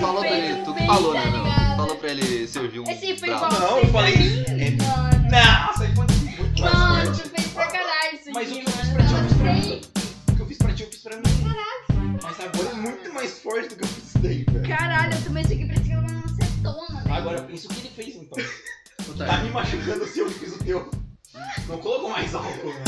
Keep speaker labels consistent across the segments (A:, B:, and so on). A: falou pra
B: fez
A: ele,
B: um
A: tu que
B: bem,
A: falou,
B: tá
A: né? Não,
B: ligado?
A: tu falou pra ele servir um
B: Esse foi
A: bravo.
B: igual
C: Não, eu
B: fez pra
C: falei-
B: mim, mano.
C: Nossa, aí pode ser é muito mais
B: Mano,
C: forte.
B: tu fez sacanagem isso
C: Mas
B: aqui,
C: o que eu fiz
B: mano.
C: pra ti, eu
B: Não
C: fiz pra
B: sei.
C: O que eu fiz pra ti, eu fiz pra mim. Mas agora é muito mais forte do que eu fiz isso daí, velho.
B: Caralho, eu tomei isso aqui parecia uma acetona, né?
C: Agora, isso que ele fez então.
A: Ô,
D: Ah.
C: Tá
A: Thay,
C: me machucando se eu fiz o teu. Não colocou mais álcool, né?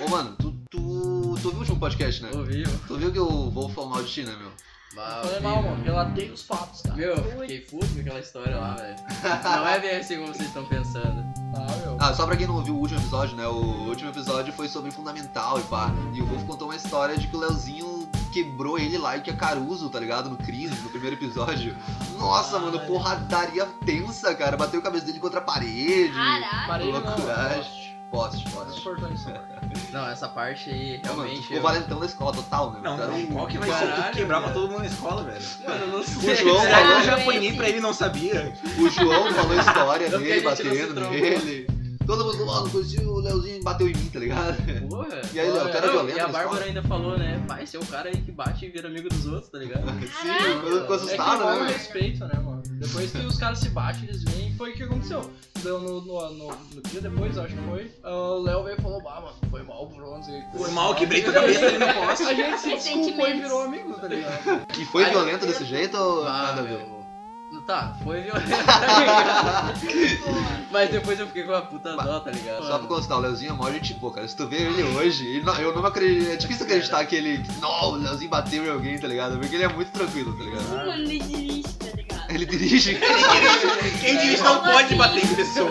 A: Ô, mano, tu, tu, tu viu o último podcast, né?
E: Ouviu?
A: Tu viu que o Wolf falou mal de ti, né, meu?
E: Não
D: Bah,
E: falei mal, mano. Relatei os fatos, cara.
D: Meu, eu fiquei puto com aquela história lá, velho. Não é bem assim como vocês estão pensando.
E: Ah, meu.
A: Ah, só pra quem não ouviu o último episódio, né? O último episódio foi sobre Fundamental e pá. E o Wolf contou uma história de que o Leozinho quebrou ele lá e que é Caruso, tá ligado? No crise, no primeiro episódio. Nossa, mano, porradaria tensa, cara. Bateu a cabeça dele contra a parede.
B: Caralho.
E: Parei não.
A: Loucuragem. Poste,
E: Não
A: poste.
E: cortou isso.
D: Não, essa parte
A: Ô, Mano,
D: aí,
A: tipo, tu
D: realmente.
A: ficou valentão da escola total, né?
F: Não,
C: Tá
A: Tu era
F: não,
A: um-
F: qual que vai
D: Caralho,
F: ser? Tu quebrava
D: velho.
F: todo mundo na escola, velho.
D: Mano, eu não sei.
A: O João
D: cara.
B: falou-
F: eu já
B: esse-
F: apanhei pra ele e não sabia.
A: O João falou a história
D: Não
A: dele
D: que a gente não se
A: batendo
D: trombou.
A: nele. Todo mundo, mano, conheci o Leozinho bateu em mim, tá ligado?
D: Porra.
A: E aí, Léo, tu era
D: Não,
A: violento
D: E a
A: na
D: Bárbara
A: escola?
D: ainda falou, né? Pai, você é o cara aí que bate e vira amigo dos outros, tá ligado?
A: Sim, eu fico
E: É que
A: assustado,
E: envolve
A: né?
E: respeito, né, mano? Depois que os caras se batem, eles vêm. Foi o que aconteceu. Deu no, no, no- no dia depois, acho que foi. ah, O Léo veio e falou: Bah, mano, foi mal, bronze.
F: Foi mal, quebrei tua cabeça ali no poste.
E: A gente se desculpou e
B: Ressentimentos.
E: virou amigo, tá ligado?
A: E foi
D: Aí,
A: violento desse jeito ou
D: Ah,
A: nada a ver?
D: meu. Tá, foi violento. tá ligado? Mas depois eu fiquei com uma puta dó, tá ligado?
A: Só pra constar, o Leozinho é mó gente boa, cara. Se tu vê ele hoje, ele não- eu não acredito. É difícil acreditar que ele. que, Não, o Leozinho bateu em alguém, tá ligado? Porque ele é muito tranquilo, tá ligado?
B: Mano, ele dirige, tá ligado? assim?
A: Ele dirige.
F: Quem dirige não pode bater em pessoa.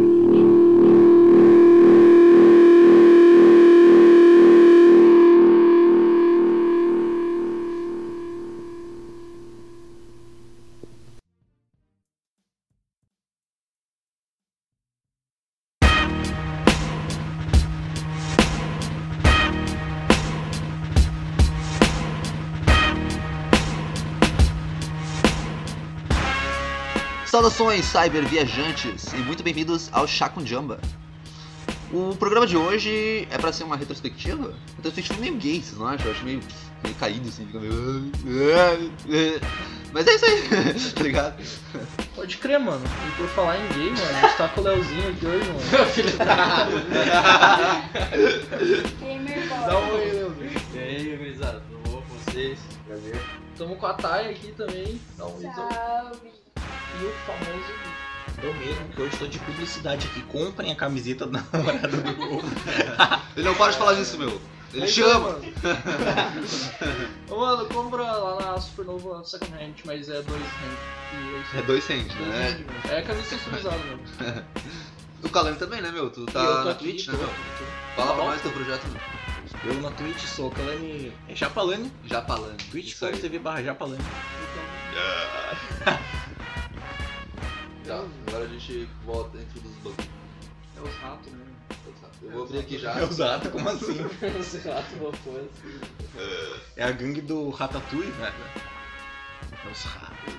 A: Saudações, cyber viajantes, e muito bem-vindos ao Chá com Jamba. O programa de hoje é pra ser uma retrospectiva? Retrospectiva meio gay, vocês não acham? Eu acho meio, meio caído, assim, fica meio... Mas é isso aí, tá ligado?
E: Pode crer, mano. E por falar em gay, mano, a gente tá com o Leozinho aqui hoje, mano.
B: Gamer boy.
E: Dá um oi, Leozinho.
D: E aí, gurizada, tudo bom com vocês? Prazer.
E: Tamo com a Thay aqui também. Dá um oi.
B: Salve.
E: E o famoso.
F: Eu mesmo, que hoje tô de publicidade aqui. Comprem a camiseta da namorada do povo.
A: Ele não para de falar disso, meu. Ele
E: Aí,
A: chama.
E: mano. Ô, mano, compra lá na Supernova lá no Second Hand, mas é dois hand. E é isso.
A: É dois cents, né?
E: É a camisa customizada, mano.
A: O Calan também, né, meu? Tu
E: E eu
A: tá
E: tô
A: na
E: aqui,
A: Twitch,
E: tô
A: né, meu? Fala pra nós teu projeto, meu.
F: Eu na Twitch sou Calani. É Japalani.
A: Já falando. Isso aí.
F: Twitch.tv barra Japalani.
A: Tá,
E: então.
A: agora a gente volta dentro dos bancos. tá,
E: É os ratos, né?
A: Eu vou abrir aqui já.
F: É usado, como assim?
E: os ratos roubando.
F: É a gangue do Ratatouille, velho. É os ratos.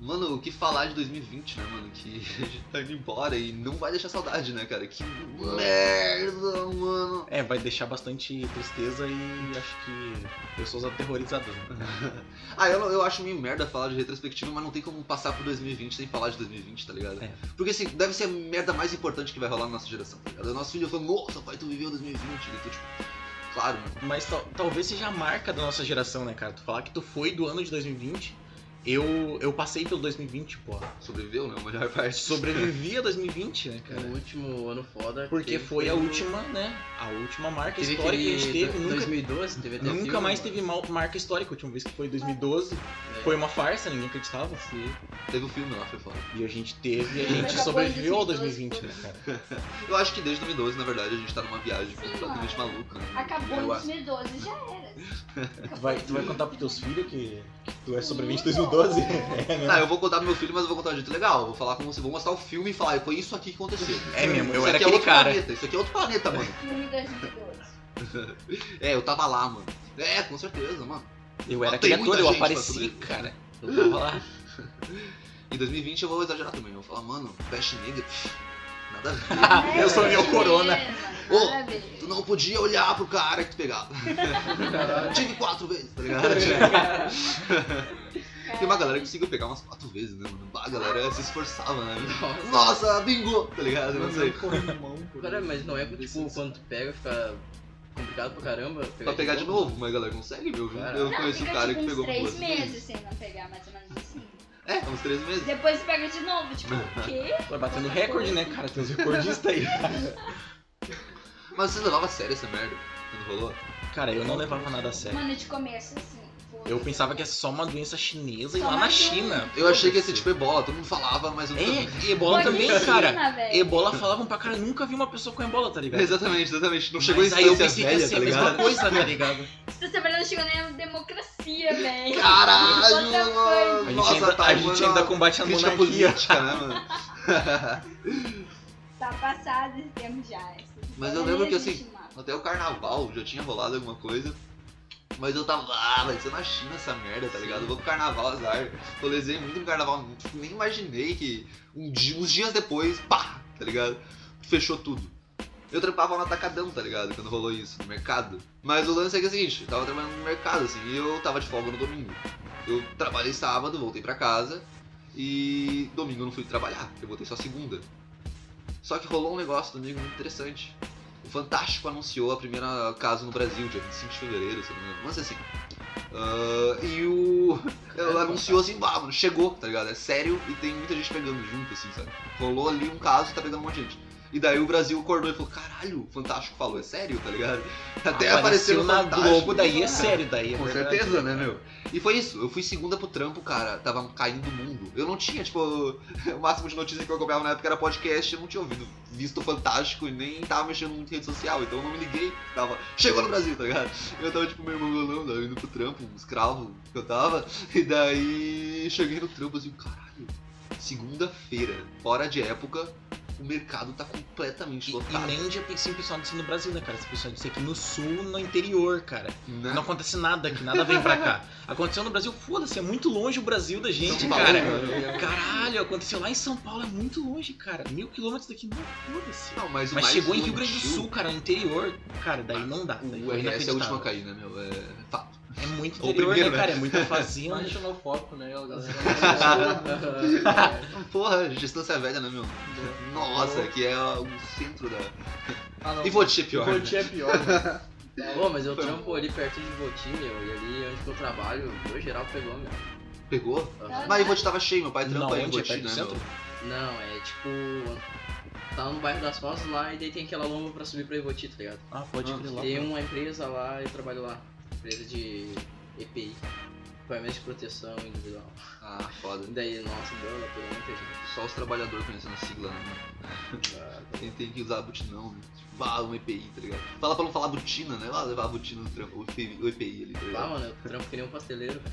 A: Mano, o que falar de 2020, né, mano? Que a gente tá indo embora e não vai deixar saudade, né, cara? Que merda, mano.
F: É, vai deixar bastante tristeza e acho que pessoas aterrorizadas. né?
A: Ah, eu, eu acho meio merda falar de retrospectiva, mas não tem como passar por 2020 sem falar de 2020, tá ligado?
F: É.
A: Porque assim, deve ser a merda mais importante que vai rolar na nossa geração, tá ligado? O nosso filho falou, nossa, pai, tu viveu 2020. E tu, tipo, claro, mano.
F: Mas tal- talvez seja a marca da nossa geração, né, cara? Tu falar que tu foi do ano de 2020 Eu, eu passei pelo 2020, pô.
A: Sobreviveu, né? A melhor parte.
F: Sobrevivi a 2020, né,
D: O
F: cara?
D: último ano foda.
F: Porque
D: teve-
F: foi a
D: teve-
F: última, né? A última marca
D: Teve
F: histórica que a gente
D: aquele
F: teve.
D: do-
F: Nunca,
D: 2012, teve até
F: nunca
D: filme,
F: mais
D: mano.
F: teve mal- marca histórica. A última vez que foi em 2012. Foi uma farsa, ninguém acreditava.
A: Teve o filme lá, foi foda.
F: E a gente teve, a
B: Mas
F: gente
B: acabou
F: sobreviveu ao
B: em 2020,
F: 2020, né, cara?
A: Eu acho que desde 2012, na verdade, a gente tá numa viagem
B: Sim,
A: completamente maluca. Né?
B: Acabou em
A: Eu acho.
B: 2012, já era.
F: Tu vai, tu vai contar pros teus filhos que, que tu é sobrevivente de
B: Não.
F: 2012?
A: Tá, eu vou contar pro meu filho, mas eu vou contar de um jeito legal. Eu Vou falar como se vou mostrar o filme e falar, foi isso aqui que aconteceu.
F: É mesmo, eu
A: isso
F: era
A: aqui é
F: aquele
A: outro
F: cara.
A: planeta, isso aqui é outro planeta, mano.
B: Filme 2012.
A: É, eu tava lá, mano. É, com certeza, mano.
F: Eu era
A: Tem
F: aquele ator,
A: muita
F: eu
A: gente pra
F: apareci,
A: sobreviver.
F: cara. Eu tava lá.
A: Em 2020 eu vou exagerar também. Eu vou falar, mano, peste negra. pff, Nada a ver.
F: Ah, Eu sou meu corona.
A: Ô,
B: Maravilha.
A: Tu não podia olhar pro cara que tu pegava. Tive quatro vezes, tá ligado?
B: É.
A: Tem uma galera que conseguiu pegar umas quatro vezes, né, mano? Bah, A galera se esforçava, né? Nossa, bingo! Tá ligado? Não sei.
D: Cara, mas não é tipo quando tu pega, fica complicado pra caramba.
A: Pra pegar de novo, mas a galera consegue, meu.
D: Cara.
A: Eu
B: Não,
A: conheço um
B: fica,
A: cara
B: tipo,
A: que
B: uns
A: pegou
B: três
A: duas vezes.
B: meses sem não pegar, mais ou menos assim.
A: É, uns três meses.
B: Depois você pega de novo, tipo,
A: É.
B: o quê?
F: Vai batendo recorde, né, cara? Tem uns recordistas aí.
A: Mas você levava a sério essa merda quando rolou?
F: Cara, eu não levava nada a sério.
B: Mano, de começo, assim. foda-se.
F: Eu pensava que é só uma doença chinesa e
B: Só
F: lá na
B: mais
F: China.
A: Eu achei que esse tipo é bola, todo mundo falava, mas eu nunca vi.
F: É, ebola
B: Foi
F: também,
B: na China,
F: cara.
B: velho.
F: Ebola falavam pra cara, nunca vi uma pessoa com ebola, tá ligado?
A: Exatamente, exatamente. Não
F: Mas
A: chegou em
F: aí eu
A: instância
F: pensei que ia
A: velha, tá
F: ser a mesma
A: ligado?
F: coisa, tá ligado?
B: Você tá trabalhando, chegou na democracia, velho.
A: Caralho!
B: What the fuck?
F: A gente,
A: Nossa,
F: ainda,
A: tá
F: a gente
A: uma
F: ainda combate a
A: crítica
F: monarquia.
A: política, né, mano?
B: Tá passado esse tempo já. esse-
A: Mas eu
B: nem
A: lembro que, assim,
B: existe mais.
A: Até o carnaval já tinha rolado alguma coisa. Mas eu tava, ah, vai ser na China essa merda, tá ligado? Eu vou pro carnaval, azar. Eu lesei muito no carnaval, nem imaginei que um dia- uns dias depois, pá, tá ligado? Fechou tudo. Eu trampava no atacadão, tá ligado? Quando rolou isso, no mercado. Mas o lance é que é o seguinte, eu tava trabalhando no mercado, assim, e eu tava de folga no domingo. Eu trabalhei sábado, voltei pra casa, e domingo eu não fui trabalhar, eu voltei só segunda. Só que rolou um negócio domingo muito interessante. O Fantástico anunciou a primeira caso no Brasil, dia 25 de fevereiro, se não me engano. Mas assim. ah, e o.
F: É
A: Ela anunciou assim, bah, mano, chegou, tá ligado? É sério e tem muita gente pegando junto, assim, sabe? Rolou ali um caso e tá pegando um monte de gente. E daí o Brasil acordou e falou, caralho, o Fantástico falou, é sério, tá ligado? Até apareceu,
F: Apareceu
A: no
F: na
A: Fantástico. né?
F: Globo, daí é sério, daí é
A: Com
F: verdade.
A: certeza, né, meu? E foi isso, eu fui segunda pro trampo, cara, tava caindo o mundo. Eu não tinha, tipo, o máximo de notícia que eu acompanhava na época era podcast, eu não tinha ouvido, visto fantástico e nem tava mexendo muito em rede social, então eu não me liguei. Tava, chegou no Brasil, tá ligado? Eu tava, tipo, meio mongolão, tava indo pro trampo, um escravo que eu tava, e daí cheguei no trampo assim, caralho, segunda-feira, fora de época, o mercado tá completamente
F: E, e
A: lotado.
F: nem de sim, pessoal disso no Brasil, né, cara? Esse pessoal disse aqui no sul, no interior, cara.
A: né?
F: Não acontece nada aqui, nada vem pra cá. Aconteceu no Brasil, foda-se, é muito longe o Brasil da gente,
A: São Paulo,
F: cara.
A: né?
F: Caralho, aconteceu lá em São Paulo, é muito longe, cara. Mil quilômetros daqui, não, foda-se.
A: Não, mas o
F: Mas
A: mais
F: chegou em Rio Grande do
A: doentio-
F: Sul, cara, no interior, cara, daí não dá. Daí
A: O
F: foi
A: RS é a última a
F: inacreditável.
A: cair, né, meu? É fato.
F: É muito
A: Ou o
F: interior,
A: primeiro,
F: né,
A: né?
F: cara? É muita
E: Mais
F: fazenda.
E: xenofóbico, né? A
F: Uhum.
E: galera-
A: Porra, distância velha, né, meu? Nossa, que é o centro da.
E: Ah, não.
A: E vou te pior. né?
E: Ivoti é pior. mano.
D: Ô, mas eu trampo ali pertinho de Votim, meu, e ali onde que eu trabalho, meu, geral pegou, meu.
A: Pegou?
D: Aham.
A: Mas Ivoti tava cheio, meu pai
F: Não,
A: trampa aí em
F: onde? É
A: Ivoti,
F: perto do
A: né,
F: centro?
A: meu?
D: Não, é tipo. Tá no bairro das Fossas lá e daí tem aquela lomba pra subir pra Ivoti, tá ligado?
F: Ah, pode
A: Ah,
F: crer lá.
D: Tem um- uma empresa lá, eu trabalho lá. Empresa de EPI. Equipamento de proteção individual.
A: Ah, foda.
D: E daí, nossa, deu, ela pegou muita gente.
A: Só os trabalhadores conhecendo a sigla, né? meu?
D: Ah,
A: Tem, tem que usar butinão, né? Tipo, Vá, um EPI, tá ligado? Fala pra não falar butina, né? Vai levar a butina no trampo, o EPI, o EPI ali, tá
D: Lá,
A: ligado?
D: mano, eu trampo que nem um pasteleiro, velho.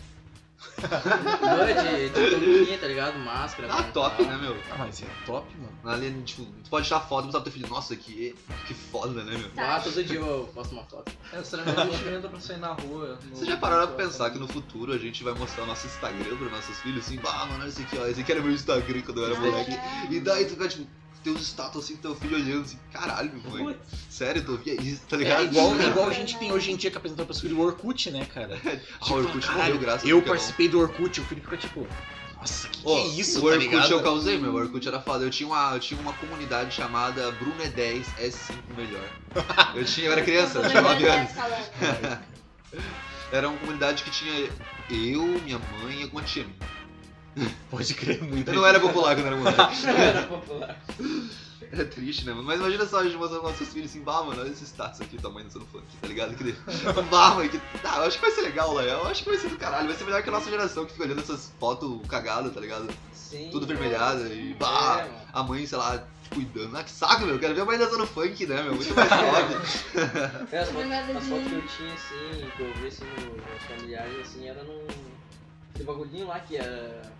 D: Não, de, de touquinha, tá ligado? Máscara.
A: Ah,
D: mano, tá
A: top,
D: tal.
A: né, meu?
F: Ah, mas é top, mano.
A: Ali, tipo, tu pode tirar foto e mostrar pro teu filho, nossa, que, que foda, né, meu?
D: Lá todo dia eu posto uma foto.
E: É, será que eu entra pra sair na rua? no-
A: Vocês já pararam pra pensar que no futuro a gente vai mostrar o nosso Instagram pros nossos filhos? Assim, bah, mano, olha esse aqui, ó. Esse aqui era meu Instagram quando eu era moleque.
B: Ah,
A: E daí tu fica, tipo, teus status assim, teu filho olhando assim, caralho, mãe. Sério, tu via isso, tá ligado?
F: É igual, é igual a gente tem hoje em dia que apresentou pra filho o Orkut, né, cara?
A: Ah, o Orkut
F: Tipo,
A: morreu graças
F: Eu
A: ao Pokémon.
F: participei do Orkut, o filho fica tipo, nossa, que,
A: Ó,
F: que é isso,
A: o
F: tá
A: Orkut
F: ligado?
A: eu causei, meu. O Orkut era foda. Eu tinha uma, eu tinha uma comunidade chamada Bruno é 10, é 5 melhor. Eu tinha, eu era criança, eu tinha 9 anos. Era uma comunidade que tinha eu, minha mãe e alguma tia minha.
F: Pode crer muito.
A: Eu não é era popular quando era moleque.
D: Era popular.
A: É triste, né, mano? Mas imagina só a gente mostrando nossos filhos assim, bah, mano, olha esse status aqui, tamanho dançando funk, tá ligado? Que de- bah, mano, que. Tá, eu acho que vai ser legal, lá. Eu acho que vai ser do caralho. Vai ser melhor que a nossa geração que fica olhando essas fotos cagadas, tá ligado?
D: Sim.
F: né?
A: Tudo vermelhada e bah,
D: É, mano.
A: a mãe, sei lá, cuidando. Ah, que saco, meu. Eu quero ver a mãe dançando funk, né, meu? Muito mais óbvio.
D: É, as, fotos,
B: Obrigada,
D: as fotos
B: Dinho.
D: que eu tinha, assim, que eu vi, assim, no- nos familiares, assim, era num... Aquele bagulhinho lá que era...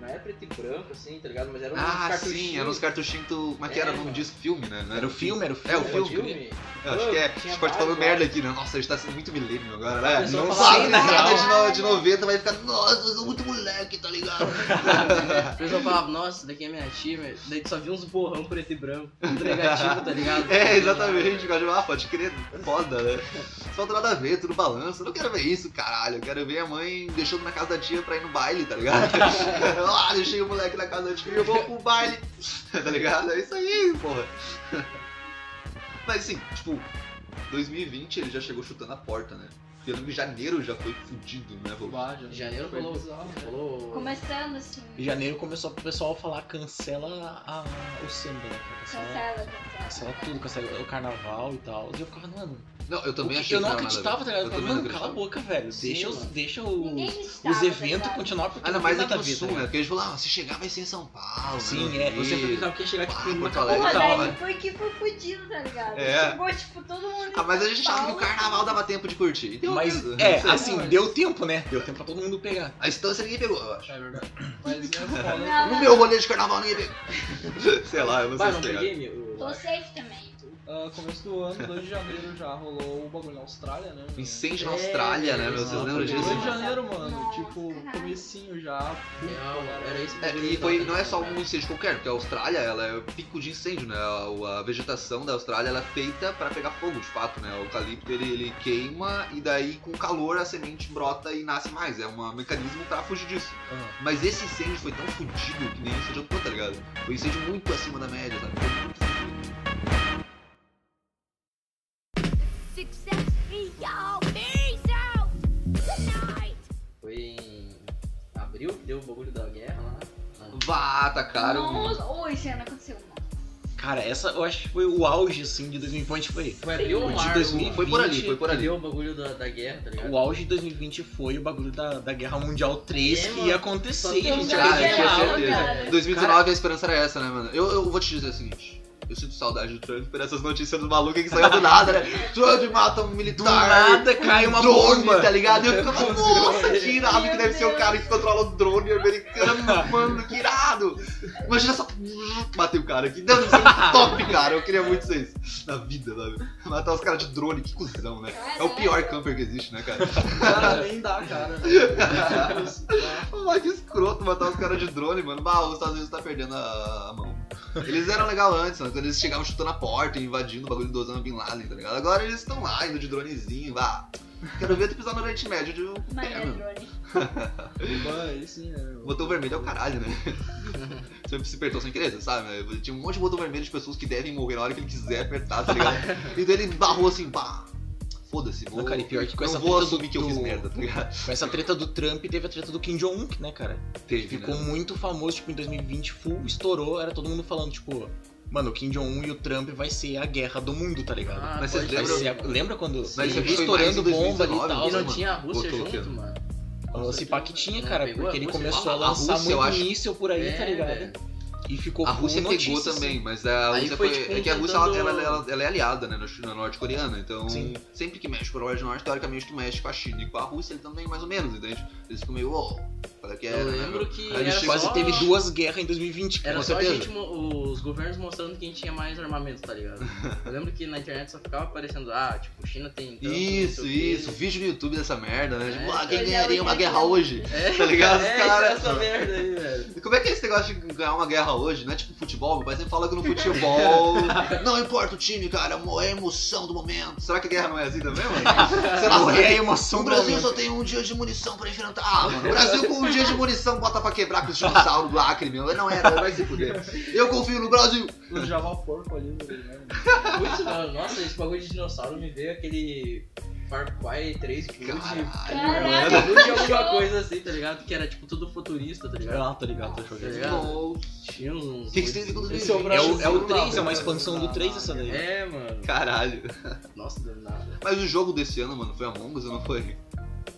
D: Não era preto e branco, assim, tá ligado? Mas era um
A: Ah, sim,
D: cartuchinho.
A: era uns cartuchinhos que tu. Como é que
D: É,
A: era? Não
D: mano.
A: diz filme, né? Não
F: Era o filme, era o
A: É,
F: filme.
A: o
D: Era
A: filme.
D: filme.
A: Eu acho que é. A
D: Tinha
A: gente pode falar
D: vários,
A: merda
D: eu
A: aqui, né? Nossa, a gente tá sendo muito milênio agora, né?
D: pessoal
A: Não
D: fala
A: sabe
D: bem,
A: nada
B: né?
A: de, no, de 90, vai ficar, nossa, eu sou muito moleque, tá ligado?
D: O pessoal falava, nossa, isso daqui é minha tia, velho. daí tu só via uns borrão preto e branco,
F: Um
D: tudo negativo, tá ligado?
A: É, exatamente, o Cosmo, ah, pode crer, foda, né? Não Falta nada a ver, tudo balança. Eu não quero ver isso, caralho. Eu quero ver a mãe deixando na casa da tia pra ir no baile, tá ligado? ah, deixei o moleque na casa da tia e eu vou pro baile. tá ligado? É isso aí, porra. Mas assim, tipo, 2020 ele já chegou chutando a porta, né? Porque ano de janeiro já foi fudido, né, vô?
E: Bah, já-
D: Janeiro
E: foi
D: rolou-
E: bizarro, né?
D: Falou...
B: Começando assim.
F: Em janeiro começou pro pessoal falar cancela a- o samba, né? cara? Cancela,
B: Cancela, cancela.
F: cancela tudo, cancela o carnaval e tal. E eu ficava, mano.
A: Não, eu também
F: eu,
A: achei
F: eu não
A: que não era nada a ver.
F: acreditava, tá ligado? Eu
A: Eu
F: falava,
A: também não
F: mano, cala a
A: acreditava.
F: boca, velho.
D: Sim,
F: deixa os,
D: mano.
F: deixa os,
B: Ninguém estava,
F: os eventos
B: tá ligado?
F: continuar porque
A: Ainda
F: não
A: mais
F: tem
A: aqui no
F: a ver, tá
A: sul, né?
F: ligado?
A: Porque eles falam, ah, se chegar vai ser em São Paulo. né?
F: Sim, é. Eu sempre
A: E-
F: pensava que ia chegar
A: Ah,
F: tipo, numa
A: Porto Alegre.
B: Porra,
A: Legal,
B: daí
A: né?
B: foi que foi fodido, tá ligado?
A: É.
B: Chegou, tipo, todo mundo. em
A: Ah, mas a
B: São
A: gente achava que o
B: Paulo.
A: carnaval dava tempo de curtir. Então, E deu
F: Mas,
A: mesmo.
F: é,
A: Não sei.
F: assim, deu tempo, né? Deu tempo pra todo mundo pegar.
A: A distância ninguém pegou, eu acho.
E: É verdade. Mas é foda. né?
B: Não,
A: No
B: não,
A: meu rolê de carnaval ninguém pegou. sei lá, eu não
D: Bah,
A: sei
D: não
A: se pegaram.
D: peguei, meu.
B: Tô safe também.
E: Ah, começo do ano, 2 de janeiro já rolou o bagulho na Austrália, né?
A: Um Incêndio na
D: É,
A: Austrália, né, meu?
D: exato.
A: Vocês lembram
E: 2
A: disso?
E: de janeiro, mano.
B: Nossa,
E: tipo,
B: caralho.
E: comecinho já.
D: Não, era isso.
A: É, e foi, não é só um incêndio qualquer, porque a Austrália, ela é pico de incêndio, né? A, a vegetação da Austrália, ela é feita pra pegar fogo, de fato, né? O eucalipto, ele, ele queima e daí, com o calor, a semente brota e nasce mais. É um mecanismo pra fugir disso. Mas esse incêndio foi tão fudido que nem incêndio atuou, tá ligado? Foi um incêndio muito acima da média, sabe? Foi muito fudido.
G: Success be y'all. Peace out. Good night.
D: Foi em abril que deu o bagulho da guerra lá.
A: Vá, tá atacaram.
B: Nossa, oi, Xena, aconteceu uma.
F: Cara, essa eu acho que foi o auge, assim, de 2020. Foi
D: Foi abril ou
F: De
D: março?
F: 2000,
A: foi por ali,
D: que
A: foi por ali.
D: Deu o bagulho da, da guerra, tá ligado?
F: O auge de 2020 foi o bagulho da, da Guerra Mundial 3
D: É,
F: que
D: mano.
F: ia acontecer,
D: Só
F: gente.
D: tem
F: Era
D: um
A: Ah,
D: cara
A: eu tinha
D: real,
A: certeza.
D: cara.
A: 2019 a esperança era essa, né, mano? Eu, eu vou te dizer o seguinte. Eu sinto saudade do Trump por essas notícias do maluco que saiu do nada, né? Trump mata um militar.
F: Do nada cai uma
A: drone,
F: bomba.
A: tá ligado? Eu ficava, nossa, que irado que
B: Meu
A: deve ser o
B: Deus.
A: cara que controla o drone americano, mano, que irado. Imagina só, matei o cara aqui. Deve ser top, cara. Eu queria muito ser isso na vida, sabe? Matar os caras de drone, que cuzão, né? É o pior camper que existe, né, cara?
E: Cara, nem dá, cara.
A: Mas que escroto matar os caras de drone, mano. Bah, os Estados Unidos tá perdendo a, a mão. Eles eram legal antes, mano. Quando eles chegavam chutando a porta e invadindo o bagulho do Osama Bin Laden, tá ligado? Agora eles estão lá, indo de dronezinho, vá. Quero ver tu pisar no Oriente Médio de um pé,
B: Maneiro,
A: mano.
B: drone.
E: Bah, aí sim, né? meu?
A: Botão vermelho é o caralho, né? Sempre se apertou sem querer, você sabe? né? Tinha um monte de botão vermelho de pessoas que devem morrer na hora que ele quiser apertar, tá ligado? Então ele barrou assim, pá. Foda-se, vou.
F: Não, cara, e pior que com
A: não
F: essa
A: vou
F: treta do-
A: assumir que eu fiz
F: do-
A: merda, tá ligado?
F: Com essa treta do Trump, teve a treta do Kim Jong-un, né, cara?
A: Teve,
F: Ficou muito famoso, tipo, em 2020, full, estourou, era todo mundo falando, tipo, mano, o Kim Jong-un e o Trump vai ser a guerra do mundo, tá ligado?
D: Ah,
A: Mas
D: pode
A: vocês
F: Vai
A: lembram-
F: ser a- lembra quando
D: Sim,
A: Mas isso aqui foi mais
F: estourando
A: em
F: bomba ali e
A: 2019,
F: tal?
D: E não
A: mano,
D: tinha a Rússia
A: botou o quê?
D: junto, mano?
F: Mano, esse pá que tinha,
D: Não,
F: cara,
D: pegou
F: porque
D: a
F: ele
D: Rússia?
F: começou a
A: Ah, a
F: lançar
A: Rússia, eu
F: muito
A: acho.
F: míssil por aí, tá
D: É,
F: ligado?
D: velho.
F: E ficou
A: A
F: full
A: Rússia
F: notícia,
A: pegou
F: assim.
A: também, mas a
D: Aí
A: Rússia
D: foi,
A: foi.
D: tipo,
A: é que a Rússia ela,
D: tentando-
A: ela- ela- ela é aliada, né? Na China norte-coreana. Então,
F: Sim.
A: sempre que mexe com a Coreia do Norte, teoricamente tu mexe com a China. E com a Rússia ele também, mais ou menos, entende? Eles ficam meio, ó, qual é que era,
D: Eu
A: né,
D: lembro
A: meu?
F: assim,
D: que
A: Aí ele
D: era
A: chegou-
F: Quase
D: só-
F: teve duas guerras em 2020,
D: Era
F: com
D: só a
F: certeza.
D: gente, mo- os governos mostrando quem tinha mais armamento, tá ligado? Eu lembro que na internet só ficava aparecendo, ah, tipo, China tem tanto, não sei
A: Isso,
D: o quê.
A: isso, vídeo no YouTube dessa merda, né? Tipo,
D: É,
A: ah, quem
B: cara.
A: ganharia uma guerra
B: um
A: hoje?
D: É,
A: Tá ligado? Os
D: É,
A: caras-
D: essa merda aí, velho.
A: E Como é que é esse negócio de ganhar uma guerra hoje? Não é tipo futebol, meu pai sempre fala que no futebol. não importa o time, cara, é a emoção do momento. Será que a guerra não é assim também, mano? Será
F: Agora
A: que
F: é a emoção
A: o
F: do
A: Brasil
F: momento.
A: só tem um dia de munição pra enfrentar. Ah, mano, o Brasil com um dia de munição bota pra quebrar com os dinossauros do Acre, meu. Não era, vai se fuder. Eu confio no Brasil.
E: O Java Porco ali, né? mano?
D: Putz, mano, nossa, esse bagulho de dinossauro me veio aquele Far Cry 3 Blood.
B: Caralho.
D: Blood alguma coisa assim, tá ligado? Que era tipo tudo futurista, tá ligado?
F: Ah, tá ligado, tô
D: Tá
A: É.
F: jogando.
D: ligado?
A: Nossa.
D: Tinha uns.
A: Tem que ser quando
E: Esse é o
A: vem.
F: É o, é o
E: Brasil,
F: 3, é uma
E: velho.
F: expansão do 3 essa daí.
D: É, mano.
A: Caralho.
D: Nossa, deu nada.
A: Mas o jogo desse ano, mano, foi Among Us ou não foi?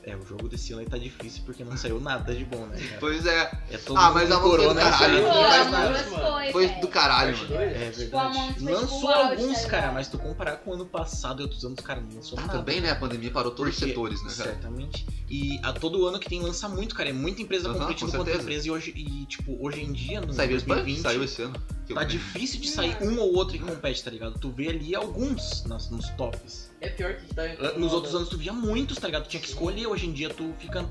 F: É, o jogo desse ano aí tá difícil porque não saiu nada de bom, né? cara?
A: Pois é.
F: É todo
A: Ah,
F: mundo
A: mas
F: com
A: a Among Us
F: corona,
A: é do caralho,
F: isso aí.
A: não faz
B: Pô,
A: nada,
B: mas
D: mano.
B: foi,
A: Foi
B: velho.
A: do caralho,
D: Parte
A: mano.
D: dois?
F: É
B: Tipo, a
F: verdade.
B: Among Us foi tipo
F: Lançou
B: o auge,
F: alguns,
B: tá
F: cara,
B: ligado?
F: mas tu comparar com o ano passado e outros anos, cara, não lançou
A: Ah,
F: nada.
A: também, né? A pandemia parou todos os
F: Porque-
A: setores, né, cara?
F: Certamente. E a todo ano que tem lança muito, cara. É muita empresa
A: Aham,
F: competindo
A: com
F: contra
A: certeza.
F: empresa e hoje, e, tipo, hoje em dia, no
A: Saiu
F: 2020,
A: Saiu esse ano. Que eu
F: tá
A: vi.
F: difícil de sair um ou outro que compete, tá ligado? Tu vê ali alguns nas- nos tops.
D: É pior que tá.
F: Nos outros anos tu via muitos, tá ligado? Tu tinha que escolher, hoje em dia tu fica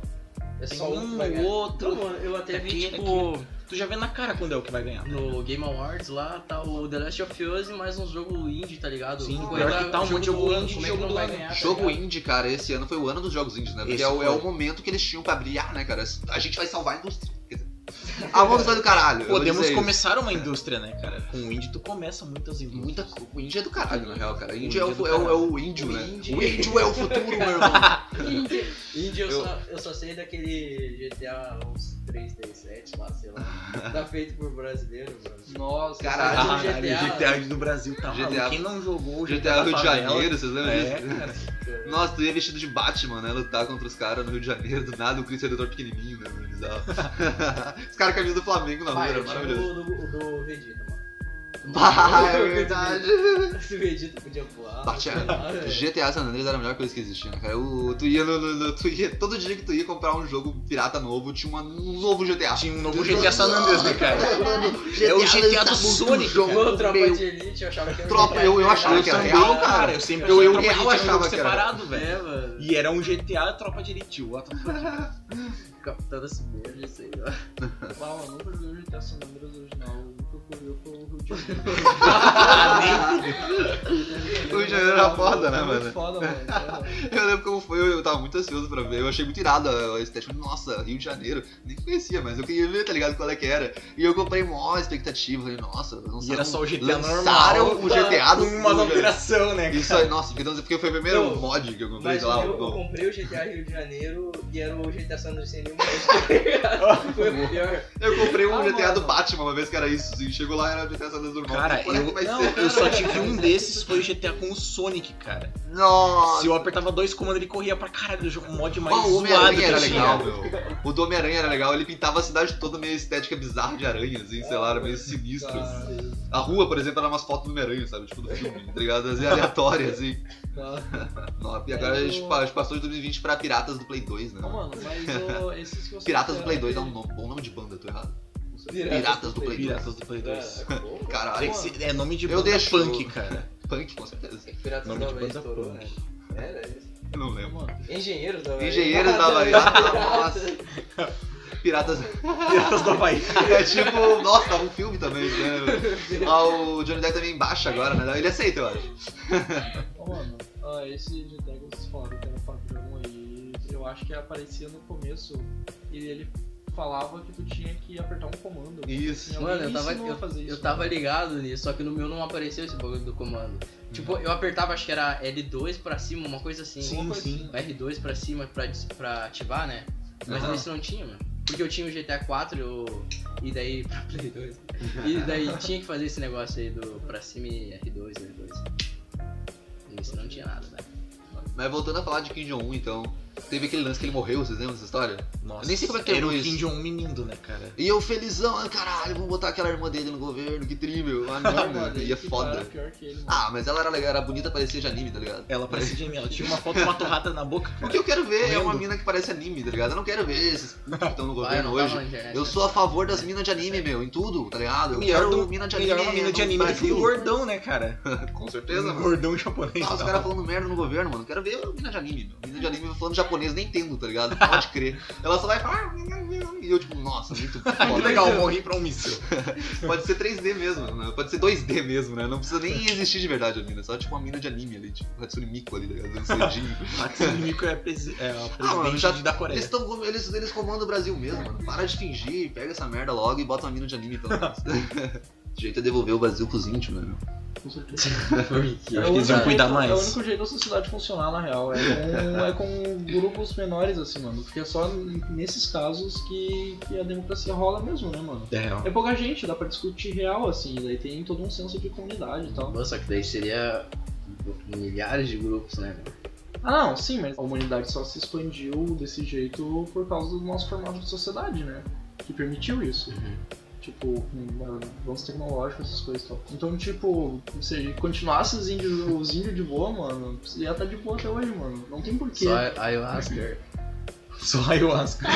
D: É
F: tem
D: só um
F: um ou outro. Tá
D: Não, mano, eu até vi,
F: Daqui,
D: tipo,
F: Tu já vê na cara quando é o que vai ganhar.
D: no Game Awards lá, tá o The Last of Us e mais um jogo indie, tá ligado?
F: Sim,
D: Tipo,
F: pior
D: era
F: que tá um monte de
D: jogo
F: jogo
D: do ano,
F: indie,
D: como é que
F: jogo
D: não
F: do
D: vai
F: ano.
D: ganhar, tá
A: Jogo
D: ligado?
A: indie, cara, esse ano foi o ano dos jogos indies, né? Porque
F: Esse
A: é o, é
F: foi.
A: o momento que eles tinham pra brilhar, né, cara? A gente vai salvar a indústria. Quer dizer, A Among Us vai do caralho. eu vou
F: Podemos
A: dizer isso.
F: começar uma indústria, né, cara? Com o indie tu começa muitas indústrias.
A: Muita co- O índio é do caralho, na real, cara. O índio
F: O
A: é o,
F: índio
A: é
F: é do
A: o, é o índio,
D: O
A: né?
D: índio.
A: O índio é o futuro, meu irmão.
D: Indie eu,
A: Eu-
D: Só, eu só sei daquele GTA uns 337 lá, sei lá. tá feito por brasileiro, mano.
E: Nossa, é
A: Caralho.
D: Ah,
F: Caralho,
A: né?
D: GTA,
F: o GTA do Brasil tá
A: GTA.
F: maluco. Quem não jogou o
A: GTA
F: GTA,
A: Rio de
F: da favela,
A: Janeiro, vocês lembram disso?
E: né,
F: É, cara.
A: Nossa, tu ia vestido de Batman, né? Lutar contra os caras no Rio de Janeiro, do nada, o Chris Redentor pequenininho, né? mano, Bizarro. os caras camisa do Flamengo na rua,
D: Pai,
A: era
D: eu tinha
A: maravilhoso.
D: o do, o do Vegeta, mano. tipo,
A: Bah, é verdade.
D: Se o Vegeta podia pular.
A: Batia-
D: sei
F: Ah,
D: lá,
F: é.
D: velho.
A: GTA San Andreas era a melhor coisa que existia, né, cara? O, tu, ia no- no- no- tu ia- todo dia que tu ia comprar um jogo pirata novo, tinha uma- um novo GTA.
F: Tinha um novo GTA San Andreas, né, cara?
A: É
F: É o GTA do Sonic,
A: jogo
D: Jogou Tropa
A: meu.
D: de Elite, eu achava que era
A: Tropa,
D: GTA,
A: eu- eu
D: tá
A: achava
D: ligado?
A: que era
F: também,
A: real, cara.
F: é Eu sempre
A: Eu- eu
F: achei que
A: real
F: Tropa de Elite era um
A: achava
F: jogo
A: que era.
F: separado, velho.
D: É, mano.
F: E era um GTA Tropa de Elite, what the fuck?
D: Capitão da Ciberja, sei lá.
E: Uau, eu "Ah, nunca vi o GTA San Andreas original. Eu nunca fui eu pro Rio de Janeiro.
A: O Rio de Janeiro era foda, né,
E: Muito
A: mano?
E: Foda, mano.
A: Eu lembro como foi, eu, eu tava muito ansioso pra ver. Eu achei muito irado a a estética. Nossa, Rio de Janeiro. Nem conhecia, mas eu queria ver, tá ligado, qual é que era. E eu comprei mó expectativa. Falei, nossa, lançaram,
F: E era só o GTA
A: lançaram
F: normal.
A: o GTA do
F: Com umas
A: cu, velho.
F: alterações, né, cara?
A: Isso aí, nossa, porque, porque foi o primeiro
D: Não,
A: mod que eu comprei
D: Mas
A: sei lá.
D: eu, eu
A: o-
D: comprei o GTA Rio de Janeiro e era o GTA San Andreas sem nenhum monte. Foi o pior.
A: Eu comprei um
E: Ah,
A: GTA do
E: mano.
A: Batman uma vez que era isso. assim, chegou lá era o GTA San Andreas normal.
F: Cara,
A: Como é que
F: eu-
A: vai
E: não,
A: ser?
F: Eu só tive um desses, foi o GTA com o Sonic, cara.
A: Nossa.
F: Se eu apertava dois comandos, ele corria pra caralho. O jogo um mod mais
A: Bah, o
F: zoado
A: Homem-Aranha
F: que
A: era
F: tinha.
A: legal, meu. O do Homem-Aranha era legal, ele pintava a cidade toda meio estética bizarra de aranhas, assim, sei lá, era meio sinistro. assim.
E: Caralho.
A: A rua, por exemplo, era umas fotos do Homem-Aranha, sabe? Tipo do filme, tá ligado? Assim, aleatórias, assim.
E: Tá.
A: Nossa, E agora a gente, pa- a gente passou de 2020 pra Piratas do Play 2, né?
E: Não, mano, mas ô, esses que você.
A: Piratas do Play 2 é um nome- bom nome de banda, eu tô errado. Não sei. Piratas, do Play 2.
F: Piratas do Play 2.
D: Ah, é
F: Tem
A: Caralho,
F: que ser- É nome de
A: Eu
F: banda
A: deixo.
F: punk, cara.
A: punk, com certeza.
D: É Piratas
F: Nome
D: da
F: de
D: Havaí
F: banda
D: estourou, né?
F: punk.
D: Era isso.
A: Eu não lembro.
D: Engenheiros da Havaí.
A: Engenheiros da Havaí. Nossa. Piratas.
F: Piratas do Havaí.
A: É tipo, nossa, tava um filme também, né? Ah, o Johnny Depp também embaixo agora, né? Ele aceita, eu acho.
E: Ô, mano, ó, esse de Dagos fora que era o Fabião aí, eu acho que aparecia no começo e ele falava que tu tinha que apertar um comando.
A: Isso.
E: Alguém
D: Mano, eu
E: me
D: tava,
E: ensinou a fazer
D: eu, eu
E: isso,
D: tava
E: né?
D: ligado nisso, só que no meu não apareceu esse bagulho do comando. Tipo, eu apertava, acho que era L2 pra cima, uma coisa assim.
F: Sim,
E: coisa
F: sim.
E: assim.
D: R2 pra cima pra, des- pra ativar, né? Mas
A: Aham.
D: nesse não tinha, mano. Porque eu tinha o GTA 4 eu- e daí pra Play 2. E daí tinha que fazer esse negócio aí do pra cima e R2, R2. Nesse não tinha nada, né? velho.
A: Mas voltando a falar de Kim Jong-un, então. Teve aquele lance que ele morreu, vocês lembram dessa história?
F: Nossa,
A: Eu nem sei como é que
F: era o
A: terminou
F: Kim
A: isso.
F: Jong-un menino, né, cara?
A: E eu felizão, ah, caralho, vamos botar aquela irmã dele no governo, que trível. Ah, não,
E: Mano,
A: mano, e é
E: esse
A: foda.
E: cara é pior que ele, mano.
A: Ah, mas ela era legal, era bonita, parecia de anime, tá ligado?
F: Ela parecia de mim, ela tinha uma foto de uma torrada na boca,
A: O
F: cara.
A: que eu quero ver é uma
F: Lindo.
A: mina que parece anime, tá ligado? Eu não quero ver esses putos que estão no
D: Vai,
A: governo
D: não tava
A: hoje.
D: na internet,
A: Eu
D: né?
A: sou a favor das minas de anime, meu, em tudo, tá ligado? Eu
F: é Melhor
A: quero
F: do-
A: mina de anime.
F: Melhor uma mina de
A: no
F: anime do que um
A: Brasil.
F: gordão, né, cara?
A: Com certeza,
F: um
A: mano.
F: gordão japonês.
A: Ah, os
F: tá?
A: caras falando merda no governo, mano. Eu Quero ver mina de anime, meu. Mina de anime falando japonês, nem entendo, tá ligado? Pode crer. Ela só vai falar. "Ah", E eu, tipo, nossa, muito
F: Muito
A: foda.
F: legal, morri pra um míssil.
A: Pode ser 3D mesmo, né? Pode ser 2D mesmo, né? Não precisa nem existir de verdade a mina. Só tipo uma mina de anime ali, tipo Hatsune Miku ali, ligado? Um cedinho.
F: Hatsune Miku é, a presi- é a presidente
A: Ah, mano, já-
F: de- da Coreia.
A: Eles, tão, eles, eles comandam o Brasil mesmo, mano. Para de fingir, pega essa merda logo e bota uma mina de anime pelo menos. o jeito é devolver o Brasil pros índios, né? meu?
E: Com certeza.
D: Porque
F: acho que
A: um
F: eles iam
E: É o único
F: cuidar
E: jeito-
F: mais.
E: É o único jeito da sociedade funcionar, na real. É com, é com grupos menores, assim, mano. Porque é só n- nesses casos que, que a democracia rola mesmo, né, mano?
F: É real.
E: É pouca gente, dá pra discutir real, assim. Daí tem todo um senso de comunidade e tal.
D: Bom, só que daí seria milhares de grupos, né? velho?
E: Ah, não, sim, mas a humanidade só se expandiu desse jeito por causa do nosso formato de sociedade, né? Que permitiu isso.
A: Uhum.
E: Tipo, com avanço tecnológico, essas coisas e tal. Então, tipo, se continuasse os índios, os índios de boa, mano, ia estar de boa até hoje, mano. Não tem porquê.
A: é-
D: Só a- ayahuasca.
F: Só ayahuasca.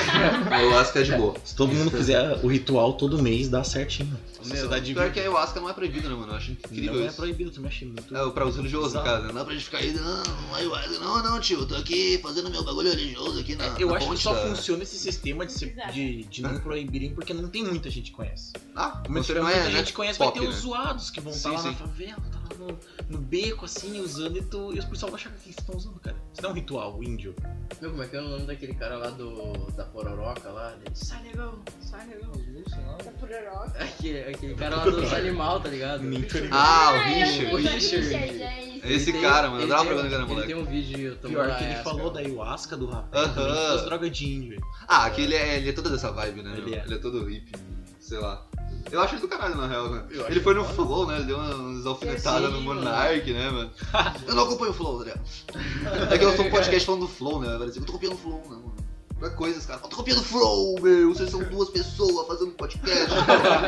A: A ayahuasca é de boa.
F: Se todo mundo fizer o ritual todo mês, dá certinho. A sociedade
A: Pior que a
F: vive.
A: ayahuasca não é proibida, né, mano? Eu acho incrível
F: Não é
A: isso.
F: proibido, também achei muito.
A: É, pra os religiosos, no
F: Exato.
A: caso, né? Não é pra gente ficar aí, não, ayahuasca, não, não, tio, eu tô aqui fazendo meu bagulho religioso aqui na.
F: É, Eu
A: Ah, na
F: acho que
A: ponte
F: só
A: da-
F: funciona esse sistema de, se- de, de não proibirem porque não tem muita gente que conhece.
A: Ah,
F: Mas
A: você
F: tiver
A: não é,
F: muita
A: né?
F: gente que conhece,
A: pop,
F: vai ter os
A: né?
F: zoados que vão estar
A: Sim,
F: lá
A: sim.
F: na favela, tá lá no, no beco assim, usando e, tu, e os pessoal vão achar que vocês estão usando, cara. Isso não é um ritual, índio.
D: Meu, como é que é o nome daquele cara lá do. da pororoca lá? Ele, sai negão, sai negão.
B: Tá por Europa.
D: Aquele, aquele cara lá dos animal, tá ligado?
F: Nem tô ligado.
A: Ah, o
B: Ah, eu sei,
A: Richard.
D: O
B: o
D: Richard.
B: Richard, é isso.
A: Esse
D: Ele tem-
A: cara, mano, eu
D: ele
A: adorava
D: tem um-
A: quando eu era moleque.
D: Ele tem um vídeo tomando
F: Pior Então, é que ele
D: ayahuasca.
F: falou da ayahuasca do rapaz,
A: é, Aham.
F: uh as drogas de índio.
A: Ah, que ele é, ele é toda dessa vibe, né?
F: Ele
A: meu?
F: é.
A: ele é todo hippie, sei lá. Eu acho ele do caralho, na real, né?
D: Eu acho
A: Ele foi no
D: foda.
A: Flow, né? Ele deu umas alfinetadas
D: Sim,
A: no
D: mano.
A: Monark, né, mano? Eu não acompanho o Flow, Adriano. É que eu sou um podcast falando do Flow, né? Parece que eu tô copiando o Flow, né, mano? Qualquer coisa, os caras falam, tô copiando o Flow, meu. Vocês são duas pessoas fazendo um podcast.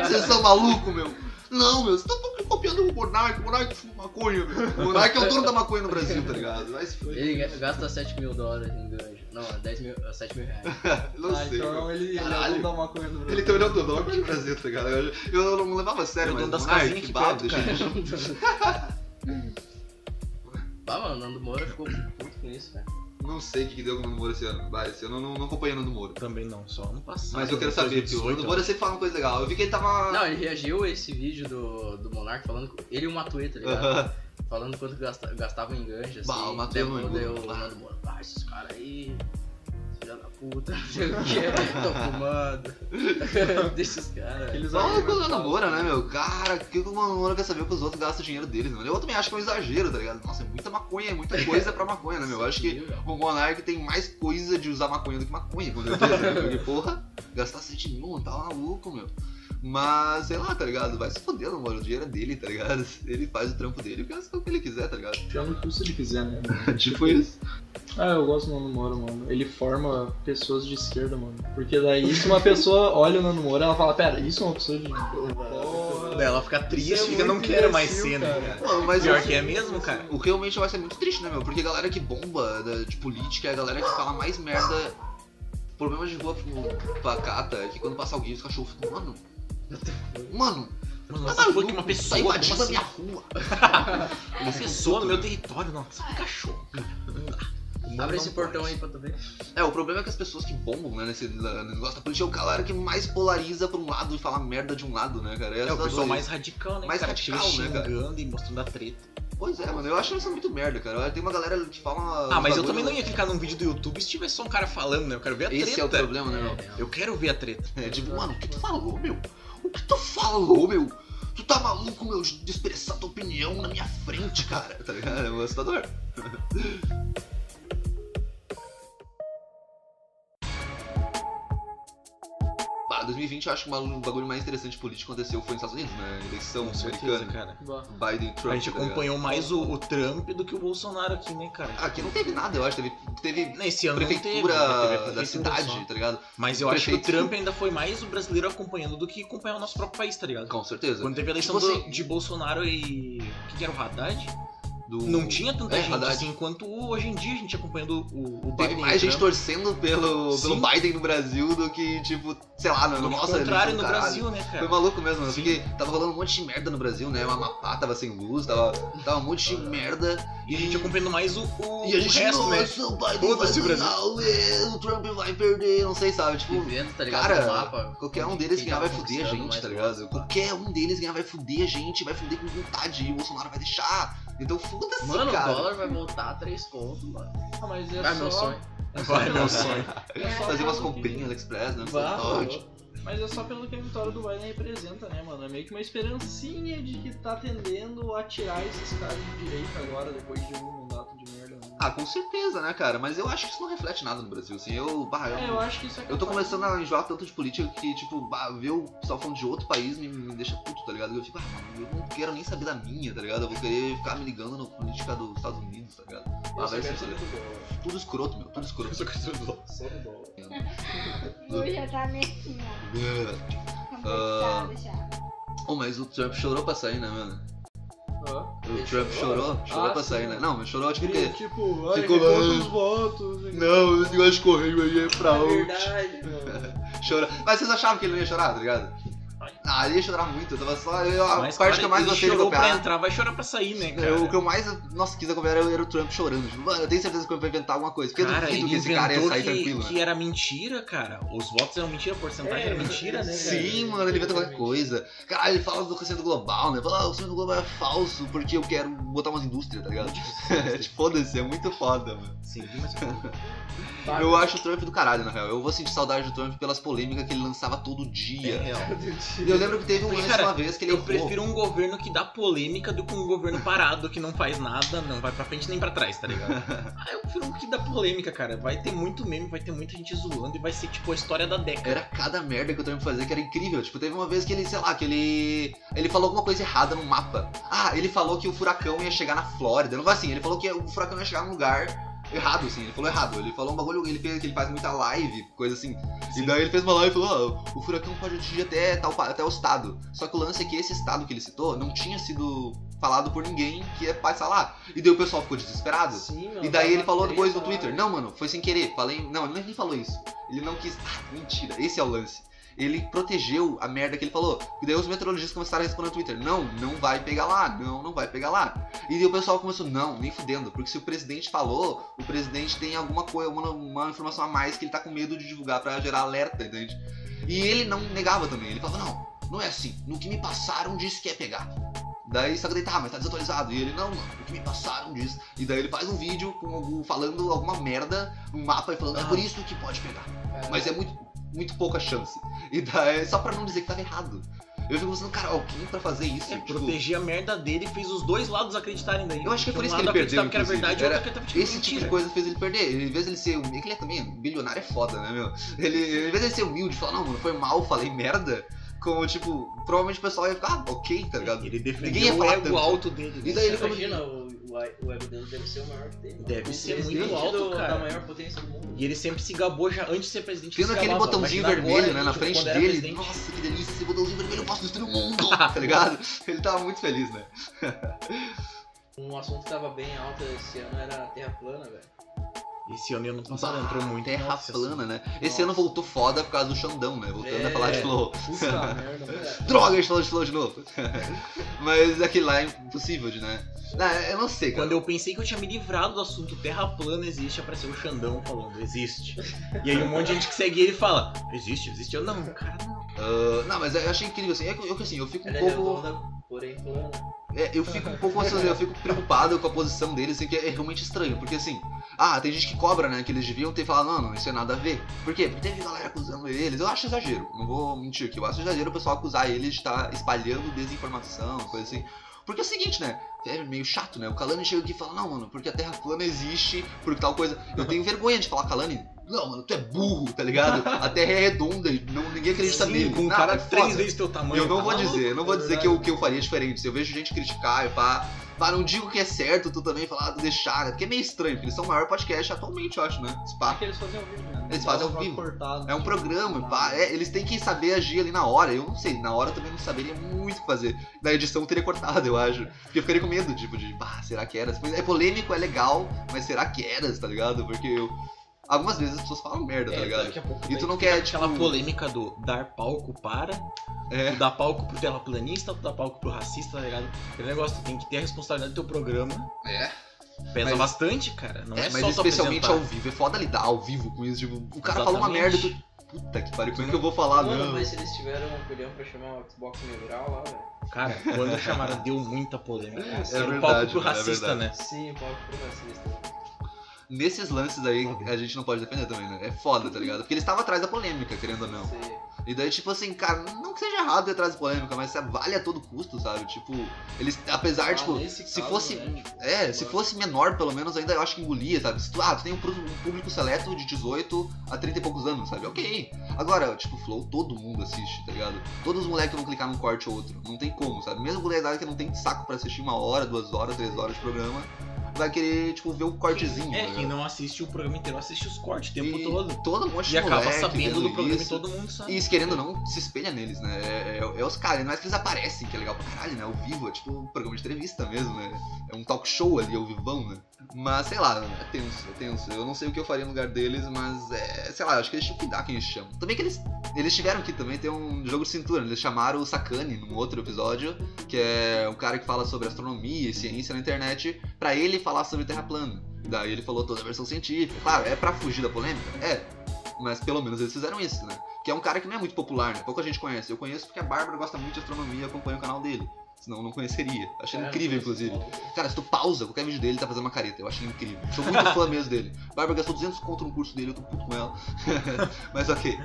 A: Vocês são malucos, meu. Não, meu, vocês estão copiando o Monark. O Monark fuma maconha, meu. O Monark é o dono da maconha no Brasil, tá ligado? Vai se fuder.
D: Ele ga- gasta 7 mil dólares em ganja. Não, 10 mil, 7 mil reais.
A: Não
E: ah,
A: sei, meu.
E: então ele, ele
A: Caralho.
E: é o dono da maconha do
A: Ele
E: Brasil.
A: tem o do Norte do Brasil, tá ligado? Eu, eu não levava a sério,
F: É o
A: mas
F: dono das
A: Monark,
F: casinhas aqui perto, cara.
A: gente.
D: Bah, mano, o Nando Moura ficou muito com isso, velho.
A: Não sei o que que deu com o Nando Moura esse ano. Vai, esse ano eu não, não acompanhei o Nando Moura.
F: Também não, só ano passado.
A: Mas eu quero saber, porque o
F: 2018,
A: Nando Moura sempre fala uma coisa legal. Eu vi que ele tava.
D: Não, ele reagiu a esse vídeo do, do Monark falando. com- Ele e o Matuê, tá ligado?
A: Aham.
D: Falando quanto gasta- gastavam em ganja, assim.
A: Bah, o Matuê é
D: daí
A: não
D: eu-
A: engula.
D: daí eu- o Nando Moura, bah, esses caras aí. Filha da puta, não sei o que, tô fumando. Deixa os caras.
E: Aqueles
A: Só com o
E: argumentos-
A: Nando Moura, né, meu? Cara, que o Nando Moura quer saber o que os outros gastam o dinheiro deles, mano. Eu também acho que é um exagero, tá ligado? Nossa, é muita maconha, é muita coisa pra maconha, né, meu? Eu acho que o Monark tem mais coisa de usar maconha do que maconha, com certeza, né? Porque, porra, gastar 7 mil, tá maluco, meu. Mas, sei lá, tá ligado? Vai se foder, Nando Moura. O dinheiro é dele, tá ligado? Ele faz o trampo dele e gasta o que ele quiser, tá ligado?
E: Pior no cu se ele quiser, né?
A: tipo isso.
E: Ah, eu gosto do Nando Moura, mano. Ele forma pessoas de esquerda, mano. Porque daí, se uma pessoa olha o Nando Moura, ela fala, pera, isso é uma pessoa de...
F: Daí ela fica triste,
E: Isso é
F: fica, não
E: muito
F: quero mais
E: imbecil,
F: cena.
E: cara.
F: Cara.
A: Mano, mas
F: Pior
A: eu-
F: que é mesmo, cara.
A: o que realmente vai ser muito triste, né, meu? Porque a galera que bomba da- de política é a galera que fala mais merda. Problemas de rua pro- pacata é que quando passa alguém os cachorros ficam, mano. Mano,
F: Mano,
A: tá
F: nossa, foi
A: maluco,
F: que uma
A: tá
F: pessoa.
A: invadindo a
F: Nossa,
A: minha rua.
F: uma pessoa no meu território, nossa, um cachorro.
D: Abre
F: Não
D: esse portão
F: pode.
D: aí pra tu ver.
A: É, o problema é que as pessoas que bombam, né, nesse na- no negócio da política é o galera que mais polariza pra um lado e fala merda de um lado, né, cara?
F: É o
A: essas
F: pessoal
A: duas-
F: mais radical, né?
A: Mais
F: cara, que chega
A: radical, né, cara?
F: xingando e mostrando a treta.
A: Pois é, mano, eu acho isso muito merda, cara. Tem uma galera que fala.
F: Ah, mas eu
A: bagulho-
F: também não ia clicar num vídeo do YouTube se tivesse só um cara falando, né? Eu quero ver a treta.
A: Esse é o problema, né, meu?
F: Eu quero ver a treta.
A: É, tipo, mano, o que tu falou, meu? O que tu falou, meu? Tu tá maluco, meu, de de expressar tua opinião na minha frente, cara. Tá ligado? É um assustador. Bah, 2020 eu acho que uma- um bagulho mais interessante político aconteceu foi nos Estados Unidos, né? Eleição americana.
F: cara.
A: Biden Trump.
F: A gente
A: tá ligado?
F: acompanhou mais o, o Trump do que o Bolsonaro aqui, né, cara?
A: Aqui Ah, não teve nada, eu acho. Teve, teve
F: Nesse ano não teve, né?
A: prefeitura
F: Teve a
A: da
F: prefeitura
A: cidade,
F: só.
A: tá ligado?
F: Mas eu acho que o
A: Prefeitura.
F: Trump ainda foi mais o brasileiro acompanhando do que acompanhar o nosso próprio país, tá ligado?
A: Com certeza.
F: Quando teve a eleição
A: Tipo
F: do-
A: assim-
F: de Bolsonaro e. O que, que era o Haddad?
A: Do-
F: Não tinha tanta
A: É,
F: gente
A: Haddad.
F: assim quanto hoje em dia a gente acompanhando o, o
A: Teve
F: Biden.
A: mais
F: e o
A: gente
F: Trump.
A: torcendo pelo, pelo
F: Sim.
A: Biden no Brasil do que, tipo, sei lá, no,
F: Do que o
A: nossa,
F: contrário
A: eles
F: no
A: são caralho.
F: Brasil, né,
A: Foi
F: cara?
A: maluco mesmo, né? porque tava rolando um monte de merda no Brasil, né? O Amapá tava sem luz, tava, tava um monte de merda.
F: E a gente acompanhando mais o, o,
A: E a
F: o
A: gente,
F: resto, né?
A: nossa, o Biden vai
F: Foda-se, Brasil. Uhum.
A: ganhar, ué, o Trump vai perder, não sei, sabe? Tipo,
D: Vivendo, tá ligado?
A: cara,
D: no mapa.
A: Qualquer um deles
D: Quem
A: ganhar
D: tá
A: vai fuder a
D: conquistando
A: gente,
D: mais
A: tá
D: votos,
A: ligado?
D: pá.
A: Qualquer um deles ganhar vai fuder a gente, vai fuder com vontade e o Bolsonaro vai deixar. Então foda-se,
D: Mano,
A: cara.
D: o dólar vai voltar a 3 conto, mano.
E: Ah, mas é
D: Vai,
E: só...
D: meu sonho.
F: Vai, meu sonho.
A: Fazer umas comprinhas no AliExpress, né?
E: Bah,
A: Saudade.
E: mano. Mas é só pelo que a vitória do Biden representa, né, mano? É meio que uma esperancinha de que tá tendendo a tirar esses caras de direito agora, depois de um mandato de merda. né?
A: Ah, com certeza, né, cara? Mas eu acho que isso não reflete nada no Brasil, assim. Eu, bah, eu,
E: É, eu acho que isso é
A: eu tô
E: capaz-
A: começando a enjoar tanto de política que, tipo, bah, ver o pessoal falando de outro país me, me deixa puto, tá ligado? Eu fico, ah, eu não quero nem saber da minha, tá ligado? Eu vou querer ficar me ligando na política dos Estados Unidos, tá ligado? Ah,
C: Eu
A: vai
C: só
A: se
C: quero saber
A: fuder.
C: do dólar.
A: Tudo escroto, meu, tudo escroto.
F: só quero saber do dólar.
C: Só do dólar.
B: Lu já tá mesquinha.
A: É. Ah.
B: Compensada já.
A: Oh, mas o Trump chorou pra sair, né, mano?
E: Hã?
A: O Trump chorou, chorou
E: Ah,
A: pra sair,
E: sim.
A: né? Não, mas chorou tipo
E: Grito,
A: que.
E: tipo, olha,
A: Ficou lá.
E: recolhe os votos. né?
A: Não, esse negócio de correio aí é pra onde?
D: Verdade.
A: Chorou. Mas vocês achavam que ele não ia chorar, tá ligado? Ah, ele ia chorar muito, eu tava só. Eu, a
F: Mas,
A: parte
F: cara,
A: que eu mais
F: ele
A: gostei da
F: chorou pra
A: copiar.
F: entrar, vai chorar pra sair, né, cara?
A: Eu, o que eu mais, nossa, quis acompanhar era, era o Trump chorando. Tipo, mano, eu tenho certeza que ele vai inventar alguma coisa. Porque
F: Cara,
A: eu duvido
F: ele
A: que esse cara ia
F: inventou
A: sair
F: que,
A: tranquilo, né?
F: que era mentira, cara. Os votos eram mentira, a porcentagem
E: É,
F: era mentira, né, cara?
A: Sim, mano, ele inventa qualquer coisa. Cara, ele fala do aquecimento global, né? Fala, ah, o aquecimento global é falso porque eu quero botar umas indústrias, tá ligado? Tipo, Foda-se, é muito foda, mano.
F: Sim, mas... é
A: Eu acho o Trump do caralho, na real. Eu vou sentir saudade do Trump pelas polêmicas que ele lançava todo dia. Eu lembro que teve um
F: Porque,
A: lance
F: É. cara,
A: uma vez que ele
F: Eu
A: errou.
F: prefiro um governo que dá polêmica do que um governo parado que não faz nada, não vai pra frente nem pra trás, tá ligado? ah, eu prefiro um que dá polêmica, cara. Vai ter muito meme, vai ter muita gente zoando e vai ser tipo a história da década.
A: Era cada merda que o Trump fazia que era incrível. Tipo, teve uma vez que ele, sei lá, que ele. Ele falou alguma coisa errada no mapa. Ah, ele falou que o furacão ia chegar na Flórida. Não foi assim, ele falou que o furacão ia chegar num lugar errado, assim. Ele falou errado. Ele falou um bagulho, ele fez que ele faz muita live, coisa assim. E daí ele fez uma live e falou: ah, o furacão pode atingir até, tal, pa- até o estado. Só que o lance é que esse estado que ele citou não tinha sido falado por ninguém que ia passar lá. E daí o pessoal ficou desesperado.
D: Sim, tá meu,
A: Tipo, E daí ele
D: tava
A: falou depois no
D: treta lá.
A: Twitter, né? não, mano, foi sem querer, falei. Não, ele nem falou isso. Ele não quis. Ah, mentira, esse é o lance. Ele protegeu a merda que ele falou. E daí os meteorologistas começaram a responder no Twitter: Não, não vai pegar lá, não, não vai pegar lá. E daí o pessoal começou: Não, nem fudendo, porque se o presidente falou, o presidente tem alguma coisa, uma, uma informação a mais que ele tá com medo de divulgar pra gerar alerta, entende? E ele não negava também, ele falava: Não, não é assim, no que me passaram disse que é pegar. Daí só que daí, tá, mas tá desatualizado. E ele, não, mano, o que me passaram disso. E daí ele faz um vídeo com algum, falando alguma merda, um mapa e falando, é
F: Ah.
A: por isso que pode pegar. Mas é muito, muito pouca chance. E daí, é só pra não dizer que tava errado. Eu fico pensando, cara, alguém pra fazer isso?
F: É,
A: Tipo,
F: proteger a merda dele e fez os dois lados acreditarem daí.
A: Eu acho que é por
F: um
A: isso que
F: lado
A: ele perdeu,
F: acreditava que era
A: inclusive.
F: verdade e o outro acreditava que era
A: esse tipo de
F: é mentira.
A: coisa fez ele perder. Ele, em vez de ele ser humilde, que ele é também bilionário é foda, né, meu? Ele, em vez de ele ser humilde e falar, não, mano, foi mal, falei merda. Como, tipo, provavelmente o pessoal ia ficar, ah, ok, tá ligado?
F: Ele
A: Ninguém ia
F: defendeu o
A: falar
F: ego
A: tanto.
F: alto dele. né?
A: E daí ele falou,
D: Imagina, o, o, o ego dele deve ser o maior que tem.
F: Deve
D: O
F: ser
D: presidente
F: muito alto,
D: do-
F: cara.
D: Da maior potência do mundo.
F: E ele sempre se gabou já antes de ser presidente.
A: Tendo
F: se
A: aquele
F: gabava.
A: botãozinho
F: Imagina agora,
A: vermelho, né, na
F: tipo,
A: frente
F: quando era
A: dele.
F: presidente.
A: Nossa, que delícia, esse botãozinho vermelho, eu posso destruir o mundo, tá ligado? Ele tava muito feliz, né?
D: Um assunto que tava bem alto esse ano era a Terra plana, velho.
F: Esse ano e ano passado
A: Bah,
F: entrou muito.
A: Terra
F: Nossa,
A: plana, né? Esse
D: Nossa.
A: ano voltou foda por causa do Xandão, né? Voltando a
D: É.
A: falar de flow.
E: Puta merda.
A: Droga, a gente falou de flow de novo. Mas aquele lá é impossível de, né? Ah, eu não sei, cara.
F: Quando eu pensei que eu tinha me livrado do assunto Terra plana existe, apareceu o Xandão falando, existe. E aí um monte de gente que segue ele fala, existe, existe. Eu não, cara, não.
A: Ah, não, mas eu achei incrível, assim. é que Eu, que assim, eu fico um
D: Ela é
A: pouco...
D: redonda, porém plana.
A: É, eu fico um pouco assim, eu fico preocupado com a posição deles, assim, que é realmente estranho, porque assim, ah, tem gente que cobra, né, que eles deviam ter falado, não, não, isso é nada a ver. Por quê? Porque teve galera acusando eles, eu acho exagero, não vou mentir aqui, eu acho exagero o pessoal acusar eles de estar espalhando desinformação, coisa assim. Porque é o seguinte, né? É meio chato, né? O Kalani chega aqui e fala, não, mano, porque a Terra plana existe, porque tal coisa. Eu tenho vergonha de falar, Kalani, não, mano, tu é burro, tá ligado? A Terra é redonda e não, ninguém acredita
F: Sim,
A: nele.
F: com um
A: Não,
F: cara
A: é
F: três
A: foda.
F: vezes teu tamanho.
A: Eu não
F: tá
A: vou
F: maluco?
A: dizer, eu não vou
E: é
A: dizer que eu, que eu faria diferente. Se eu vejo gente criticar, eu pá, pá, não digo que é certo, tu também falar, ah, deixar, né? Porque é meio estranho, porque eles são o maior podcast atualmente, eu acho, né? Esse
E: É
A: pá.
E: que eles fazem ao vivo, né?
A: Eles fazem ao
E: Dá um
A: vivo.
E: cortado,
H: né?
A: É um
E: tipo,
A: programa,
E: nada.
A: pá. é, eles têm que saber agir ali na hora. Eu não sei, na hora eu também não saberia muito o que fazer. Na edição eu teria cortado, eu acho. Porque eu ficaria com medo, tipo, de, bah, será que era? É polêmico, é legal, mas será que era, tá ligado? Porque eu. Algumas vezes as pessoas falam merda, tá ligado?
F: É, Daqui a pouco
A: E
F: daí
A: tu não quer, tipo.
F: Aquela polêmica do dar palco para,
A: É.
F: tu dar palco pro terraplanista, tu dar palco pro racista, tá ligado? Aquele negócio, tu tem que ter a responsabilidade do teu programa.
A: É.
F: Pesa
A: Mas-
F: bastante, cara. Não é,
A: É, mas
F: só tu
A: especialmente
F: apresentar.
A: ao vivo. É foda lidar ao vivo com isso. Tipo, o cara falou uma merda e
F: Exatamente.
A: tu. Puta que pariu, como é que eu vou falar,
D: Mano,
A: não?
D: mas se eles tiveram um colhão pra chamar o Xbox Negral lá, velho.
F: Cara, quando chamaram, deu muita polêmica.
D: É
F: Nossa, era um
A: verdade,
F: palco pro
A: mano, é
F: racista,
A: verdade.
F: né?
D: Sim, palco pro racista.
A: Nesses lances aí, a gente não pode defender também, né? É foda, tá ligado? Porque ele estava atrás da polêmica, querendo ou não.
D: Você-
A: E daí, tipo assim, cara, não que seja errado ter trazido polêmica, mas sabe, vale a todo custo, sabe? Tipo, eles, apesar,
D: Ah,
A: tipo, se fosse.
D: né,
A: É, se fosse menor, pelo menos, ainda eu acho que engolia, sabe? Se tu, ah, tu tem um pru- um público seleto de 18 a 30 e poucos anos, sabe? Ok. Agora, tipo, Flow, todo mundo assiste, tá ligado? Todos os moleques vão clicar num corte ou outro. Não tem como, sabe? Mesmo molecada que não tem saco pra assistir uma hora, duas horas, três horas de programa, vai querer, tipo, ver o cortezinho. tá
F: É,
A: ligado?
F: quem não assiste o programa inteiro assiste os cortes o tempo
A: E
F: todo.
A: Todo um monte de
F: E acaba
A: moleque
F: sabendo
A: vendo
F: do programa e
A: isso.
F: todo mundo sabe.
A: E isso, querendo ou não, se espelha neles, né? É, é- é os caras, não é que eles aparecem, que é legal pra caralho, né? Ao vivo, é tipo um programa de entrevista mesmo, né? É um talk show ali, ao vivão, né? Mas, sei lá, é tenso, é tenso. Eu não sei o que eu faria no lugar deles, mas, é, sei lá, acho que eles tinham que dar quem eles chamam. Também que eles, eles tiveram que também ter um jogo de cintura, né? eles chamaram o Sakane num outro episódio, que é um cara que fala sobre astronomia e ciência na internet, pra ele falar sobre Terra plana. Daí ele falou toda a versão científica. Claro, é pra fugir da polêmica? É. Mas pelo menos eles fizeram isso, né? que é um cara que não é muito popular, né? Pouca gente conhece. Eu conheço porque a Bárbara gosta muito de astronomia e acompanha o canal dele. Senão eu não conheceria. Eu
E: É,
A: Achei ele é incrível, inclusive. Cara, se tu pausa qualquer vídeo dele, ele tá fazendo uma careta. Eu achei ele incrível. Sou muito fã mesmo dele. Bárbara gastou 200 conto no curso dele, eu tô puto com ela. Mas ok.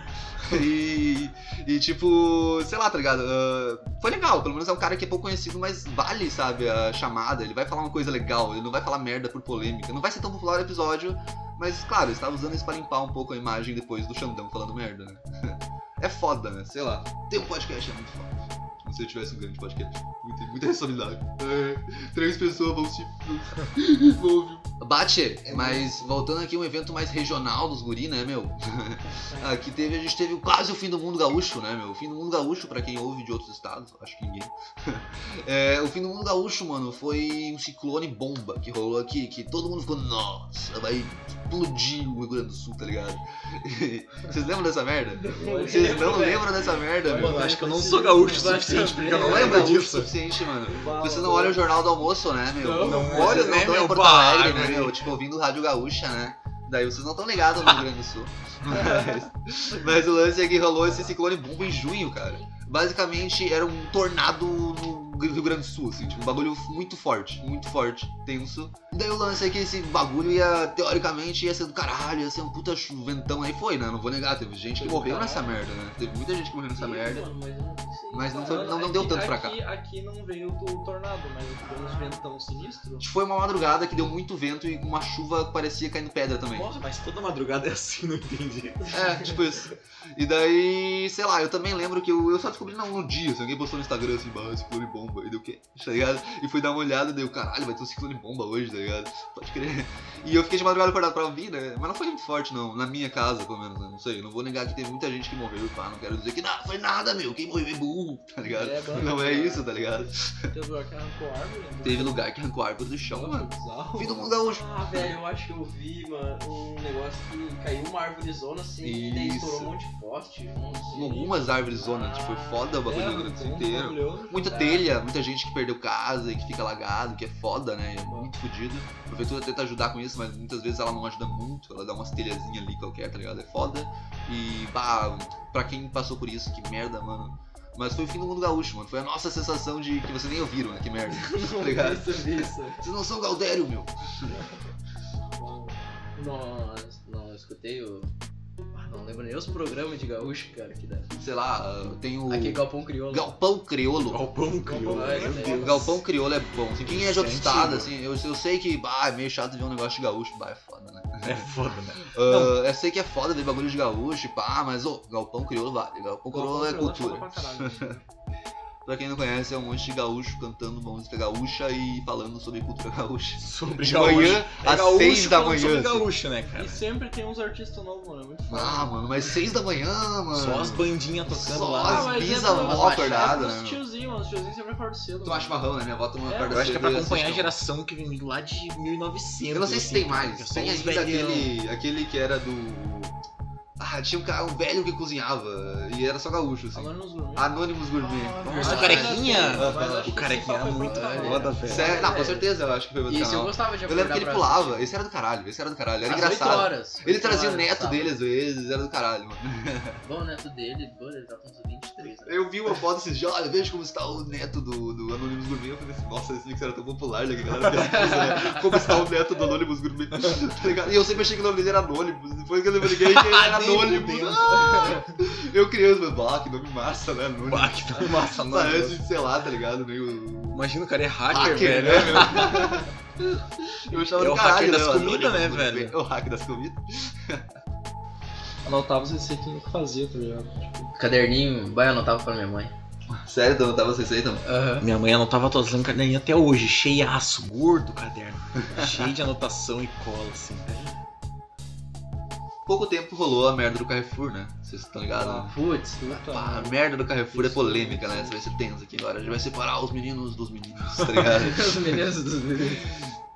A: E, e, tipo, sei lá, tá ligado? Ah, foi legal. Pelo menos é um cara que é pouco conhecido, mas vale, sabe, a chamada. Ele vai falar uma coisa legal. Ele não vai falar merda por polêmica. Não vai ser tão popular o episódio. Mas, claro, ele tava usando isso pra limpar um pouco a imagem depois do Xandão falando merda, né? É foda, né? Sei lá. Ter um podcast é muito foda. Como se eu tivesse um grande podcast. Muita, muita responsabilidade. É, três pessoas vão se. vão ouvir. É Bate, mas voltando aqui um evento mais regional dos guri, né, meu? aqui teve, a gente teve quase o fim do mundo gaúcho, né, meu? O fim do mundo gaúcho, pra quem ouve de outros estados, acho que ninguém. É, o fim do mundo gaúcho, mano, foi um ciclone bomba que rolou aqui, que todo mundo ficou, nossa, vai explodir o Rio Grande do Sul, tá ligado? Vocês lembram dessa merda? Vocês não lembram dessa merda, meu?
F: Mano, é acho que eu não sou gaúcho o suficiente porque eu não
A: Não é
F: lembro
A: gaúcho o
F: disso.
A: suficiente, mano. Você não olha o jornal do almoço, né, meu?
F: Não,
A: Não,
F: não,
A: olha,
F: vocês
A: não
F: nem
A: estão em
F: meu
A: Porto Alegre, né,
F: pai,
A: meu? Tipo, ouvindo rádio gaúcha, né? Daí vocês não estão ligados no Rio Grande do Sul. Mas, mas o lance é que rolou esse ciclone bomba em junho, cara. Basicamente era um tornado no Rio Grande do Sul, assim, tipo, um bagulho muito forte, muito forte, tenso. E daí o lance é que esse bagulho ia, teoricamente, ia ser do caralho, ia ser um puta chuventão. Aí foi, né? Não vou negar, teve gente que morreu nessa merda, né? Teve muita gente que morreu
D: tipo,
A: nessa merda. Mas não, foi- não- não deu tanto pra cá.
H: aqui, aqui não veio o tornado, mas deu uns ventão sinistro.
A: Foi uma madrugada que deu muito vento e uma chuva que parecia caindo pedra também.
F: Nossa, mas toda madrugada é assim, não entendi.
A: É, tipo isso. E daí, sei lá, eu também lembro que eu, eu só descobri não, no dia, assim, alguém postou no Instagram assim, bah, ciclone bomba, e deu o quê? Tá ligado? E fui dar uma olhada, deu, caralho, vai ter um ciclone bomba hoje, tá ligado? Pode crer. E eu fiquei de madrugada acordado pra ouvir, né? Mas não foi muito forte, não, na minha casa, pelo menos, né? Não sei, não vou negar que tem muita gente que morreu, pá, não quero dizer que não, foi nada, meu, quem morreu é burro, tá ligado?
H: É, mano.
A: não é isso, tá ligado?
H: Teve lugar que arrancou árvore. né?
A: Teve lugar que arrancou a árvore do chão, mano.
H: Bizarro. É,
A: Fim do mundo gaúcho.
H: Ah, velho, eu acho que eu vi, mano, um negócio que caiu uma árvorezona assim, e daí
A: Isso.
H: estourou um monte de poste.
A: Em algumas árvores zonas, tipo, foi foda o
D: É,
A: bagulho do Rio Grande do Sul inteiro.
H: né?
A: Muita telha, muita gente que perdeu casa e que fica alagado, que é foda, né? É muito fodido. A prefeitura tenta ajudar com isso, mas muitas vezes ela não ajuda muito. Ela dá umas telhazinhas ali qualquer, tá ligado? É foda. E, bah, pra quem passou por isso, que merda, mano. Mas foi o fim do mundo gaúcho, mano. Foi a nossa sensação de que vocês nem ouviram, né? Que merda. tá ligado? Vocês não são Gaudério, meu.
D: Não, não escutei o. Ah, não lembro nem os programas de gaúcho, cara, que dá.
A: Sei lá, ah, tem o.
D: Aqui é Galpão Crioulo.
A: Galpão Criolo.
F: Galpão criou.
D: Galpão, é,
F: meu
D: né?
A: O
F: Deus.
A: Galpão crioulo é bom. Assim, quem é de outro
F: Gente,
A: estado,
F: né?
A: assim, eu, eu sei que bah, é meio chato ver um negócio de gaúcho, bah, é foda, né?
F: É foda, né?
A: Ah, eu sei que é foda ver bagulho de gaúcho, pá, mas ô, Galpão crioulo vale. Galpão crioulo é cultura. Pra quem não conhece, é um monte de gaúcho cantando música gaúcha e falando sobre cultura gaúcha.
F: Sobre
A: De
F: gaúcho.
A: manhã
F: É
A: às
F: gaúcho
A: seis da
F: falando
A: manhã.
F: Sobre
A: assim.
F: gaúcho, né,
H: E
F: cara?
H: sempre tem uns artistas novos, mano. É muito foda.
A: Ah, mano, mas seis da manhã, mano.
F: Só as bandinhas tocando
A: Só
F: lá. Ah,
A: as
H: mas
A: bisa
H: é pro-
A: mó
H: é
A: acordada,
H: pros
A: né?
H: tiozinhos, mano. Os tiozinhos sempre acordam cedo.
A: Toma chimarrão, né? Minha avó toma uma
H: É,
A: corda
F: Eu acho que é pra
A: cedo e
F: acompanhar a
A: assiste um-
F: geração que vem lá de 1900.
A: Eu não sei se
F: assim,
A: tem
F: cara,
A: mais.
F: que é só
A: Tem
F: uns
A: ainda
D: um
F: velhão.
A: aquele, aquele que era do. Ah, tinha um, cara, um velho que cozinhava e era só gaúcho, assim.
H: Agora nos gourmet.
A: Anônimos Gourmet.
F: Nossa, o
D: é
A: Ah,
F: carequinha.
A: Aham.
F: O carequinha era muito
A: Olha.
F: foda, velho.
A: Sério? é, Não, com certeza eu acho que foi o
D: E esse eu
A: canal.
D: gostava de
A: tá, Eu lembro que ele
D: pra
A: pulava, esse era do caralho, esse era do caralho, era
D: Às
A: engraçado.
D: 8 horas.
A: Ele
D: 8
A: trazia o
D: horas,
A: neto
D: sábado.
A: dele às vezes, era do caralho, mano.
D: Bom, o neto dele, pô, ele tá com uns 23. né?
A: Eu vi uma foto esses dias, olha, veja como está o neto do, do Anonymous Gourmet. Eu falei assim, nossa, esse mix era tão popular, né, galera? né? Como está o neto do Anonymous Gourmet? Tá ligado? E eu sempre achei que o nome dele era Anonymous. Depois que eu me liguei, que ele era
F: Ah, Nem
A: Anonymous.
F: fudendo.
A: Ah! Eu Deus, mas bah, que nome massa, né? Nunes?
F: Bah, que tá massa, não.
A: Parece, sei lá, tá ligado? Meio.
F: Imagina o cara é hacker,
A: Hacker,
F: velho.
A: né, meu? Eu achava
F: É
A: do
F: o
A: caralho,
F: hacker das
A: mano?
F: comidas, né,
A: Muito
F: velho?
A: bem. É o hack das comidas.
E: Anotava as receitas e nunca fazia, tá ligado? Tipo,
D: Caderninho, vai, eu anotava pra minha mãe.
A: Sério, tu anotava vocês aí, então?
D: Aham.
F: Minha mãe anotava todas as caderninho até hoje, cheiaço, gordo o caderno. cheio de anotação e cola, assim.
A: Pouco tempo rolou a merda do Carrefour, né? Vocês estão ligados?
E: Ah,
A: né?
D: Putz,
E: puta,
A: Pá, a
E: mano.
A: merda do Carrefour é polêmica, né? Você vai ser tenso aqui agora. A gente vai separar os meninos dos meninos, tá ligado?
D: os meninos dos meninos.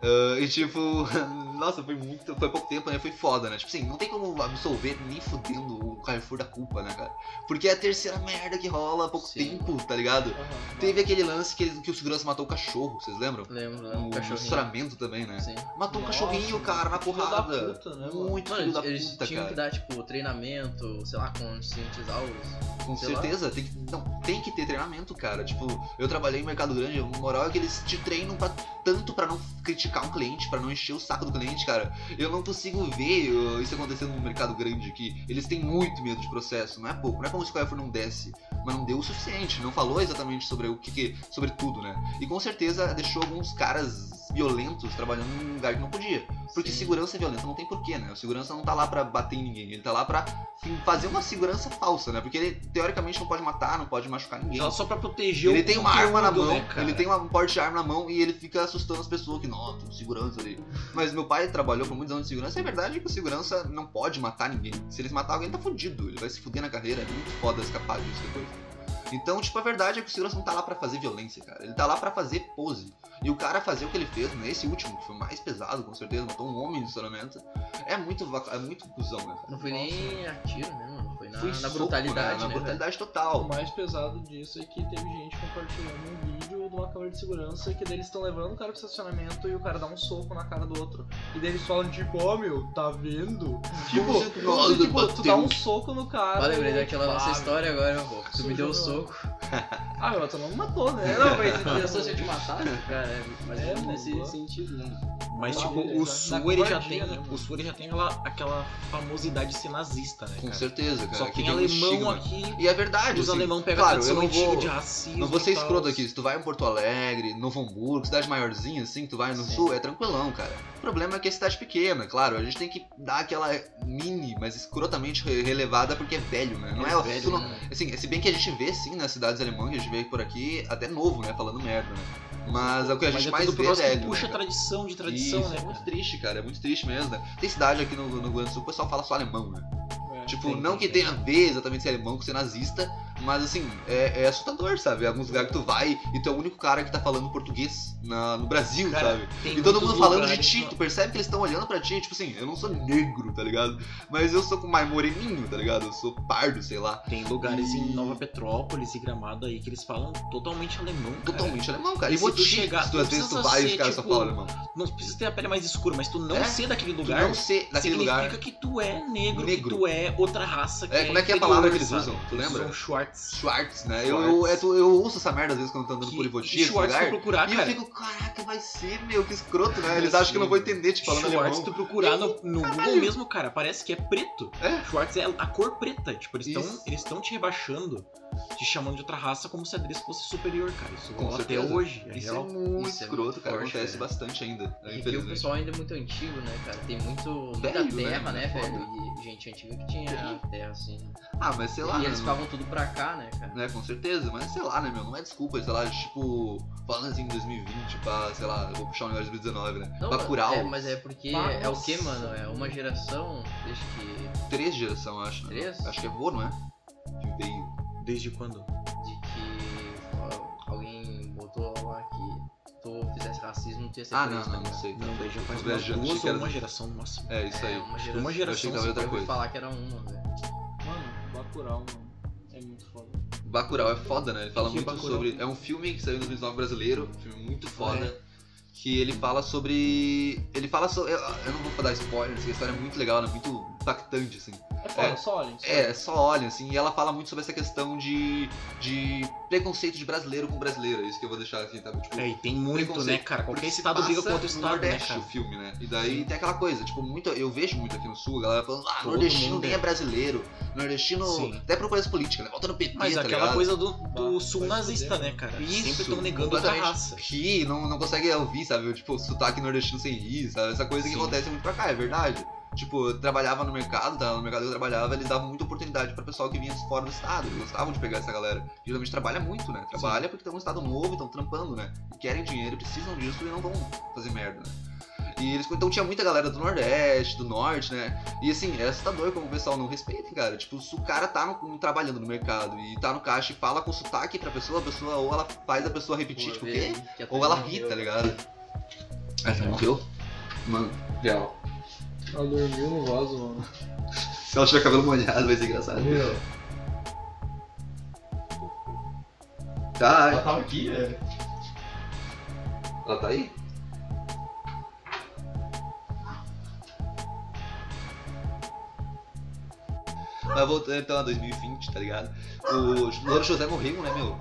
A: Ah, e tipo, nossa, foi muito. Foi pouco tempo, né? Foi foda, né? Tipo assim, não tem como absolver nem fudendo o Carrefour da culpa, né, cara? Porque é a terceira merda que rola há pouco
D: Sim.
A: tempo, tá ligado? Teve aquele lance que, ele- que o segurança matou o cachorro, vocês lembram?
D: Lembro, lembro, um
A: O
D: cachorrinho.
A: estramento também, né?
D: Sim.
A: Matou um
C: Nossa,
A: cachorrinho, cara, na
C: Filho da
A: porrada.
C: puta, né, mano?
A: Muito filho da
D: Mano, eles
A: puta,
D: tinham
A: cara.
D: que dar, tipo, treinamento, sei lá, conscientizar os.
A: Com
D: sei lá.
A: certeza, tem que, não, tem que ter treinamento, cara. Tipo, eu trabalhei em mercado grande, o moral é que eles te treinam pra, tanto pra não criticar um cliente, pra não encher o saco do cliente, cara. Eu não consigo ver uh, isso acontecendo no mercado grande aqui. Eles têm muito medo de processo, não é pouco. Não é como se o Carrefour não desse, mas não deu o suficiente. Não falou exatamente sobre o que, que sobre tudo, né? E com certeza deixou alguns caras violentos trabalhando num lugar que não podia. Porque
D: Sim.
A: segurança é violenta não tem porquê, né? O segurança não tá lá pra bater em ninguém, ele tá lá pra enfim, fazer uma segurança falsa, né? Porque ele teoricamente não pode matar, não pode machucar ninguém.
F: Só, só pra proteger o
A: Ele tem uma arma na
F: conteúdo,
A: mão,
F: né, cara?
A: ele tem uma- um porte de arma na mão e ele fica assustando as pessoas que, nossa, tem um segurança ali. Mas meu pai trabalhou por muitos anos de segurança, e é verdade que o segurança não pode matar ninguém. Se eles matar alguém, ele tá fudido, ele vai se fuder na carreira, é muito foda escapar disso depois. Então, tipo, a verdade é que o segurança não tá lá pra fazer violência, cara. Ele tá lá pra fazer pose. E o cara fazer o que ele fez nesse último, que foi o mais pesado, com certeza, matou um homem no estacionamento, é muito, vaca- é muito cuzão, né, cara?
D: Não foi nem a tiro, né, mano? Foi na,
A: Foi
D: na
A: soco,
D: brutalidade,
A: né? Na
D: né? velho?
A: brutalidade
E: O
A: total.
E: mais pesado disso é que teve gente compartilhando um vídeo de uma câmera de segurança que daí eles estão levando o cara pro estacionamento e o cara dá um soco na cara do outro. E daí eles falam, tipo, ó meu, tá vendo? Tipo,
A: Como se-
E: e, tipo tu dá
A: bateu.
E: um soco no cara.
D: Ah, lembrei
E: e-
D: daquela nossa
E: Ah,
D: história agora, pô. Tu me deu um
E: Sujou.
D: soco.
E: Ah, meu, tu não me matou,
D: É,
E: né? Não, mas
D: Eu sou de matar, cara. é, Mas
E: É,
D: é,
E: mano,
D: nesse
E: boa.
D: sentido, né?
F: Mas,
E: Na
F: tipo,
E: covardia,
F: o
E: né?
F: Sul,
E: Na
F: ele já tem,
E: covardia, né, mano?
F: o Sul ele já tem aquela, aquela famosidade de ser nazista, né,
A: Com
F: cara?
A: certeza, cara.
F: Só
A: Aqui
F: que em
A: tem um
F: alemão
A: estigma.
F: aqui, Tipo
A: E é verdade,
F: os
A: assim,
F: alemão pegam
A: claro,
F: a
A: eu
F: tradição
A: não
F: antiga
A: vou,
F: de racismo.
A: Não vou ser
F: e tal. assim.
A: escroto aqui, se tu vai em Porto Alegre, Novo Hamburgo, cidade maiorzinha, assim, que tu vai no
D: Sim.
A: sul, é tranquilão, cara. O problema é que é cidade pequena, claro, a gente tem que dar aquela mini, mas escrotamente re- relevada porque é velho, né? Não é,
F: É velho,
A: tu não-
D: né?
A: assim, se bem que a gente vê, sim, nas cidades alemãs que a gente vê por aqui, até novo, né, falando merda, né? Mas é o que a
F: Mas
A: gente
F: é
A: mais
F: tudo por
A: vê é
F: nós
A: velho.
F: que puxa
A: né,
F: a
A: cara?
F: tradição de tradição,
A: Isso,
F: né?
A: É muito triste, cara, é muito triste mesmo, né? Tem cidade aqui no, no Rio Grande do Sul, o pessoal fala só alemão, né?
E: É,
A: Tipo,
F: tem,
A: não que
F: tem,
A: tenha a ver exatamente é ser alemão com ser nazista, mas assim, é, é assustador, sabe? Alguns lugares que tu vai e tu é o único cara que tá falando português na- no Brasil,
F: Cara,
A: sabe?
F: Tem né?
A: E todo
F: muitos
A: mundo falando de
F: lugares
A: ti,
F: que-
A: tu percebe que eles estão olhando pra ti, tipo assim, eu não sou negro, tá ligado? Mas eu sou com mais moreninho, tá ligado? Eu sou pardo, sei lá.
F: Tem lugares
A: E-
F: em Nova Petrópolis e Gramado aí que eles falam totalmente alemão. cara.
A: Totalmente alemão, cara.
F: É. E
A: E vou
F: se tu
A: te
F: chegar-
A: chegar,
F: tu
A: às vezes tu
F: precisa
A: vai e os
F: ser,
A: caras só
F: tipo,
A: falam alemão.
F: Não precisa ter a pele mais escura, mas tu não
A: É?
F: ser daquele
A: Tu
F: lugar
A: não ser daquele
F: significa
A: lugar.
F: que tu é negro,
A: Negro.
F: que tu é outra raça. Que
A: É, como é que é a palavra que eles
F: inferior,
A: usam?
F: sabe?
A: Tu
F: Eles
A: lembra?
F: usam Schwartz.
A: Schwartz, né? Eu, eu, é tu- eu ouço essa merda às vezes quando eu tô andando por Ivoti, esse
F: Schwartz
A: lugar.
F: tu procurar,
A: E eu
F: cara.
A: fico, caraca, vai ser, meu, que escroto, né? Eles
F: Eu
A: acham que eu não vou
F: sei.
A: entender te falando
F: Schwartz,
A: alemão. um
F: tu procurar no, no Google
A: Caralho.
F: mesmo, cara, parece que é preto.
A: É?
F: Schwartz é a cor preta. Tipo, eles
A: Isso.
F: estão eles tão te rebaixando, te chamando de outra raça como se a deles fosse superior, cara. Isso
A: Com
F: rola até
A: certeza.
F: hoje. É
A: Isso é
F: real.
A: muito
D: Isso é
A: escroto,
D: muito
A: cara.
D: forte,
A: Acontece
D: né?
A: bastante ainda, né?
D: E aqui o
A: infelizmente.
D: pessoal ainda é muito antigo, né, cara? Tem muito, muita
A: Velho, né,
D: terra,
A: mano?
D: né,
A: Foda.
D: velho? E gente antiga que tinha terra, assim.
A: Ah, mas sei lá,
D: e
A: né?
D: eles
A: não-
D: ficavam tudo pra cá, né, cara?
A: né, com certeza, mas sei lá, né, meu, não é desculpa, sei lá, tipo, falando assim em 2020, pra, sei lá, eu vou puxar um negócio de 2019, né,
D: Não,
A: Bacurau,
D: É, mas é porque é o que, mano? É uma geração, desde que.
A: três geração, acho, né,
D: Três?
A: acho que é vô, não é? Que veio,
F: Desde quando?
D: de que ó, alguém botou lá que tu fizesse racismo, tu ia ser
A: ah,
D: preso,
A: não,
D: tá
A: não, não
D: ligado?
A: sei,
F: Não,
A: não.
F: daí já faz
A: Tô
F: umas
A: viajando, achei
F: duas
A: que
F: ou
A: era-
F: uma geração no máximo.
A: é isso
D: É,
A: aí,
D: uma
F: Uma
D: geração.
A: eu achei
F: geração.
A: que era
D: Eu
A: outra
D: ouvi
A: coisa,
D: falar que era uma, velho.
E: Mano, Bacurau, mano. É muito foda.
A: Bacurau é foda, né, ele fala
F: Que
A: muito
F: Bacurau?
A: sobre, é um filme que saiu em 2019 brasileiro, um filme muito foda, que ele fala sobre. Ele fala sobre. Eu, eu não vou dar spoiler, assim, a história é muito legal, né? Muito é impactante, assim.
E: É foda, só olhem. só
A: É, só olhem, assim, e ela fala muito sobre essa questão de, de preconceito de brasileiro com brasileira, isso que eu vou deixar aqui, tá? Tipo,
F: É, e tem muito, né,
A: Preconceito.
F: cara? Qualquer
A: Porque se
F: estado briga
A: passa
F: com outro
A: no
F: estado, né,
A: Nordeste,
F: cara?
A: o filme, né? E daí tem aquela coisa, tipo, muito, eu vejo muito aqui no Sul, a galera falando, ah,
F: Todo
A: nordestino
F: mundo
A: nem
F: é.
A: é brasileiro, nordestino
F: Sim.
A: até por coisa política, né? Volta no PT,
F: Mas
A: tá
F: aquela
A: ligado?
F: coisa do, do
H: Vai,
F: sul
H: vai
F: nazista,
H: fuder,
F: né, cara?
A: Isso,
F: Sempre estão negando outra
A: completamente.
F: raça.
A: Que não, não consegue ouvir, sabe? Tipo, o sotaque nordestino sem rir, sabe? Essa coisa
F: Sim.
A: que acontece muito pra cá, é verdade. Tipo, eu trabalhava no mercado, tá? no mercado que eu trabalhava, eles davam muita oportunidade pra pessoal que vinha de fora do estado. Eles gostavam de pegar essa galera. Geralmente trabalha muito, né? Trabalha porque tem um estado novo, estão trampando, né? E querem dinheiro, precisam disso e não vão fazer merda, né? E eles, então tinha muita galera do Nordeste, do Norte, né? E assim, é assustador como o pessoal não respeita, cara. Tipo, se o cara tá no- trabalhando no mercado e tá no caixa e fala com sotaque pra pessoa, a pessoa ou ela faz a pessoa repetir,
D: é
A: tipo, o quê? Ou ela ri, tá ligado? Essa morreu? É, Mano, real.
E: Ela dormiu no vaso, mano.
A: Se ela tiver cabelo molhado, vai ser engraçado.
H: Ela
A: Tá,
H: tava aqui, é. velho.
A: ela tá aí? Mas voltando então a 2020, tá ligado? O Louro José morreu, né, meu?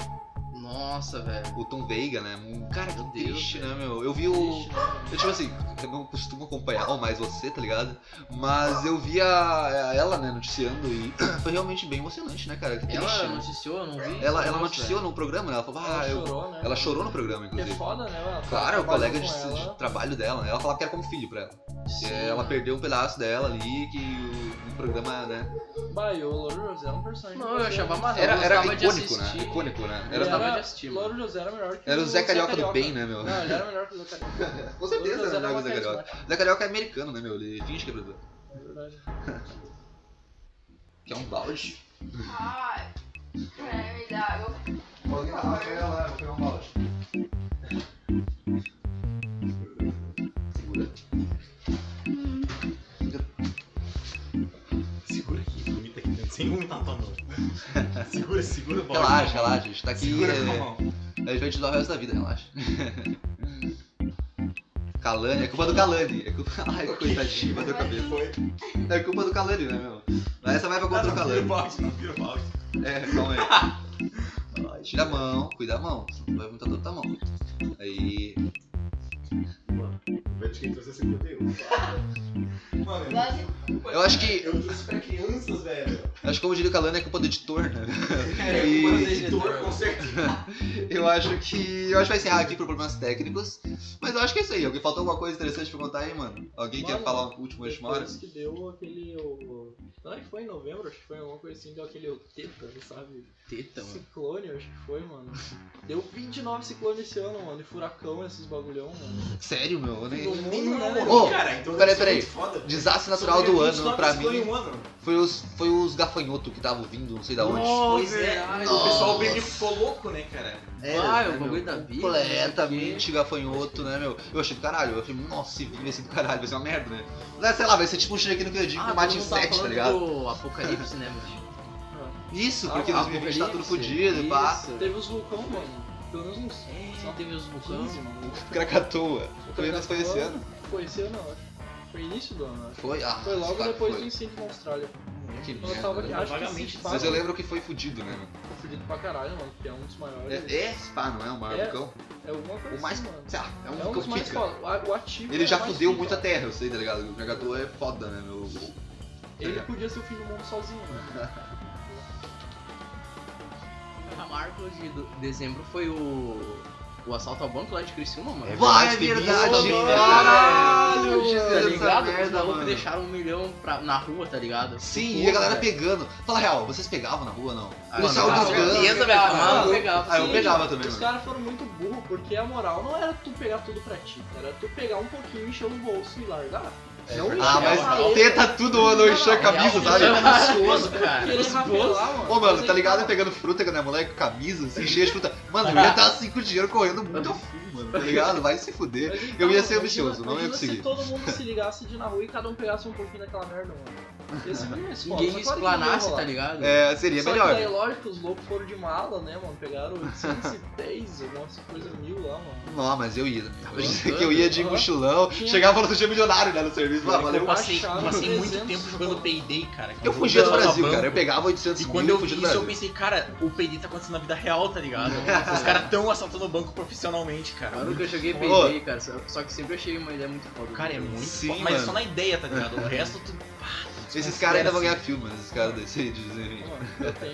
D: Nossa, velho.
A: O Tom Veiga, né? Um cara
D: Meu
A: que
D: Deus,
A: triste,
D: velho.
A: né, meu? Eu vi o.
D: Triste, né?
A: Eu, tipo assim, eu não costumo acompanhar o mais você, tá ligado? Mas eu vi a, a ela, né, noticiando e foi realmente bem emocionante, né, cara? Que triste,
D: Ela
A: né?
D: noticiou, eu não vi.
A: ela, ela
D: Nossa,
A: noticiou no programa, né? Ela falou, ah,
E: ela
A: eu...
E: chorou, né?
A: ela chorou no programa,
E: E é
A: inclusive.
E: foda, né? Ela
A: Claro, o
E: trabalhou
A: colega de,
E: com
A: de
E: ela.
A: trabalho dela, né? Ela falava que era como filho pra ela.
D: velho.
A: Que
D: Sim,
A: ela
D: mano.
A: perdeu um pedaço dela ali, que o, o programa, né?
E: Bah, e o Louro José era um personagem.
D: Não, eu achava massa.
A: Era,
D: eu
A: era
D: gostava de
A: icônico, né?
D: assistir.
A: Icônico, né?
D: Eu gostava
A: Era,
D: de assistir,
E: O
D: mano.
E: Louro José era melhor que
A: era o Zé Carioca do bem, né, meu?
E: Não, ele era melhor que o Zé Carioca. é
A: Com
E: O Louro
A: certeza
E: José
A: era
E: era
A: melhor
E: mais
A: que o Zé Carioca.
E: carismático,
A: O Zé Carioca é americano, né, meu? Ele finge que é brasileiro.
E: na verdade.
A: Que é um balde.
B: Ai, é, me dá água.
A: Pode lá, pega lá, vou pegar um balde. Segura.
F: Segura aqui, vomita aqui dentro, sem vomitar na tua mão. Segura, segura o balde.
A: Relaxa, relaxa, a gente tá aqui.
F: Segura com a
A: é,
F: mão.
A: A gente vai te dar o resto da vida, relaxa. Calani, é culpa do Calani. É culpa... Ai, coitadinho, bateu a cabeça.
H: Foi.
A: É culpa do Calani, né, meu? Mas essa vai pra contra o
F: Não, vira
A: Calani.
F: o balde, não vira o balde.
A: É, calma aí. Ai, Tira a mão, cuida a mão, senão vai vomitar toda a tua mão. Aí.
H: Veja quem trouxe esse conteúdo. Mano,
B: Lógico.
A: Eu acho que,
H: eu trouxe pra crianças, velho.
A: acho que como diria o Calani, é culpa do editor, né?
H: É,
A: E-
H: o editor, com certeza.
A: Eu acho que. Eu acho que vai encerrar aqui por problemas técnicos. Mas eu acho que é isso aí. Alguém faltou alguma coisa interessante pra contar aí, mano? Alguém quer
E: Mano,
A: falar um último última hora?
E: Depois que deu aquele. O... Não, acho que foi em novembro, acho que foi alguma coisa assim, deu aquele o teta, sabe?
D: Teta,
A: Então, é.
D: mano.
E: Ciclone, acho que foi, mano. Deu 29 ciclones esse ano, mano. E furacão, esses bagulhão, mano.
A: Sério, meu? Eu nem-
E: No mundo, né,
H: Nenhum,
E: velho?
A: Ô,
H: cara, então deve
A: peraí,
H: ser
A: peraí.
H: muito Foda.
A: Desastre natural do ano pra
H: Foi
A: mim
H: um ano.
A: foi os, foi os gafanhotos que estavam vindo, não sei da onde.
F: Pois é,
D: Ai,
F: o pessoal
A: nossa.
F: meio que ficou louco, né, cara?
D: Ah, é o
A: meu?
D: bagulho da Bíblia, não
A: Completamente
D: sei
A: gafanhoto, né, meu? Eu achei do caralho. Eu falei, nossa, esse vídeo vai ser do caralho, vai ser uma merda, né? Mas, sei lá, vai ser tipo um Shirek no Kyojin
E: Ah,
A: que mate
D: ah, todo mundo
A: inseto, tá
D: falando
A: ligado?
D: do Apocalipse, né, mano?
A: Isso,
E: Ah,
A: porque
E: o
A: 2020 tá tudo fodido e pá.
D: Isso. É.
E: Teve os vulcão, mano. Pelo menos uns
D: Só teve os vulcões.
E: 15, mano.
A: Krakatoa. Foi, mas foi esse ano?
E: Foi esse ano, eu acho. Foi início do ano, eu acho.
A: Foi? Ah,
E: Foi logo
A: claro que
E: depois
A: foi.
E: do incêndio na Austrália.
A: Que
E: Eu tava
A: merda. né?
E: aqui, ah, acho
F: Vagamente,
E: que se
A: Mas eu lembro que foi fudido, né, mano?
E: Foi fudido pra caralho, mano, que é um dos maiores.
A: É, é pá, não é o maior
E: É.
A: vulcão?
E: É alguma coisa
A: O mais.
E: assim, mano.
A: Sei lá, é um
E: É um
A: vulcão
E: dos
A: que
E: mais
A: fica.
E: foda. O- O ativo é
A: Ele
E: o
A: já
E: mais
A: fudeu
E: pica.
A: muito a terra, eu sei, tá ligado? O Krakatoa é foda, né, meu?
E: Ele podia ser o fim do mundo sozinho, né?
D: A marca de do- dezembro foi o. O assalto ao banco lá de Criciúma, mano.
F: É
A: Vai, é
F: verdade, teve
A: verdade,
F: isso,
A: né,
F: né,
A: caralho,
D: Mano,
A: Jesus,
D: tá
A: essa
D: ligado? Os
A: merda,
D: malucos
A: mano.
D: deixaram um milhão pra- na rua, tá ligado?
A: Sim,
D: Porra,
A: e a galera
D: velho.
A: pegando. Fala real, vocês pegavam na rua não?
D: Ah,
A: Eu
D: mano,
A: saio
D: com
A: rasgando.
D: certeza, velho. Ah, eu pegava.
A: Ah, eu
D: sim.
A: pegava também,
E: Os
A: mano.
E: caras foram muito burros, porque a moral não era tu pegar tudo pra ti, era tu pegar um pouquinho, encher no bolso e largar. não
A: Ah,
E: encher a
A: mas
E: maleta,
A: tenta tudo, mano, encher a camisa,
D: Real,
A: sabe?
D: É gostoso, cara.
E: querer rapelar, mano.
A: Ô, mano,
E: Mas
A: tá
E: aí,
A: ligado?
E: cara,
A: Pegando fruta, né, moleque? Camisa, assim, cheia de fruta. Mano, eu ia estar assim com o dinheiro correndo muito a fundo, mano, tá ligado? Vai se fuder.
E: mas então,
A: Eu ia ser
E: imagina-
A: ambicioso, não ia
E: imagina
A: conseguir.
E: se todo mundo se ligasse de ir na rua e cada um pegasse um pouquinho daquela merda, mano. Ia ser muito mais foda,
D: Ninguém
E: mas claro que não ia
D: explanasse,
E: rolar.
D: tá ligado?
A: É, seria
E: Só
A: melhor.
E: que daí, lógico, os loucos foram de mala, né, mano? Pegaram 810, alguma coisa mil lá, mano.
A: Não, mas eu ia. Eu ia dizer
D: Aham.
A: que eu ia de mochilão,
E: Tinha-
A: chegava no outro dia milionário, né, no Eles
F: Pior é
A: lá,
F: que
A: valeu.
F: eu passei,
E: acharam
F: passei muito
E: 300
F: tempo jogando Payday, cara. que é um
A: Eu
F: jogo
A: fugia do
F: da- da
A: Brasil,
F: banco.
A: cara. Eu pegava 800
F: E
A: mil
F: quando
A: e
F: eu vi
A: fugia do
F: isso, eu
A: Brasil.
F: pensei, cara, o Payday tá acontecendo na vida real, tá ligado? Os caras tão assaltando o banco profissionalmente, cara.
D: Eu nunca joguei
A: Ô.
D: Payday, cara, só, só que sempre achei uma ideia muito foda.
F: Cara, é muito
A: Sim,
F: foda, mas é
A: mano.
F: só na ideia, tá ligado? O resto tu.
A: Esses caras ainda vão ganhar filme, né, esses caras desse aí, dizem.
E: Ó, Eu tenho.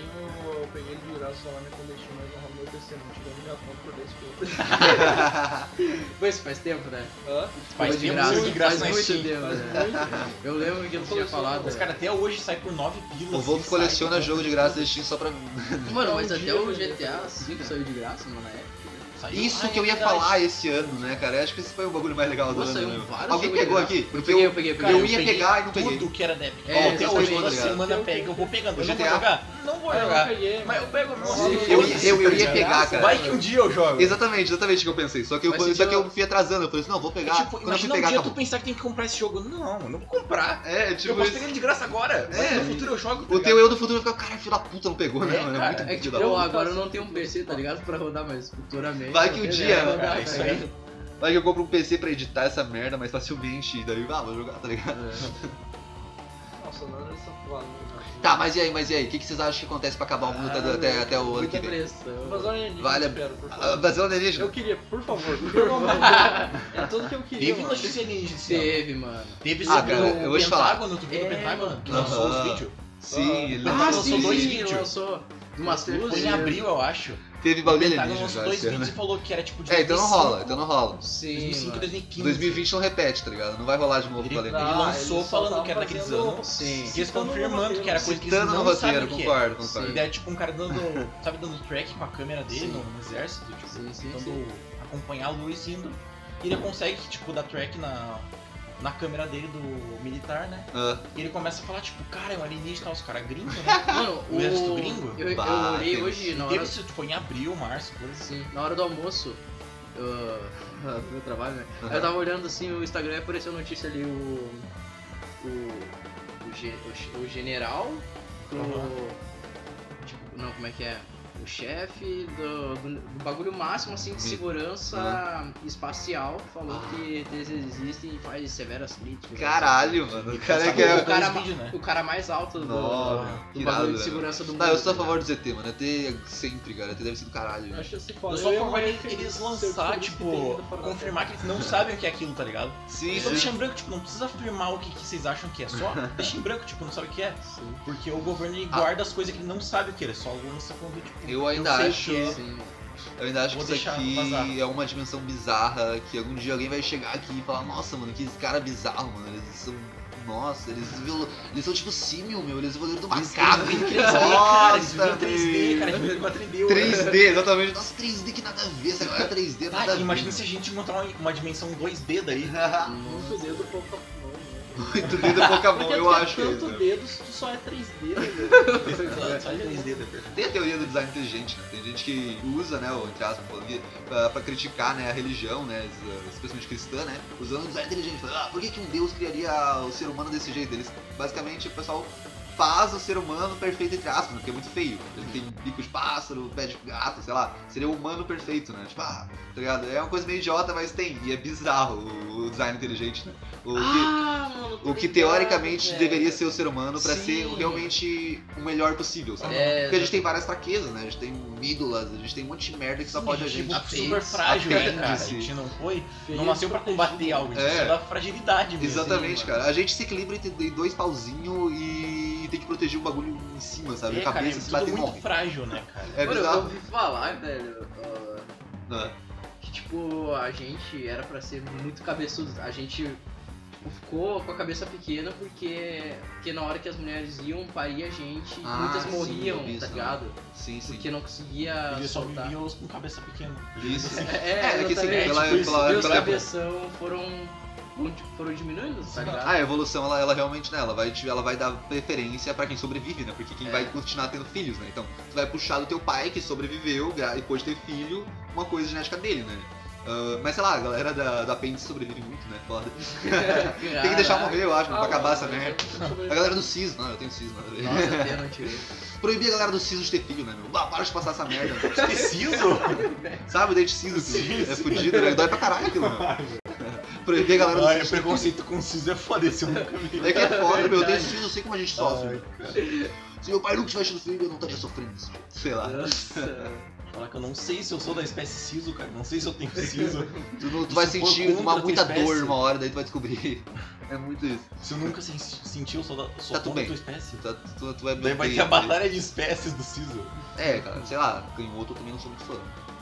E: Eu peguei ele de graça lá na clandestina, mas não meu PC, não tive minha conta por 10 pila.
D: Pois faz tempo, né?
E: Hã?
F: Faz
D: Foi
F: tempo que saiu de graça
D: faz
F: na
D: muito
F: Steam.
D: tempo,
A: É.
D: né? Eu lembro que eu tinha falado.
F: Os caras até hoje saem por 9 pilas.
A: O Wolf
F: assim,
A: coleciona
F: sai,
A: jogo de graça da Steam só pra.
D: Mano, mas
E: Um
D: até
E: dia
D: o
E: eu
D: GTA V saiu de graça, mano, na época.
F: saiu.
A: Isso
F: Ah,
A: que eu ia
F: é verdade.
A: falar esse ano, né, cara? Eu acho que esse foi o bagulho mais legal do
D: Pô, saiu
A: ano. né?
D: vários
A: Alguém
D: jogos de
A: pegou
D: graça.
A: aqui?
D: Eu
A: Porque
D: peguei,
A: eu,
D: eu peguei, eu
A: eu
D: peguei.
A: ia
F: peguei
A: pegar e não peguei.
F: Tudo que era da Epic.
D: É,
F: Ó, até
D: exatamente,
F: hoje,
A: tá
F: toda
A: ligado?
F: semana
E: Eu
F: pega. Eu vou pegando. Eu não vou
A: GTA.
F: jogar? Não vou
E: Eu
F: jogar.
E: não peguei, né?
F: Mas eu pego
E: Não,
F: algumas
E: eu-
F: vezes,
A: Eu,
F: tá
A: eu, eu ia
F: ligado?
A: pegar, cara.
F: Vai que um dia eu jogo.
A: Exatamente, exatamente o que eu pensei. Só que eu,
D: Mas
A: só
D: sentiu-
A: que eu fui atrasando. Eu falei assim, não, vou pegar.
F: Tipo,
A: Quando eu fui
F: imagina um
A: pegar,
F: dia tu
A: acabou.
F: pensar que tem que comprar esse jogo. Não, eu não vou comprar.
A: É,
F: eu
A: tipo,
F: posso
A: esse-
F: pegar ele de graça agora. Mas
A: É.
F: no futuro eu jogo. tá
A: o
F: ligado?
A: teu eu do futuro vai ficar, cara, filho da puta, não pegou, né,
F: É,
A: mano? É
F: cara,
A: muito
D: É que
A: filho
D: tipo,
A: da
D: eu
A: puta.
D: agora eu não tenho um PC, tá ligado? Pra rodar, mas futuramente.
A: Vai que o
D: eu
A: dia,
D: vou
A: né,
D: rodar,
F: Cara,
D: tá
F: isso aí.
D: ligado?
A: Vai que eu compro um PC pra editar essa merda mais facilmente. E daí, ah, vou jogar, tá ligado?
D: É.
E: Nossa, não era essa né? foda.
A: Tá, mas e aí, mas e aí? O que, que vocês acham que acontece pra acabar o mundo até, até, até o ano que
D: Muita
A: vem?
D: pressão.
E: Invasão alienígena,
A: Vale a-
E: espero, por
A: Ah,
E: favor.
A: Brasil alienígena?
E: Eu queria, por favor, porque eu não vou ver. É tudo que eu queria.
F: Teve
E: mano.
F: notícia alienígena. esse ano.
D: Teve, mano.
F: Teve
A: Ah,
F: sobre
A: cara,
F: o
A: eu vou te falar.
F: Pentágono, tu viu
D: É,
F: do Pentágono? Que
A: mano.
F: lançou os
A: Aham.
F: vídeos.
A: Sim, ele
F: Ah,
A: lançou
F: sim,
A: dois
F: sim.
A: vídeos.
D: lançou de umas
F: Foi
D: luzes.
F: em abril, eu acho.
A: Teve
F: O
A: bagulho
F: Pentágono
A: alienígena
F: lançou
A: já
F: dois
A: esse
F: vídeos e
A: ano. né?
F: falou que era tipo de
A: É, então não rola,
F: 2005,
A: então não rola.
D: Sim,
F: 2005,
D: mano.
F: 2015.
A: 2020 não repete, tá ligado? Não vai rolar de novo
F: Ele-
A: com o alienígena.
F: ele
E: Ah,
F: lançou
E: ele só
F: falando
E: tava
F: que era daqueles
E: fazendo-
F: anos.
D: Sim.
F: Eles confirmando que era coisa que eles
A: Citando no
F: não sabem
A: roteiro,
F: o que é.
A: concordo, concordo.
D: Sim.
F: E daí, tipo, um cara dando, sabe, dando track com a câmera dele
D: Sim.
F: no, no exército, tipo,
D: Sim, sim,
F: tentando
D: sim.
F: acompanhar a luz indo. E ele consegue, tipo, dar track na, na câmera dele do militar, né?
A: Ah.
F: E ele começa a falar, tipo, cara, é um alienígena, os caras gringos, né?
D: Mano,
F: O exército gringo?
D: Eu, eu
A: Bah,
D: olhei
A: teve-
D: hoje na
F: Teve
D: hora,
F: isso, foi em abril, março, coisa assim.
D: assim, na hora do almoço. Uh, meu trabalho, né? Aí Eu tava olhando assim o Instagram e apareceu notícia ali o. O. O, ge- o che- o general do. Tipo, não, como é que é? O chefe do, do, do bagulho máximo assim de
A: Mi-
D: segurança
A: Uhum.
D: espacial falou
A: Ah.
D: que eles existem e faz severas críticas. assim.
A: Caralho, mano. O cara é que
D: Sabe,
A: é.
D: o, cara,
F: Dois vídeos, né?
D: o cara mais alto do,
A: Nossa,
D: do
A: que irado,
D: bagulho de
A: velho.
D: segurança do mundo. né?
A: Não, eu sou a favor do ZT, mano. ET é sempre, cara. ET deve ser do caralho.
E: Eu
A: né?
E: achei esse foda.
F: Eu só
E: ia
F: favor
E: morrer
F: eles,
E: feliz
F: eles
E: se eu
F: lançar,
E: descobrisse que tem
F: tipo,
E: vida fora da
F: confirmar que eles não sabem o que é aquilo, tá ligado?
A: Sim,
F: Então
A: sim.
F: deixa em branco, tipo, não precisa afirmar o que, que vocês acham que é, só deixa em branco, tipo, não sabe o que é.
D: Sim.
F: Porque o governo ele guarda as coisas que ele não sabe o que é, ele só lança quando, tipo,
A: Eu ainda
F: sei o
A: acho.
F: que é.
D: Sim.
A: Eu ainda acho
F: Vou
A: que isso
F: deixar vazar.
A: aqui é uma dimensão bizarra. Que algum dia alguém vai chegar aqui e falar: Nossa, mano, que cara bizarro, mano. Eles são. Nossa, eles, viol- eles são tipo símio, meu. Eles evoluíram do macaco.
F: Eles viram 3D, cara, eles
A: Nossa,
F: viram 3D, cara,
A: meu.
F: é eles viram 4D. mano.
A: 3D, exatamente. Nossa, 3D que nada a ver. Essa galera é 3D,
F: Ah,
A: nada a ver.
F: imagina se a gente encontrar uma, uma dimensão 2D daí.
E: Muito dedo pouco não, né?
A: Muito dedo Pokémon,
E: Porque
A: eu
E: tu é
A: acho que é isso,
E: tanto
A: né?
E: dedo se tu só é 3D, né?
F: Só 3D daí.
A: Tem a teoria do design inteligente, né? Tem gente que usa, né, o, entre aspas, falando aqui, pra, pra criticar né, a religião, né, es- especialmente cristã, né, usando o design inteligente. Falando, ah, por que, que um Deus criaria o ser humano desse jeito? Eles, basicamente, o pessoal faz o ser humano perfeito, entre aspas, né, porque é muito feio. Ele tem bico de pássaro, pé de gato, sei lá. Seria o humano perfeito, né? Tipo, ah, tá ligado? É uma coisa meio idiota, mas tem. E é bizarro o, o design inteligente, né? O que-
D: Ah, mano,
A: o que teoricamente deveria ser o ser humano pra ser realmente o melhor possível, sabe?
D: É,
A: Porque a gente tem várias fraquezas, né? A gente tem mídulas, a gente tem um monte de merda que só pode a gente.
F: tipo,
A: fez,
F: super frágil, né, cara? A
A: apêndice.
F: gente não foi,
E: Feio,
F: não nasceu pra combater algo, a gente
A: É.
F: nasceu da fragilidade mesmo.
A: Exatamente,
F: Sim, né, mano.
A: cara. A gente se equilibra entre dois pauzinhos e tem que proteger o bagulho em cima, sabe?
F: É,
A: a cabeça se
F: cara, é tudo
A: bate e
F: muito
A: morre.
F: frágil, né, cara?
A: É
D: Mano, eu
A: bizarro.
D: ouvi falar, velho, ó,
A: né?
D: que tipo, a gente era pra ser muito cabeçudo. A gente tipo, ficou com a cabeça pequena porque, porque na hora que as mulheres iam parir a gente,
A: Ah,
D: muitas
A: sim,
D: morriam,
A: eu vi
D: tá
A: isso,
D: ligado?
A: Sim, sim.
D: Porque não conseguia
F: Ele só
D: É, soltar.
F: vivia os com cabeça pequena.
A: Isso.
D: É,
A: É, é que assim,
D: exatamente,
A: pela-
D: tipo, isso.
A: pela-
D: E os
A: pela-
D: cabeção foram, foram, foram diminuindo, tá ligado?
A: Ah, a evolução, ela, ela realmente, né, ela vai, te- ela vai dar preferência pra quem sobrevive, né? Porque quem
D: É.
A: vai continuar tendo filhos, né? Então, tu vai puxar do teu pai, que sobreviveu gra- e pôde ter filho, uma coisa genética dele, né? Ah, mas sei lá, a galera da, da apêndice sobrevive muito, né? Foda. Tem que deixar morrer, eu acho, pra acabar essa merda. A galera do CIS, não, eu tenho CIS, nada a ver.
D: Ah, Nossa, até não tirei.
A: Proibir a galera do CIS de ter filho, né, meu? Ah, para de passar essa merda, né?
F: Preciso?
A: Sabe o dente CIS, aquilo? É fudido, né? Dói pra caralho aquilo, meu. né? Proibir a galera
F: Ai,
A: do
F: preconceito com cis é foda esse eu nunca vi.
A: É que é foda, meu. Eu tenho filho, eu sei como a gente sofre. Se meu pai não tivesse tido filho, eu não estaria sofrendo isso. Sei lá.
F: Falar que eu não sei se eu sou da espécie siso, cara. Não sei se eu tenho siso.
A: Tu, não- tu vai
F: Se for
A: sentir
F: contra
A: uma,
F: a tua
A: muita dor
F: espécie.
A: uma hora, daí tu vai descobrir. É muito isso.
F: Se eu nunca sen- senti, eu sou, da, sou
A: Tá tudo
F: contra a
A: bem.
F: tua espécie.
A: Tu, tu- é tu vai
F: Daí vai
A: bem-
F: ter a batalha de espécies do siso.
A: É, cara, sei lá, canhoto eu também não sou muito fã.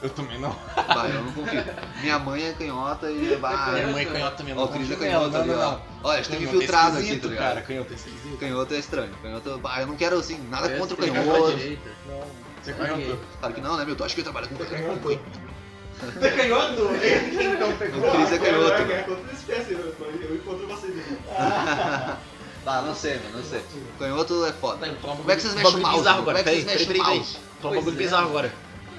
F: Eu também não.
A: Bah, eu não confio. Minha mãe é canhota e. Bah,
F: Minha mãe é canhota também
A: ó,
F: não.
A: o Cris é
F: confio nela,
A: canhoto ali, ó. Olha, a gente
F: Canhoto
A: tem
F: é
A: infiltrado aqui,
F: esquisito,
A: tá ligado?
F: cara. Canhoto é esquisito.
A: Canhoto é estranho. Canhoto, bah, eu não quero assim, nada
D: É,
A: contra o
D: tem que
A: canhoto.
D: pra direita.
F: Você é
D: Ok.
F: canhoto.
A: Claro que não, né, meu? Tu acha que eu trabalho com canhoto? pô?
H: Tá canhoto? Então pegou.
A: O Cris é canhoto.
H: Caraca, é contra a espécie, eu, eu encontro vocês aqui.
A: Tá, não sei, mano, não sei. Canhoto é foda.
F: Tá, eu vou falar um
A: Como é que vocês
F: bagulho
A: mexem o mouse?
F: bizarro
A: Como
F: agora?
A: é que
F: Peraí,
A: vocês mexem o
F: peraí, peraí, peraí.
A: mouse?
F: Falar um bagulho
D: Pois é.
F: bizarro agora.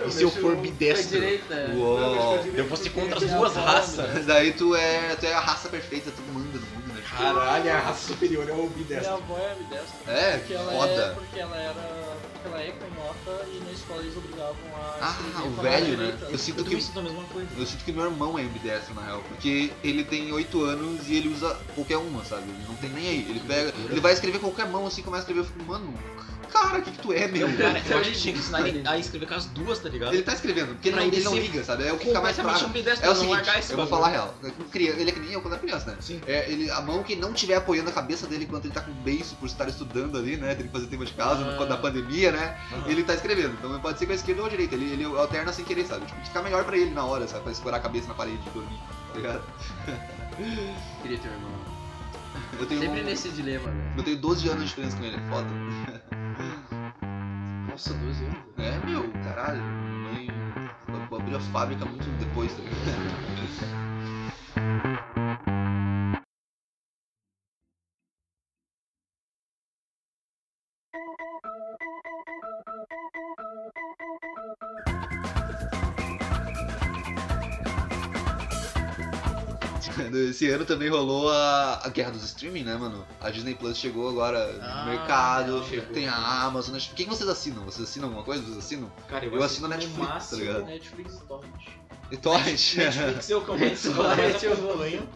F: E se eu for
D: Pra
F: bidestro?
D: direita.
A: Uou.
F: Eu vou ser contra as duas raças.
A: Daí tu é, tu é a raça perfeita, tu manda no mundo, né?
C: Caralho, a raça superior é o bidestro.
I: Minha avó é ambidestra.
A: É,
I: Porque ela é,
A: foda.
I: porque ela era, porque ela é canhota e na escola eles obrigavam a
A: Ah,
I: escrever
A: o
I: com a
A: velho,
I: mão
A: né?
I: direita.
A: Eu sinto que
F: da mesma coisa.
A: Eu sinto que meu irmão é ambidestro, na real, porque ele tem 8 anos e ele usa qualquer uma, sabe? Ele não tem nem aí. Ele pega. Ele vai escrever qualquer mão assim, começa a escrever, eu fico, mano, cara, o que, que tu é, meu?
F: Cara, eu acho que tinha que ensinar ele a escrever com as duas, tá ligado?
A: Ele tá escrevendo, porque ele não,
F: Pra ele
A: ele não
F: ser
A: liga, sabe? É o que fica mais
F: Completamente
A: claro.
F: um bidestro,
A: É o
F: não
A: seguinte,
F: largar esse
A: eu vou
F: bagulho. né?
A: falar a real. É que criança- Ele é que nem eu quando era criança, né?
F: Sim.
A: É, ele, a mão que não tiver apoiando a cabeça dele enquanto ele tá com beiço por estar estudando ali, né? Tem que fazer tempo de casa por
F: Ah.
A: conta da pandemia, né?
F: Ah.
A: Ele tá escrevendo. Então pode ser com a esquerda ou a direita. Ele, ele alterna sem querer, sabe? Tipo, fica melhor pra ele na hora, sabe? Pra escorar a cabeça na parede e dormir, tá ligado?
D: Queria ter um irmão.
A: Eu tenho,
D: Sempre
A: um-
D: nesse dilema, né? velho.
A: eu tenho 12 anos de diferença com ele, é foda.
D: Nossa, 12 anos. né?
A: É, meu, caralho. Mãe ab- abriu a fábrica muito depois, tá ligado? Esse ano também rolou a, a guerra dos streaming, né, mano? A Disney Plus chegou agora
D: Ah,
A: no mercado,
D: chegou.
A: tem a Amazon. Netflix. O que que vocês assinam? Vocês assinam alguma coisa? Vocês assinam?
H: Cara,
A: Eu assino a Netflix, tá ligado?
I: Netflix Torrent.
A: E torrent?
F: Netflix é o que eu mais eu mais acompanho,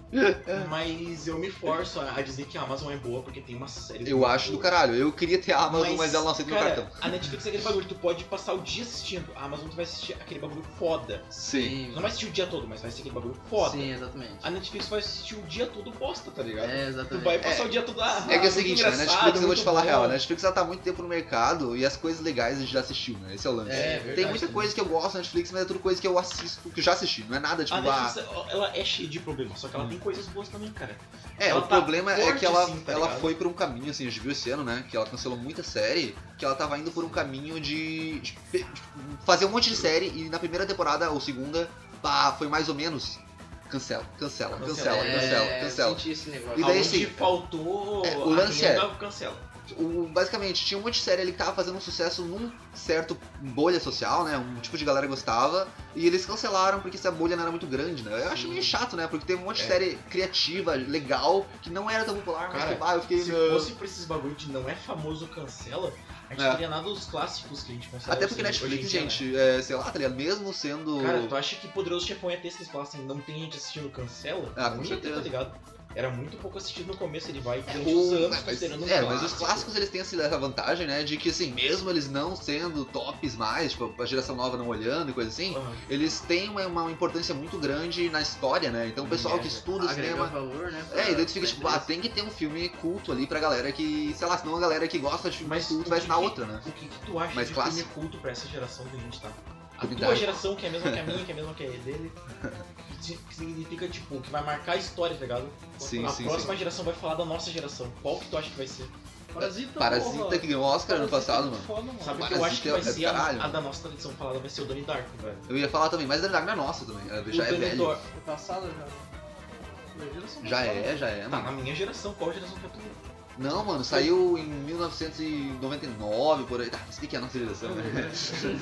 F: mas eu me forço a a dizer que a Amazon é boa porque tem uma série.
A: Eu acho do caralho. Eu queria ter a Amazon, mas, ela não aceita meu
F: cara,
A: cartão.
F: A Netflix é aquele bagulho, tu pode passar o dia assistindo. A Amazon tu vai assistir aquele bagulho foda.
A: Sim. Tá
F: Tu não vai assistir o dia todo, mas vai ser aquele bagulho foda.
D: Sim, exatamente.
F: A Netflix vai assistir o dia todo bosta, tá ligado?
D: É,
F: Tu
D: exatamente.
F: vai passar o dia todo. Ah,
A: É que é o
F: muito
A: seguinte, né?
F: engraçado,
A: Netflix, eu vou te
F: muito
A: falar a
F: bom.
A: real. A Netflix ela tá há muito tempo no mercado e as coisas legais a gente já assistiu, né? Esse é o lance.
F: É, verdade,
A: Tem muita
F: né?
A: coisa que eu gosto da Netflix, mas é tudo coisa que eu assisto, que eu já assisti. Não é nada tipo,
F: A
A: ah, Hum.
F: Netflix, ela é cheia de problemas, só que ela tem coisas boas também, cara.
A: É,
F: Ela
A: o
F: tá
A: problema é
F: forte,
A: que ela,
F: assim, tá
A: ela
F: ligado?
A: foi por um caminho, assim, a gente viu esse ano, né? Que ela cancelou muita série, que ela tava indo por um caminho de, de pe- de fazer um monte de série e na primeira temporada ou segunda, pá, foi mais ou menos. Cancela, cancela, cancela,
D: É,
A: cancela,
D: eu
A: cancela.
D: senti esse negócio.
A: E daí,
F: Aonde
A: assim,
F: faltou.
A: é, o lance
F: a
A: é-
F: renda, cancela.
A: O- basicamente, tinha um monte de série ali que tava fazendo um sucesso num certo bolha social, né? Um tipo de galera gostava. E eles cancelaram porque essa bolha não era muito grande, né? Eu achei meio chato, né? Porque teve um monte
F: É.
A: de série criativa, legal, que não era tão popular, mas que,
F: Cara,
A: bah, eu fiquei.
F: Se
A: "Ah".
F: fosse pra esses bagulho de não é famoso cancela, a gente
A: É.
F: teria nada dos clássicos que a gente consegue.
A: Até porque Netflix, gente, é, sei lá, tá ligado? Mesmo sendo.
F: né? Cara, tá tu acha que Poderoso Chefão ia ter se eles falassem não tem gente assistindo cancela?
A: Ah, com
F: não ia ter,
A: certeza. É,
F: tá ligado? Era muito pouco assistido no começo, ele vai durante
A: o-
F: os anos
A: mas-
F: considerando um
A: é, mas os
F: clássico.
A: clássicos eles têm essa essa vantagem, né? De que assim, mesmo eles não sendo tops mais, tipo, a geração nova não olhando e coisa assim,
F: Aham.
A: eles têm uma, uma importância muito grande na história, né? Então o pessoal
F: é
A: que estuda
D: Agregar
A: cinema.
D: valor, né? pra-
A: É, e daí tu fica
D: pra
A: tipo, ah,
D: empresa.
A: tem que ter um filme culto ali pra galera que, sei lá, senão a galera que gosta de filme culto vai na outra, né?
F: O que, que tu acha
A: Mas
F: de
A: clássico.
F: filme culto pra essa geração que a gente tá? A
A: Comunidade.
F: tua geração, que é a mesma que a minha, que é a mesma que a dele, que si- que significa, tipo, que vai marcar a história, tá ligado?
A: Sim,
F: a
A: sim,
F: próxima geração vai falar da nossa geração. Qual que tu acha que vai ser?
I: Parasita,
A: Parasita
I: porra.
A: que ganhou Oscar ano
I: Parasita
A: passado,
I: é
A: mano.
I: Foda, mano.
F: Sabe o que eu
A: Parasita
F: acho que vai
A: é do
F: ser a,
A: caralho,
F: a
A: mano.
F: da nossa tradição falada, vai ser o Donnie Darko, velho.
A: Eu ia falar também, mas na verdade não é nossa também. ela Já
F: o
A: é
F: Donnie
A: velho.
F: Darko-
I: Foi passada já. Minha geração
A: Já
I: passada.
B: um
A: é, já é,
F: Tá,
A: mano.
F: na minha geração, qual geração que é tu?
A: Não, mano, saiu em 1999, por aí. Ah, isso que é a nossa geração, né?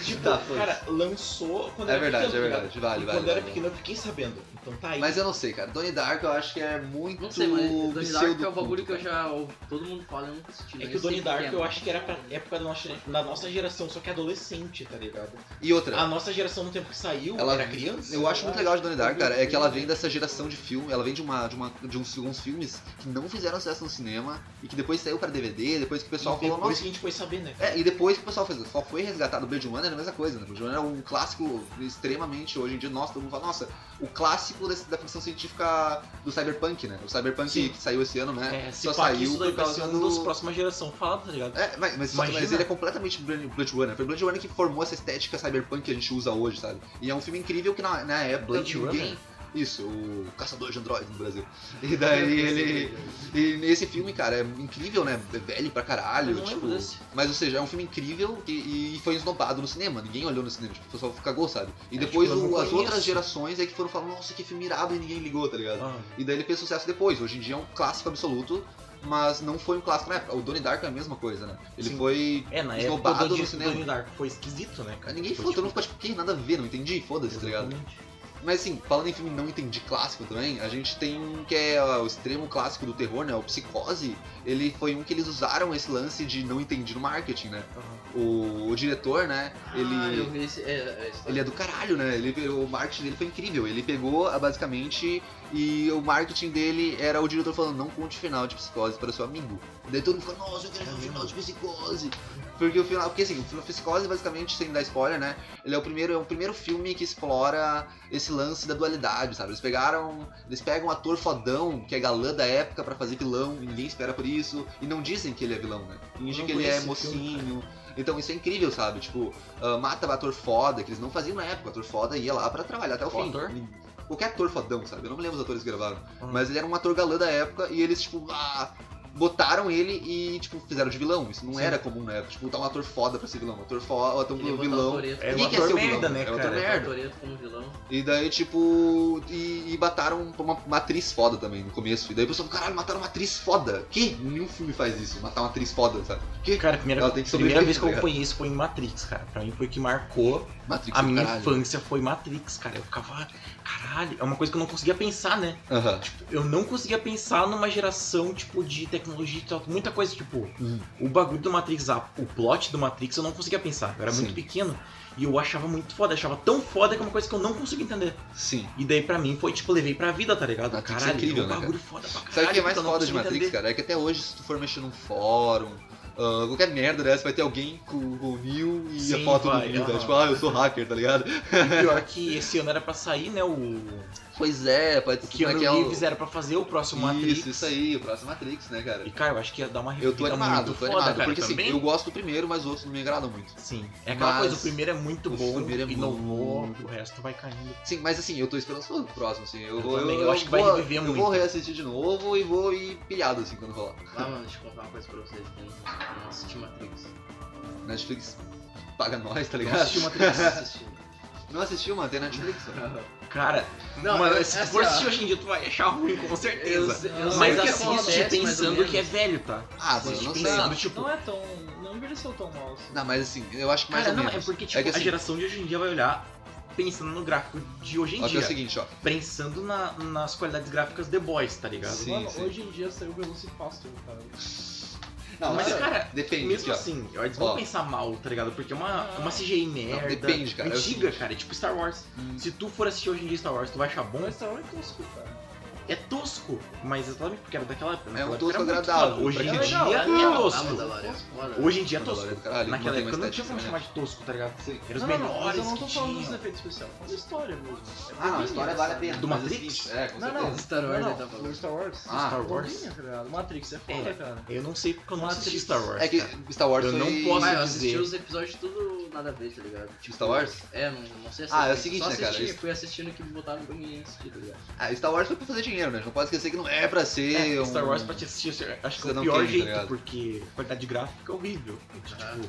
F: Tipo,
A: Tá, foi.
F: cara, lançou quando
A: É
F: era
A: verdade, é
F: pequeno, tá
A: verdade. Vale,
F: ligado?
A: vale.
F: Quando eu era
A: vale.
F: pequeno eu fiquei sabendo. Então tá aí.
A: Mas eu não sei, cara. Donnie Darko eu acho que é muito.
D: Não sei, mas Donnie Dark é o
A: pseudo-culto,
D: bagulho que eu
A: cara.
D: já. ouvi- Todo mundo fala, eu nunca assisti.
F: É
D: mas
F: que o
D: sei
F: Donnie Dark
D: é.
F: eu acho que era pra época da nossa, da nossa geração, só que adolescente, tá ligado?
A: E outra.
F: A nossa geração no tempo que saiu
A: Ela-
F: era criança. né?
A: Eu acho muito legal de Donnie Dark, cara, é que ela vem dessa geração de filme, ela vem de uma de uma de uns, uns filmes que não fizeram sucesso no cinema e que depois saiu pra DVD, depois que o pessoal
F: Só
A: falou,
F: depois
A: nossa,
F: que a gente foi saber, né?
A: é, e depois que o pessoal fez, só foi resgatado. Blade Runner era a mesma coisa, né? Blade Runner é um clássico extremamente, hoje em dia, nossa, todo mundo fala, nossa, o clássico desse- da ficção científica do cyberpunk, né? O cyberpunk
F: Sim.
A: que saiu esse ano, né?
F: É, se
A: só
F: pá, que
A: saiu
F: isso daí
A: por
F: vai
A: causa
F: ser um
A: do-
F: dos próxima geração fala, tá ligado?
A: É, mas, mas, só que- mas
F: Imagina.
A: ele é completamente Blade Blade Runner. Foi Blade Runner que formou essa estética cyberpunk que a gente usa hoje, sabe? E é um filme incrível que na, na época
F: Blade
A: ninguém-
F: Runner?
A: Isso, o Caçador de Androides no Brasil. E daí ele. E nesse filme, cara, é incrível, né? É velho pra caralho.
F: Eu não
A: tipo...
F: lembro desse.
A: Mas, ou seja, é um filme incrível e, e foi esnobado no cinema. Ninguém olhou no cinema, tipo, o pessoal cagou, sabe? E
F: É,
A: depois
F: tipo, eu não
A: o- as
F: conheço.
A: outras gerações é que foram falando, nossa, que filme irado e ninguém ligou, tá ligado?
F: Ah,
A: E daí ele fez sucesso depois. Hoje em dia é um clássico absoluto, mas não foi um clássico na época. O Donnie Darko é a mesma coisa, né? Ele
F: Sim.
A: foi.
F: é, na época
A: Esnobado
F: do
A: no
F: Donnie
A: cinema.
F: Donnie Dark foi esquisito, né?
A: Cara,
F: cara?
A: ninguém
F: Foi,
A: falou, todo
F: tipo,
A: mundo ficou tipo, que nada a ver, não entendi, foda-se, tá ligado?
F: exatamente.
A: Mas assim, falando em filme não entendi clássico também, a gente tem um que é ó, o extremo clássico do terror, né? O Psicose, ele foi um que eles usaram esse lance de não entendi no marketing, né? O, o diretor, né? Ele.
D: Ah, eu vi esse. É, é, esse-
A: Ele é do caralho, né? Ele, pegou- o marketing dele foi incrível. Ele pegou, ah, basicamente, e o marketing dele era o diretor falando: não conte o final de psicose para seu amigo. Daí todo mundo ficou: nossa, eu quero ver o final de psicose. Porque o final. Porque assim, o final psicose, basicamente, sem dar spoiler, né? Ele é o primeiro, é o primeiro filme que explora esse lance da dualidade, sabe? Eles pegaram. Eles pegam um ator fodão, que é galã da época, pra fazer vilão, ninguém espera por isso. E não dizem que ele é vilão, né? Fingem
F: não
A: que ele é
F: conheço esse filme,
A: mocinho. então isso é incrível, sabe? Tipo, ah, mata ator foda, que eles não faziam na época. Ator foda ia lá pra trabalhar até o
F: Qual
A: fim.
F: ator?
A: Qualquer ator fodão, sabe? Eu não me lembro os atores que gravaram.
F: Hum.
A: Mas ele era um ator galã da época e eles, tipo, ah, botaram ele e, tipo, fizeram de vilão. Isso não
F: Sim.
A: era comum na época. Tipo, botar um ator foda pra ser vilão. Um ator foda, um
D: ele ia botar o
A: vilão.
D: Toretto.
F: É
A: Ninguém
F: um
A: quer
F: ator
A: ser o
F: merda,
A: vilão,
F: né,
A: é um ator
F: cara?
D: Ele ia botar
A: merda.
D: o Toretto como vilão.
A: E daí, tipo. E, e mataram uma, uma atriz foda também no começo. E daí o pessoal, caralho, mataram uma atriz foda. Que? Nenhum filme faz isso, matar uma atriz foda, sabe? Que?
F: Cara, a primeira,
A: Ela tem que
F: primeira
A: sobreviver,
F: vez que
A: tá
F: eu
A: ligado?
F: acompanhei isso foi em Matrix, cara. Pra mim foi o que marcou
A: Matrix
F: a
A: do
F: minha
A: caralho.
F: infância foi Matrix, cara. Eu ficava, caralho, é uma coisa que eu não conseguia pensar, né?
A: Aham. Tipo,
F: Eu não conseguia pensar numa geração, tipo, de tecnologia e tal, muita coisa, tipo,
A: Uhum.
F: o bagulho do Matrix, a- o plot do Matrix, eu não conseguia pensar. Eu era
A: Sim.
F: muito pequeno e eu achava muito foda, achava tão foda que é uma coisa que eu não conseguia entender.
A: Sim.
F: E daí pra mim foi, tipo, levei pra vida, tá ligado?
A: Matrix é
F: caralho,
A: incrível,
F: um
A: né,
F: bagulho foda pra caralho. então
A: Sabe o que é mais
F: eu não
A: foda de
F: conseguia
A: Matrix,
F: entender.
A: cara? É que até hoje, se tu for mexer num fórum, ah, qualquer merda dessa, vai ter alguém com com o Neil e a
F: Sim,
A: foto
F: vai,
A: do Neil, tá?
F: aham.
A: Tipo, ah, eu sou hacker, tá ligado?
F: Pior que esse ano era pra sair, né? O
A: Pois é, pode
F: o
A: ser
F: Keanu
A: daquela-
F: Reeves era pra fazer o próximo Matrix.
A: Isso, isso aí, o próximo Matrix, né, cara?
F: E, cara, eu acho que ia dar uma
A: Eu tô
F: revivida
A: animado,
F: muito
A: tô
F: foda,
A: animado,
F: cara,
A: porque assim,
F: também.
A: eu gosto do primeiro, mas os outros não me agradam muito.
F: Sim. É aquela
A: Mas
F: coisa, o primeiro é muito
A: o
F: bom,
A: primeiro é
F: inovou,
A: muito-
F: o resto vai caindo.
A: Sim, mas assim, eu tô esperançoso pro próximo, assim. Eu,
F: Eu
A: vou,
F: também, eu acho que vai
A: vou,
F: reviver
A: eu
F: muito.
A: vou reassistir de novo e vou ir pilhado, assim, quando rolar.
D: Ah, mano, deixa eu contar uma coisa pra vocês. que Eu não assisti Matrix.
A: Netflix paga nós, tá
D: Eu
A: ligado?
D: assisti Matrix. assisti.
A: Não assistiu, mano? Tem Netflix, mano.
F: Cara,
D: Não,
F: mano,
D: é-
F: se
D: é
F: tu for
D: assim, ó.
F: assistir hoje em dia, tu vai achar ruim, com certeza.
D: Eu, eu sei
F: Mas
D: o que
F: assiste
D: acontece, mais
F: pensando
D: ou
F: que é
D: menos.
F: velho, tá?
A: Ah, mano, eu
F: Assiste
A: não sei.
F: pensando, tipo...
I: Não é tão. Não envelheceu tão mal assim.
A: Não, mas assim, eu acho que mais
F: cara,
A: ou
F: não, é
A: menos.
F: porque, tipo,
A: que, assim,
F: a geração de hoje em dia vai olhar pensando no gráfico de hoje em
A: Ó, que é
F: dia.
A: o seguinte, ó.
F: Pensando na- nas qualidades gráficas The Boys, tá ligado?
A: Sim,
I: Mano,
A: sim.
I: hoje em dia saiu o Velocipaster, cara.
A: Não, é.
F: Mas,
A: mas,
F: cara,
A: depende,
F: Mesmo
A: aqui, ó.
F: assim, eles vão
A: Ó.
F: pensar mal, tá ligado? Porque é uma,
I: Ah.
F: uma CGI merda.
A: depende, cara. É o
F: Antiga,
A: seguinte. Hum.
F: cara. É tipo Star Wars. Se tu for assistir hoje em dia Star Wars, tu vai achar bom.
I: Mas Star Wars é tosco, cara.
F: É tosco, mas exatamente porque era daquela época. naquela
A: um
F: época era
A: tosco
F: muito
A: agradável,
F: foda. Hoje
A: pra
F: em
A: quem
F: dia
I: não,
F: é
I: não,
D: Ah,
F: tosco.
D: Mandalorian é foda.
F: Hoje em dia é
A: Mandalorian
F: tosco.
A: do caralho,
F: Naquela
A: mantém uma
F: época não tinha
A: estética
F: como chamar de tosco, tá ligado?
A: Sim. Ah,
F: Eram os
I: não, não, mas
F: menores
I: eu não tô
F: que
I: falando dos
F: tinha.
I: efeitos especiais, falando da história mesmo. É
A: Ah, não, a
I: bobinha,
A: história vale a
I: sabe?
A: pena.
F: Do
A: mas é
F: Matrix?
A: seguinte, É, com
I: Não,
A: certeza.
I: não.
D: Star Wars,
I: Não,
D: ele tá
I: não,
D: falando.
I: falando Star Wars.
A: Ah,
F: Star Wars?
I: Bobinha, tá ligado? Matrix é foda,
F: É.
I: cara.
F: Eu não sei porque eu não
I: Matrix.
F: assisti Star Wars.
A: É que
F: cara.
A: Star Wars
F: Eu não
A: foi...
F: posso
D: Mas eu
F: dizer.
D: assisti os episódios tudo nada a ver, tá ligado? Tipo,
A: Star Wars?
D: É, não, não sei
A: Ah, é o
D: exatamente,
A: seguinte,
D: só
A: né, cara,
D: assisti,
A: isso-
D: Fui assistindo o que botaram pra mim assistir, tá ligado?
A: Ah, Star Wars foi pra fazer dinheiro, né? Não pode esquecer que não é pra ser
F: É,
A: um...
F: Star Wars pra te assistir, acho que é
A: Você
F: o
A: não
F: pior
A: tem, tá
F: jeito,
A: ligado?
F: porque a qualidade gráfica é horrível. Tipo,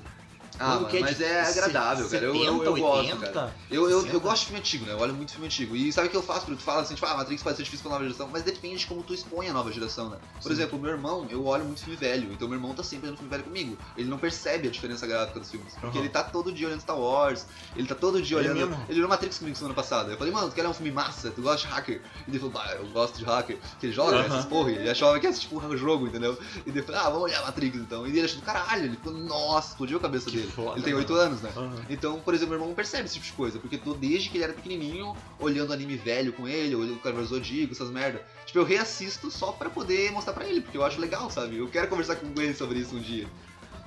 A: Ah,
F: Quando
A: mano,
F: que de
A: mas é agradável, cara. Eu, eu, eu
F: 70,
A: gosto, cara.
F: 80?
A: Eu, eu, eu
F: 60.
A: gosto de filme antigo, né? Eu olho muito filme antigo. E sabe o que eu faço? Porque tu fala assim, tipo, ah, Matrix pode ser difícil pra nova geração, mas depende de como tu expõe a nova geração, né? Por exemplo, meu irmão, eu olho muito filme velho, então meu irmão tá sempre olhando filme velho comigo. Ele não percebe a diferença gráfica dos filmes, porque
F: Aham.
A: ele tá todo dia olhando Star Wars, ele tá todo dia
F: Ele
A: olhando...
F: mesmo?
A: Ele olhou Matrix comigo semana passada. Eu falei, mano, tu quer olhar um filme massa? Tu gosta de hacker? E ele falou, bah, eu gosto de hacker. Que ele joga né,
F: Aham.
A: essas porra, ele achava que era tipo um jogo, entendeu? E ele falou, ah, vamos olhar Matrix então. E ele achou do caralho, ele ficou, nossa, explodiu a cabeça
F: Que
A: dele.
F: foda,
A: ele tem
F: mano.
A: 8 anos, né?
F: Aham.
A: Então, por exemplo, meu irmão percebe esse tipo de coisa, porque tô desde que ele era pequenininho, olhando anime velho com ele, olhando o Cavaleiro Zodíaco, essas merda. Tipo, eu reassisto só pra poder mostrar pra ele, porque eu acho legal, sabe? Eu quero conversar com ele sobre isso um dia.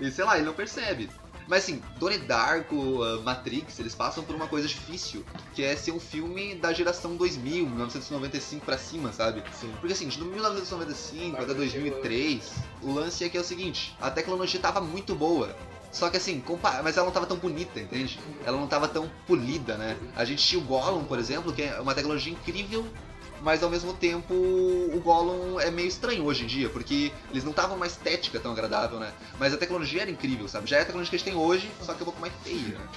A: E sei lá, ele não percebe. Mas assim, Donnie Darko, ah, Matrix, eles passam por uma coisa difícil, que é ser um filme da geração 2000, 1995 pra cima, sabe?
F: Sim.
A: Porque assim, de 1995 até 2003, o lance é que é o seguinte, a tecnologia tava muito boa. Só que assim, compa- mas ela não tava tão bonita, entende? Ela não tava tão polida, né? A gente tinha o Gollum, por exemplo, que é uma tecnologia incrível, mas ao mesmo tempo o Gollum é meio estranho hoje em dia, porque eles não estavam uma estética tão agradável, né? Mas a tecnologia era incrível, sabe? Já é a tecnologia que a gente tem hoje, só que é um pouco mais feia, né?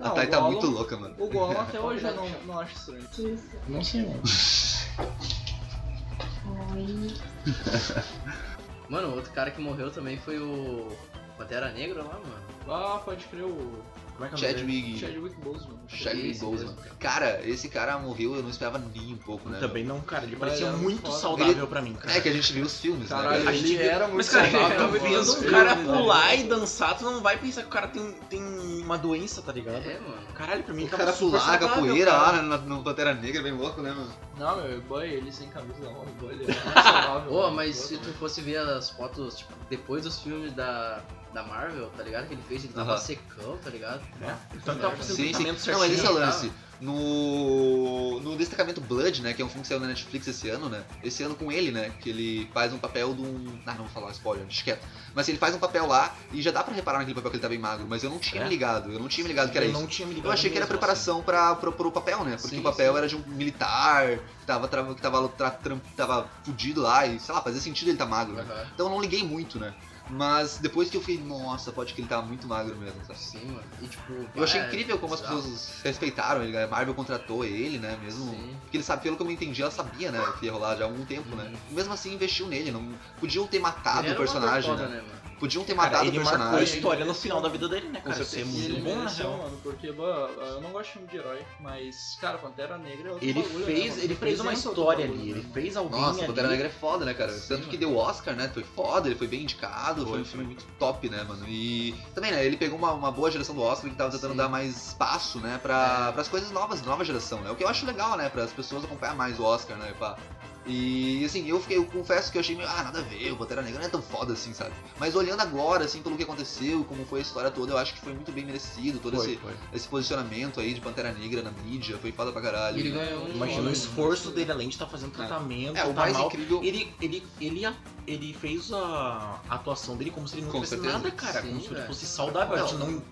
I: Não,
A: a Thay
I: o
F: é
A: tá
I: Gollum-
A: muito louca, mano.
I: O Gollum até hoje eu não, não acho estranho.
E: Não sei, mano.
D: Mano, outro cara que morreu também foi o. Pantera Negra lá, mano.
I: Ah, pode crer o
F: Como é que é o nome dele?
A: Chadwick.
I: Chadwick Boseman.
A: Chadwick
D: Esse
A: Boseman.
D: mesmo, cara.
A: Cara, esse cara morreu, eu não esperava nem um pouco, né?
F: Também não, cara. Ele
I: Mas
F: parecia
I: era
F: muito
I: foda.
F: saudável pra mim, cara.
A: É que a gente viu os filmes, né?
I: Caralho,
A: cara?
F: A gente
I: ele
F: vê-
I: era muito
F: Mas, cara,
I: saudável,
F: tu vendo
I: mano.
F: um cara
I: Ele-
F: pular e dançar, tu não vai pensar que o cara tem, tem uma doença, tá ligado?
D: É, mano.
F: Caralho, pra mim
A: O
F: tava
A: cara
F: tá super
A: pular a
F: saudável,
A: poeira
F: cara.
A: lá na- no Pantera Negra, bem louco, né, mano?
I: Não, meu, o boy, ele sem camisa não, o boy, ele é muito saudável.
D: Pô,
I: mano.
D: mas se tu fosse ver as fotos, tipo, depois dos filmes da, da Marvel, tá ligado? Que ele fez, ele tava
A: Aham.
D: secão, tá ligado?
F: Então tava fazendo
A: Sim, sim.
F: tratamento
A: né? Não, mas esse é o
F: certinho. né?
A: lance. No, no Destacamento Blood, né, que é um filme que saiu na Netflix esse ano, né? Esse ano com ele, né? Que ele faz um papel de um... Ah, não vou falar spoiler, deixa quieto. Mas ele faz um papel lá e já dá pra reparar naquele papel que ele tá bem magro, mas eu não tinha
F: É?
A: me ligado, eu não tinha me ligado que era
F: Eu
A: isso.
F: não tinha me ligado
A: Eu achei que era
F: mesmo, assim.
A: preparação pra, pro, pro papel, né? Porque
D: Sim,
A: o papel
D: sim.
A: era de um militar que tava, tra- que tava, tra- tram- que tava fudido lá e, sei lá, fazia sentido ele tá magro, né?
D: Aham.
A: Então eu não liguei muito, né? Mas depois que eu fiquei, nossa, pode que ele tá muito magro mesmo, sabe?
D: Sim, mano. E tipo.
A: Eu achei
D: pá,
A: incrível como as
D: bizarro.
A: pessoas respeitaram ele, a Marvel contratou ele, né? Mesmo.
D: Sim.
A: Porque ele sabe, pelo que eu entendi, ela sabia, né? Que ia rolar já há algum tempo, né? Mesmo assim, investiu nele. Não... Podiam ter matado
D: Uhum. Ele
A: o
D: era um ator
A: personagem,
D: foda,
A: né?
D: mano?
A: Podiam ter
F: assim. Cara,
A: matado o
F: ele marcou a
A: personagem.
F: história no final da vida dele, né, cara? Isso é
A: certeza.
I: E ele
F: muito bom, na
I: mereceu,
F: real.
I: mano, porque, bah, eu não gosto de filme de herói, mas, cara, Pantera Negra é outro
F: Ele
I: bagulho, né,
F: fez,
I: mano?
F: ele fez uma
I: Representa outro
F: história
I: bagulho,
F: ali, ele
I: né?
F: fez alguém
A: Nossa,
F: ali.
A: Pantera Negra é foda, né, cara?
F: Sim,
A: Tanto que
F: mano.
A: deu Oscar, né? Foi foda, ele foi bem indicado, foi um
F: Foi,
A: filme
F: foi.
A: muito top, né, mano? E também, né, ele pegou uma, uma boa geração do Oscar que tava tentando
D: Sim.
A: dar mais espaço, né,
F: É.
A: pra, pras coisas novas, nova geração, né? O que eu acho legal, né, pras pessoas acompanhar mais o Oscar, né, pá. E assim, eu fiquei, eu confesso que eu achei meio, ah, nada a ver, o Pantera Negra não é tão foda assim, sabe? Mas olhando agora, assim, pelo que aconteceu, como foi a história toda, eu acho que foi muito bem merecido todo esse, esse posicionamento aí de Pantera Negra na mídia, foi foda pra caralho.
D: E ele
A: né?
D: ganhou um.
F: Imagina o
D: Oscar,
I: né?
F: esforço
D: mano.
F: dele, além de estar fazendo tratamento,
A: É, o
F: tá
A: mais
F: mal.
A: incrível.
F: Ele, ele, ele, a- ele fez a atuação dele como se ele não
A: Com
F: tivesse
A: certeza.
F: nada, cara.
D: Sim,
F: como se ele
D: velho.
F: fosse saudável. a gente é. não,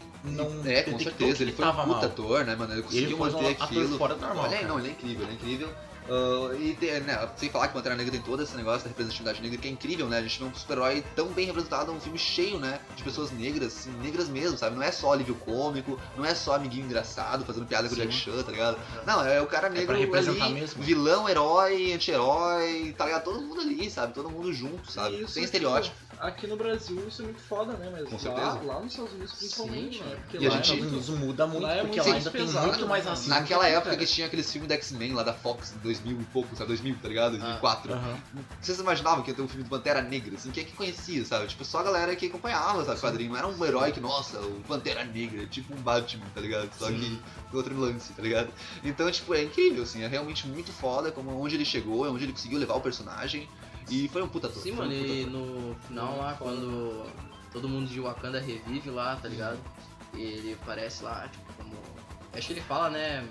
F: não
A: É, com
F: detectou
A: certeza,
F: que
A: ele foi um
F: tava
A: puta
F: mal.
A: ator, né, mano? Ele
F: E ele
A: conseguiu
F: foi um
A: manter
F: ator
A: aquilo.
F: fora do normal.
A: Olha, aí,
F: cara.
A: não, ele é incrível, ele é incrível. Ah, e tem, né, sem falar que Pantera Negra tem todo esse negócio da representatividade negra, que é incrível, né? A gente vê um super-herói tão bem representado, um filme cheio, né? De pessoas negras, assim, negras mesmo, sabe? Não é só alívio cômico, não é só amiguinho engraçado fazendo piada com o
F: Sim.
A: Jack Chan, tá ligado? Não, é o cara negro
F: pra representar
A: ali,
F: mesmo.
A: vilão, herói, anti-herói, tá ligado? Todo mundo ali, sabe? Todo mundo junto, sabe?
I: Isso,
A: sem
I: tipo,
E: é
A: estereótipo.
I: Aqui no Brasil isso é muito foda, né? Mas
A: Com
I: lá,
A: certeza.
I: lá nos Estados Unidos principalmente,
D: Sim,
I: né?
D: mano.
I: Porque
A: E a
I: lá
A: gente-
I: é muito-
F: Isso muda muito,
I: Lá é
F: porque
I: muito
F: lá
I: mais
F: ainda tem
I: pesado,
F: muito mais
I: né?
F: racismo.
A: Naquela
F: que aqui,
A: época
F: cara.
A: que tinha aqueles filmes da X-Men lá da Fox, 2000 e pouco, sabe? 2000, tá ligado?
F: Ah.
A: 2004.
F: Aham.
A: Vocês imaginavam que ia ter um filme do Pantera Negra, assim, quem é que conhecia, sabe? Tipo, só a galera que acompanhava, sabe, quadrinho. Não era um herói que, nossa, o Pantera Negra, é tipo um Batman, tá ligado? Só que com outro lance, tá ligado? Então, tipo, é incrível, assim, é realmente muito foda como onde ele chegou, é onde ele conseguiu levar o personagem. E foi um puta ator.
D: Sim,
A: foi um
D: mano,
A: puta
D: e
A: ator.
D: no final lá, quando todo mundo de Wakanda
A: Uhum.
D: revive lá, tá ligado? E ele aparece lá, tipo, como. Acho que ele fala, né?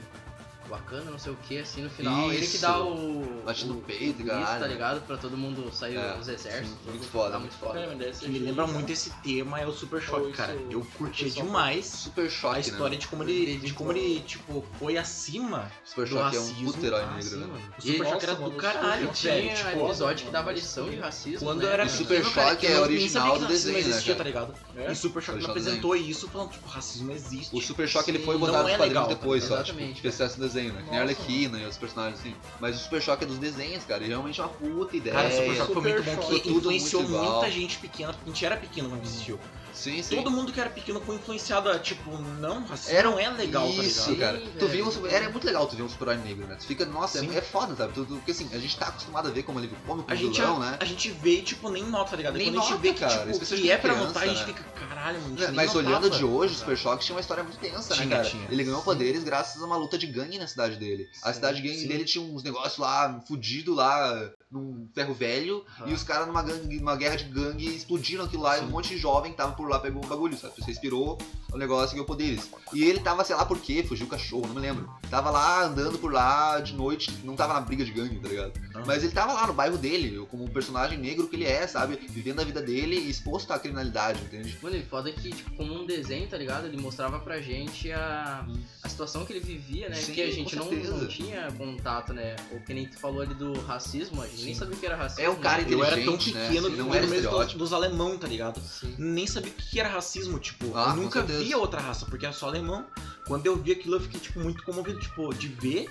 D: bacana, não sei o que, assim, no final. Ele que
A: Isso.
D: dá o.
A: Bate no
D: o-
A: peito,
D: o
A: caralho.
D: Isso, tá ligado? Pra todo mundo sair
A: É,
D: os exércitos.
A: sim,
D: tudo.
A: muito foda,
D: Tá
A: muito
D: muito
E: né,
I: Cara,
D: foda.
I: mas dessa
F: O que me
I: gente-
F: lembra muito esse tema é o Super
I: Ou
F: Choque,
I: isso-
F: cara. Eu curtia
I: Super Choque.
F: demais
A: Super choque,
F: a história
A: né?
F: de como ele, de como ele tipo, foi acima
A: Super
F: do
A: choque é
F: racismo.
A: um puta herói
F: Ah,
A: negro,
F: sim,
A: né?
F: mano. O
D: E-
F: Super Choque era
E: Nossa,
F: do
E: mano,
D: Caralho,
F: caralho,
D: tinha
F: velho. Tipo,
D: episódio que dava lição de racismo.
F: quando
D: né?
F: eu era
A: Super
F: pequeno, cara,
A: Choque
F: eu
A: é
F: não- nem sabia
A: original
F: que
A: do
F: racismo
A: desenho, né,
F: existia,
A: cara?
F: tá ligado?
E: é
F: E o Super Choque me
A: Original do
F: apresentou isso falando, tipo, racismo existe.
A: O Super Choque ele
D: Sim,
A: foi
D: não
A: botado
F: é
A: nos quadrinhos
F: legal,
A: depois, só. Tipo,
D: exatamente,
A: que acesso do desenho, né? Que nem a
E: Nossa,
A: Arlequina e os personagens assim. Mas o Super Choque é dos desenhos, cara. E realmente é uma puta ideia.
F: Cara, o Super Choque foi muito
I: Super
F: bom,
A: Choque,
F: que
A: tudo
F: influenciou
A: muito igual.
F: muita gente pequena, porque a gente era pequeno quando existiu.
A: Sim, sim.
F: Todo mundo que era pequeno foi influenciado a, tipo, não, racismo
A: Era
F: não é legal, tá
A: Isso,
F: ligado?
A: cara.
D: Sim,
A: tu
D: velho.
A: viu um, era muito legal tu ver um super-herói negro, né? Tu fica, nossa,
F: Sim.
A: é, é foda, sabe? Tu, tu- porque assim, a gente tá acostumado a ver como ele como
F: A
A: como
F: gente, é
A: vilão, né?
F: a gente vê e, tipo, nem nota, tá ligado? E
A: Nem
F: Quando a gente
A: nota,
F: vê que,
A: cara,
F: tipo,
A: especialmente
F: que é pra
A: criança,
F: notar, a gente
A: né?
F: fica, caralho, mano, a gente
A: Né,
F: nem
A: Mas olhando
F: notava.
A: de hoje, o Super Choque tinha uma história muito tensa, né,
F: Tinha,
A: cara?
F: tinha.
A: Ele ganhou
F: Sim.
A: poderes graças a uma luta de gangue na cidade dele. A cidade de gangue
F: Sim.
A: dele tinha uns negócios lá, um fudido lá, num ferro velho, e os caras numa gangue, numa guerra de gangue explodiram aquilo lá, e um
F: Sim.
A: monte de jovem que tava por lá pegou um bagulho, sabe? Você inspirou o negócio e ganhou poderes. E ele tava, sei lá por quê, fugiu o cachorro, não me lembro. Tava lá andando por lá de noite, não tava na briga de gangue, tá ligado?
F: Ah.
A: Mas ele tava lá no bairro dele, como um personagem negro que ele é, sabe? Vivendo a vida dele e exposto à criminalidade, entende?
D: Mano, e foda que, tipo, como um desenho, tá ligado? Ele mostrava pra gente a, a situação que ele vivia, né?
A: Sim,
D: que a
A: com
D: gente não,
A: certeza.
D: não tinha contato, né? Ou que nem tu falou ali do racismo, a gente nem sabia o que era racismo.
A: É um cara
D: né?
F: Eu era tão
A: inteligente, né?
F: pequeno
A: Assim,
F: que
A: não
F: não era
A: era
F: mesmo
A: estereótipo.
F: dos alemão, tá ligado?
D: Sim.
F: Nem sabia o que era racismo, tipo,
A: Ah,
F: eu
A: com
F: nunca
A: certeza.
F: via outra raça, porque era só alemão. Quando eu vi aquilo, eu fiquei, tipo, muito comovido, tipo, de ver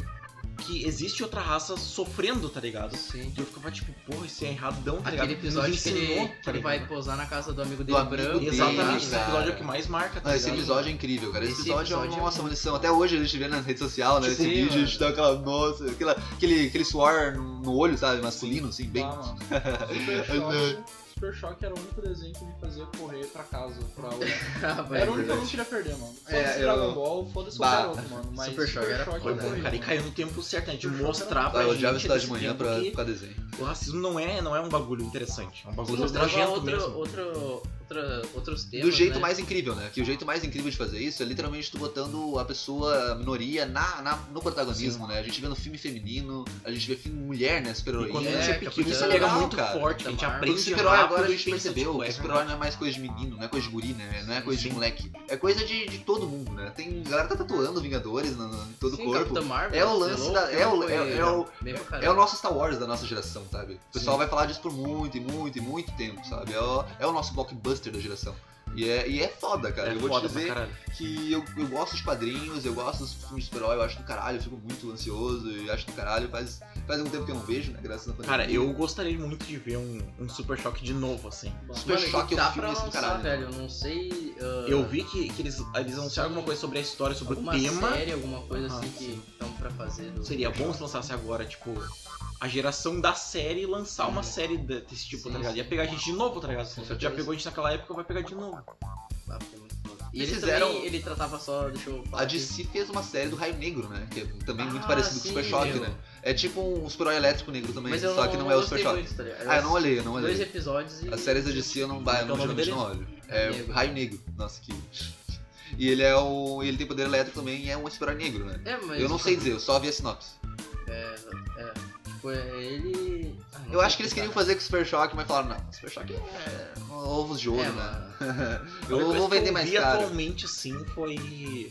F: que existe outra raça sofrendo, tá ligado?
D: Sim.
F: E eu ficava, tipo, porra, isso é erradão, tá ligado?
D: Aquele episódio
F: Nos
D: que
F: ensinou,
D: ele, que
F: tá
D: ele
F: ligado?
D: vai posar na casa do amigo
A: é Do
D: dele
A: amigo
D: branco.
A: dele,
D: tá
F: Exatamente,
D: ligado?
F: esse episódio é o que mais marca, tá
A: Não, esse
F: ligado?
A: episódio é incrível, cara. Esse,
D: Esse
A: episódio, é
D: episódio
A: uma
D: é
A: nossa, uma
D: muito-
A: lição. Até hoje a gente vê na rede social, né? Esse
D: Sim,
A: vídeo, a gente
D: mano.
A: dá aquela, nossa, aquela, aquele, aquele suor no olho, sabe? Masculino, assim, bem. Uhum.
E: Ah, mano. Super Choque. Super Choque era um o único desenho que me fazia correr pra casa, pra aula.
A: um
D: Ah, vai,
E: Era o único que eu
D: verdade.
E: não queria perder, mano. Foda-se
A: É, eu-
E: Dragon Ball, foda-se
A: Bah,
E: qualquer outro, mano. Mas
D: Super Choque era
E: Choque eu
A: né?
D: foda,
F: Olha,
E: corri,
F: cara, e
E: mano.
F: caiu no tempo certo, né? De mostrar pra
A: Ah, é eu
F: gente.
A: odiava estudar de
F: desse
A: manhã
F: tempo
A: pra
F: que
A: ficar desenho.
F: O racismo não é, não é um bagulho interessante. É um bagulho
D: Mostrava
F: nojento
D: outro,
F: mesmo.
D: outro, outra- outros temas,
A: Do jeito
D: né?
A: mais incrível, né? Que o jeito mais incrível de fazer isso é literalmente tu botando a pessoa, a minoria, na, na- no protagonismo, né? A gente vê no filme feminino, a gente vê filme mulher, né?
F: E quando a
A: Super-heroína.
F: gente é
D: É,
F: pequeno,
A: capitão,
F: isso pega
A: não,
F: muito
A: cara. É
F: forte. A gente
D: Tamar.
A: Pro
F: aprende
A: super-herói
F: rápido
A: agora a
F: e
A: gente
F: pensa,
A: percebeu
F: tipo,
A: que
F: é
A: o super-herói não é mais coisa de menino, não é coisa de guri, né? Não é coisa de moleque. É coisa de, de todo mundo, né? Tem galera tá
F: É.
A: tatuando Vingadores no, no- em todo
D: Sim,
A: o corpo.
D: Capitã Marvel,
A: É
F: né?
A: o lance
D: Zelou,
A: da- é o-
D: foi-
A: é- é o-
F: Tá
D: bem pra
A: É o
D: caralho.
A: nosso Star Wars da nossa geração, sabe? O pessoal vai falar disso por muito e muito e muito tempo, sabe? É o, é o nosso blockbuster da geração. E é, e é foda, cara.
F: É
A: eu vou
F: foda
A: te
F: pra
A: dizer
F: caralho.
A: que eu, eu gosto dos quadrinhos, eu gosto dos filmes de super-herói, eu acho do caralho, eu fico muito ansioso e acho do caralho. Faz, faz algum tempo que eu não vejo, né? Graças a pandemia.
F: Cara, eu gostaria muito de ver um, um Super Choque de novo, assim.
A: Super
D: Mano,
A: Choque é um
D: dá
A: filme
D: pra
A: desse do
D: lançar,
A: caralho. né?
D: velho. Eu não sei. ah,
F: Eu vi que, que eles, eles anunciaram alguma coisa sobre a história, sobre
D: alguma
F: o tema.
D: série, alguma coisa
F: Aham,
D: assim que estão pra fazer. do-
F: Seria bom se lançasse agora, tipo, a geração da série lançar uma série de- desse tipo,
D: Sim,
F: tá ligado? Ia
D: sim.
F: pegar a gente de novo, tá ligado?
D: certeza.
F: Já pegou a gente naquela época, vai pegar de novo.
D: Ah, porque é muito foda. E
A: Eles
D: ele
A: fizeram-
D: também, ele tratava só, deixa eu falar
A: A
D: aqui.
A: DC fez uma série do Raio Negro, né? Que é também muito
D: Ah,
A: parecido com o
D: sim,
A: Super Choque,
D: meu.
A: né? É tipo um super-herói elétrico negro também,
D: Mas eu
A: só que não é o
D: gostei
A: Super Choque.
D: muito, tá ligado?
A: Ah, eu não olhei, eu não olhei.
D: Dois episódios e... Então,
A: As séries da DC eu não
F: Como
A: vai,
F: que
A: eu
F: é o nome
A: geralmente
F: dele?
A: não olho. É
D: Raio Negro.
A: Raio Negro, nossa que. E ele é o. Ele tem poder elétrico também e é um super negro, né?
D: É, mas...
A: Eu não sei dizer, eu só vi a sinopse.
D: É, é. Tipo, é ele... Ah, não
A: Eu
D: sei
A: acho que eles queriam
D: explicar.
A: fazer com o Super Choque, mas falaram, não, Super Choque é ovos de ouro,
D: É,
A: né?
D: mano.
A: eu
F: A única
A: vou
F: coisa que
A: vender
F: eu
A: mais
F: vi
A: caro.
F: atualmente, sim, foi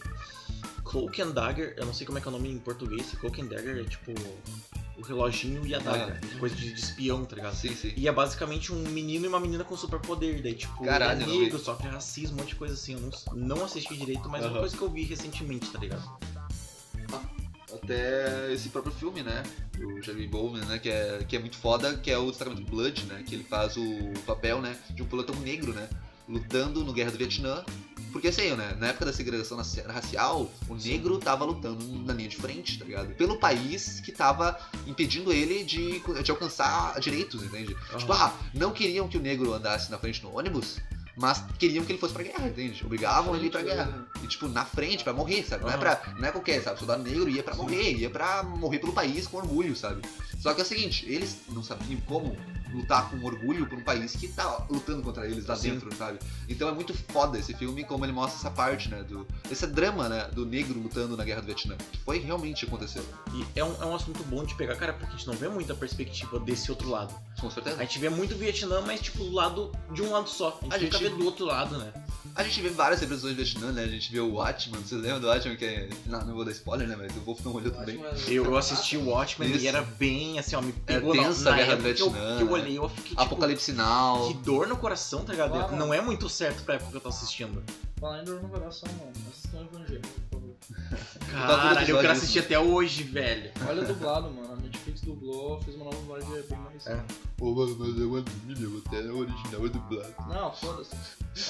F: Cloak and Dagger. Eu não sei como é que é o nome em português. Cloak and Dagger é tipo o reloginho e a daga. Coisa de, de espião, tá ligado?
A: Sim, sim.
F: E é basicamente um menino e uma menina com superpoder. Daí, tipo, ele
A: Caralho,
F: é
A: eu não
F: negro, sofre racismo, um monte de coisa assim. Eu não, não assisti direito, mas é uma
A: Aham.
F: coisa que eu vi recentemente, tá ligado?
A: Até esse próprio filme, né? O Jeremy Bowman, né? Que é, que é muito foda, que é o destacamento Blood, né? Que ele faz o papel, né? De um pelotão negro, né? Lutando no Guerra do Vietnã. Porque assim, né? Na época da segregação raci- racial, o negro tava lutando na linha de frente, tá ligado? Pelo país que tava impedindo ele de, de alcançar direitos, entende? Tipo, ah, não queriam que o negro andasse na frente no ônibus, mas queriam que ele fosse pra guerra, entende? Obrigavam ele pra guerra. E, tipo, na frente, pra morrer, sabe? Não, é
F: Aham.
A: pra, não é qualquer, sabe? Soldado negro ia pra morrer, ia pra morrer pelo país com orgulho, sabe? Só que é o seguinte, eles não sabiam como lutar com orgulho por um país que tá lutando contra eles lá
F: Sim.
A: dentro, sabe? Então é muito foda esse filme, como ele mostra essa parte, né? Do, esse drama, né? Do negro lutando na guerra do Vietnã. Que foi realmente aconteceu.
F: E é um, é um assunto bom de pegar, cara, porque a gente não vê muita perspectiva desse outro lado.
A: Com certeza.
F: A gente vê muito Vietnã, mas tipo, do lado de um lado só. A
A: A
F: gente, nunca
A: gente-
F: vê do outro lado, né?
A: A gente vê várias representações do Vietnã, né? A gente vê o Watchman, vocês lembram do Watchman? Que é... não, não vou dar spoiler, né? Mas o Wolf não olhou
D: é,
A: também.
F: Eu, eu assisti o Watchmen
A: Isso.
F: e era bem assim, ó, me
A: É
F: pegou
A: tensa
F: na,
A: a
F: na
A: guerra do
F: época que eu,
A: Vietnã,
F: que eu
A: né?
F: olhei, eu fiquei tipo,
A: Apocalipse Now.
F: que dor no coração, tá ligado?
E: Claro.
F: Não é muito certo pra época que eu tô assistindo.
E: Falando no coração, mano. Assistam o Evangelho, por favor.
A: todo
F: Caralho, eu
A: episódio
F: quero
A: isso.
F: assistir até hoje, velho.
E: Olha dublado, mano. A Netflix dublou, fez uma nova dublagem bem mais
F: É.
A: Ô, mano, mas é um anime, até o original é dublado.
E: Não, foda-se.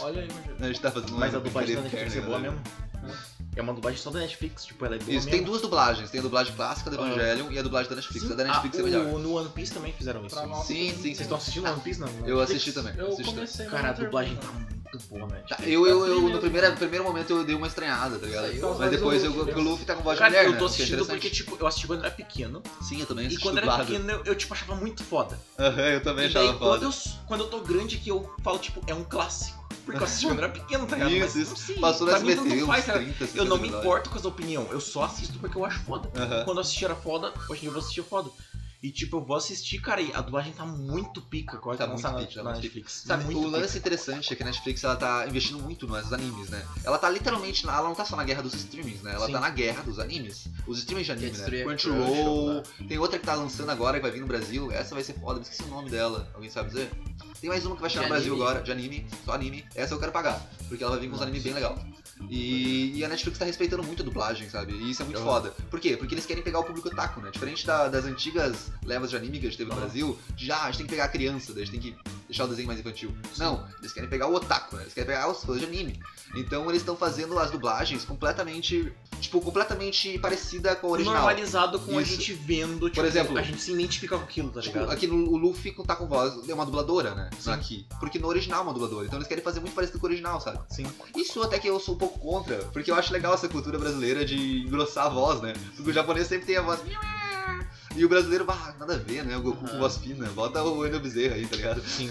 E: Olha aí, Evangelho.
A: A gente tá fazendo
F: Mas
A: uma
F: a dublagem da
A: brincadeira
F: Netflix é
A: interna,
F: boa
A: né?
F: mesmo. É uma dublagem só da Netflix, tipo, ela é boa
A: Isso, tem duas dublagens. Tem a dublagem clássica do
F: Ah.
A: Evangelion e a dublagem da Netflix.
F: Sim,
A: a da Netflix
F: ah,
A: é melhor.
F: o- No One Piece também fizeram isso. né?
E: Pra
F: Vocês
E: nós,
A: Sim, sim, sim.
F: estão assistindo One Piece, não?
A: Eu assisti também.
E: Eu
A: assisti também.
E: comecei
F: Cara, a
E: Hunter,
F: dublagem
E: mano.
F: tá muito boa, né?
A: Tá, Eu, eu,
E: Assim
A: eu no
E: mesmo.
A: primeira- primeiro momento eu dei uma estranhada, tá ligado?
E: Saiu.
A: Mas depois eu,
E: Mas
A: o Luffy tá com voz de
F: Cara,
A: mulher,
F: eu tô
A: né? Achei
F: assistindo porque,
A: interessante.
F: tipo, eu assisti quando era pequeno.
A: Sim, eu também
F: E
A: assisti
F: quando era
A: dublado.
F: pequeno, eu, eu, tipo, achava muito foda.
A: Aham, eu também
F: E daí,
A: achava
F: quando
A: foda.
F: eu, quando eu tô grande, que eu falo, tipo, é um clássico. Porque eu assisti quando era pequeno, tá ligado?
A: Isso,
F: Mas,
A: isso.
F: Sim,
A: Passou no
F: pra mim, tanto
A: SBT uns
F: faz, cara.
A: 30, 50
F: Eu não me
A: episódios.
F: importo com essa opinião, eu só assisto porque eu acho foda.
A: Aham.
F: Quando eu assisti era foda, hoje em dia eu vou assistir é foda. E tipo, eu vou assistir, cara, e a dublagem tá muito pica agora
A: Tá
F: que
A: muito
F: lançar na,
A: pica, tá
F: na
A: muito
F: Netflix.
A: Sabe,
F: muito
A: o
F: pica.
A: lance interessante é que a Netflix ela tá investindo muito nos animes, né? Ela tá literalmente, na- ela não tá só na guerra dos streamings, né? Ela
F: Sim.
A: tá na guerra dos animes. Os streamings de anime,
D: destruir
A: né?
D: a
A: Crunchyroll, tem outra que tá lançando agora que vai vir no Brasil. Essa vai ser foda, eu esqueci o nome dela. Alguém sabe dizer? Tem mais uma que vai chegar
D: De
A: no Brasil
D: anime?
A: agora, de anime, só anime. Essa eu quero pagar, porque ela vai vir com uns animes bem legal. E, e a Netflix tá respeitando muito a dublagem, sabe? E isso é muito
F: Aham.
A: foda. Por quê? Porque eles querem pegar o público otaku, né? Diferente da- das antigas levas de anime que a gente teve no
F: Aham.
A: Brasil, já a gente tem que pegar a criança, daí a gente tem que deixar o desenho mais infantil. Não, eles querem pegar o otaku, né? Eles querem pegar os fãs de anime. Então eles estão fazendo as dublagens completamente, tipo, completamente parecida com a original.
F: Tá normalizado com a
A: Isso.
F: gente vendo, tipo,
A: exemplo,
F: a gente se identifica com aquilo, tá
A: Tipo,
F: ligado?
A: aqui no, o Luffy tá com voz, é uma dubladora, né? Aqui. Porque no original é uma dubladora. Então eles querem fazer muito parecido com o original, sabe?
F: Sim.
A: Isso até que eu sou um pouco contra, porque eu acho legal essa cultura brasileira de engrossar a voz, né? Porque o japonês sempre tem a voz. E o brasileiro, bah, nada a ver, né? O Goku com voz fina. Bota o Eno Bezerra aí, tá ligado?
F: Sim.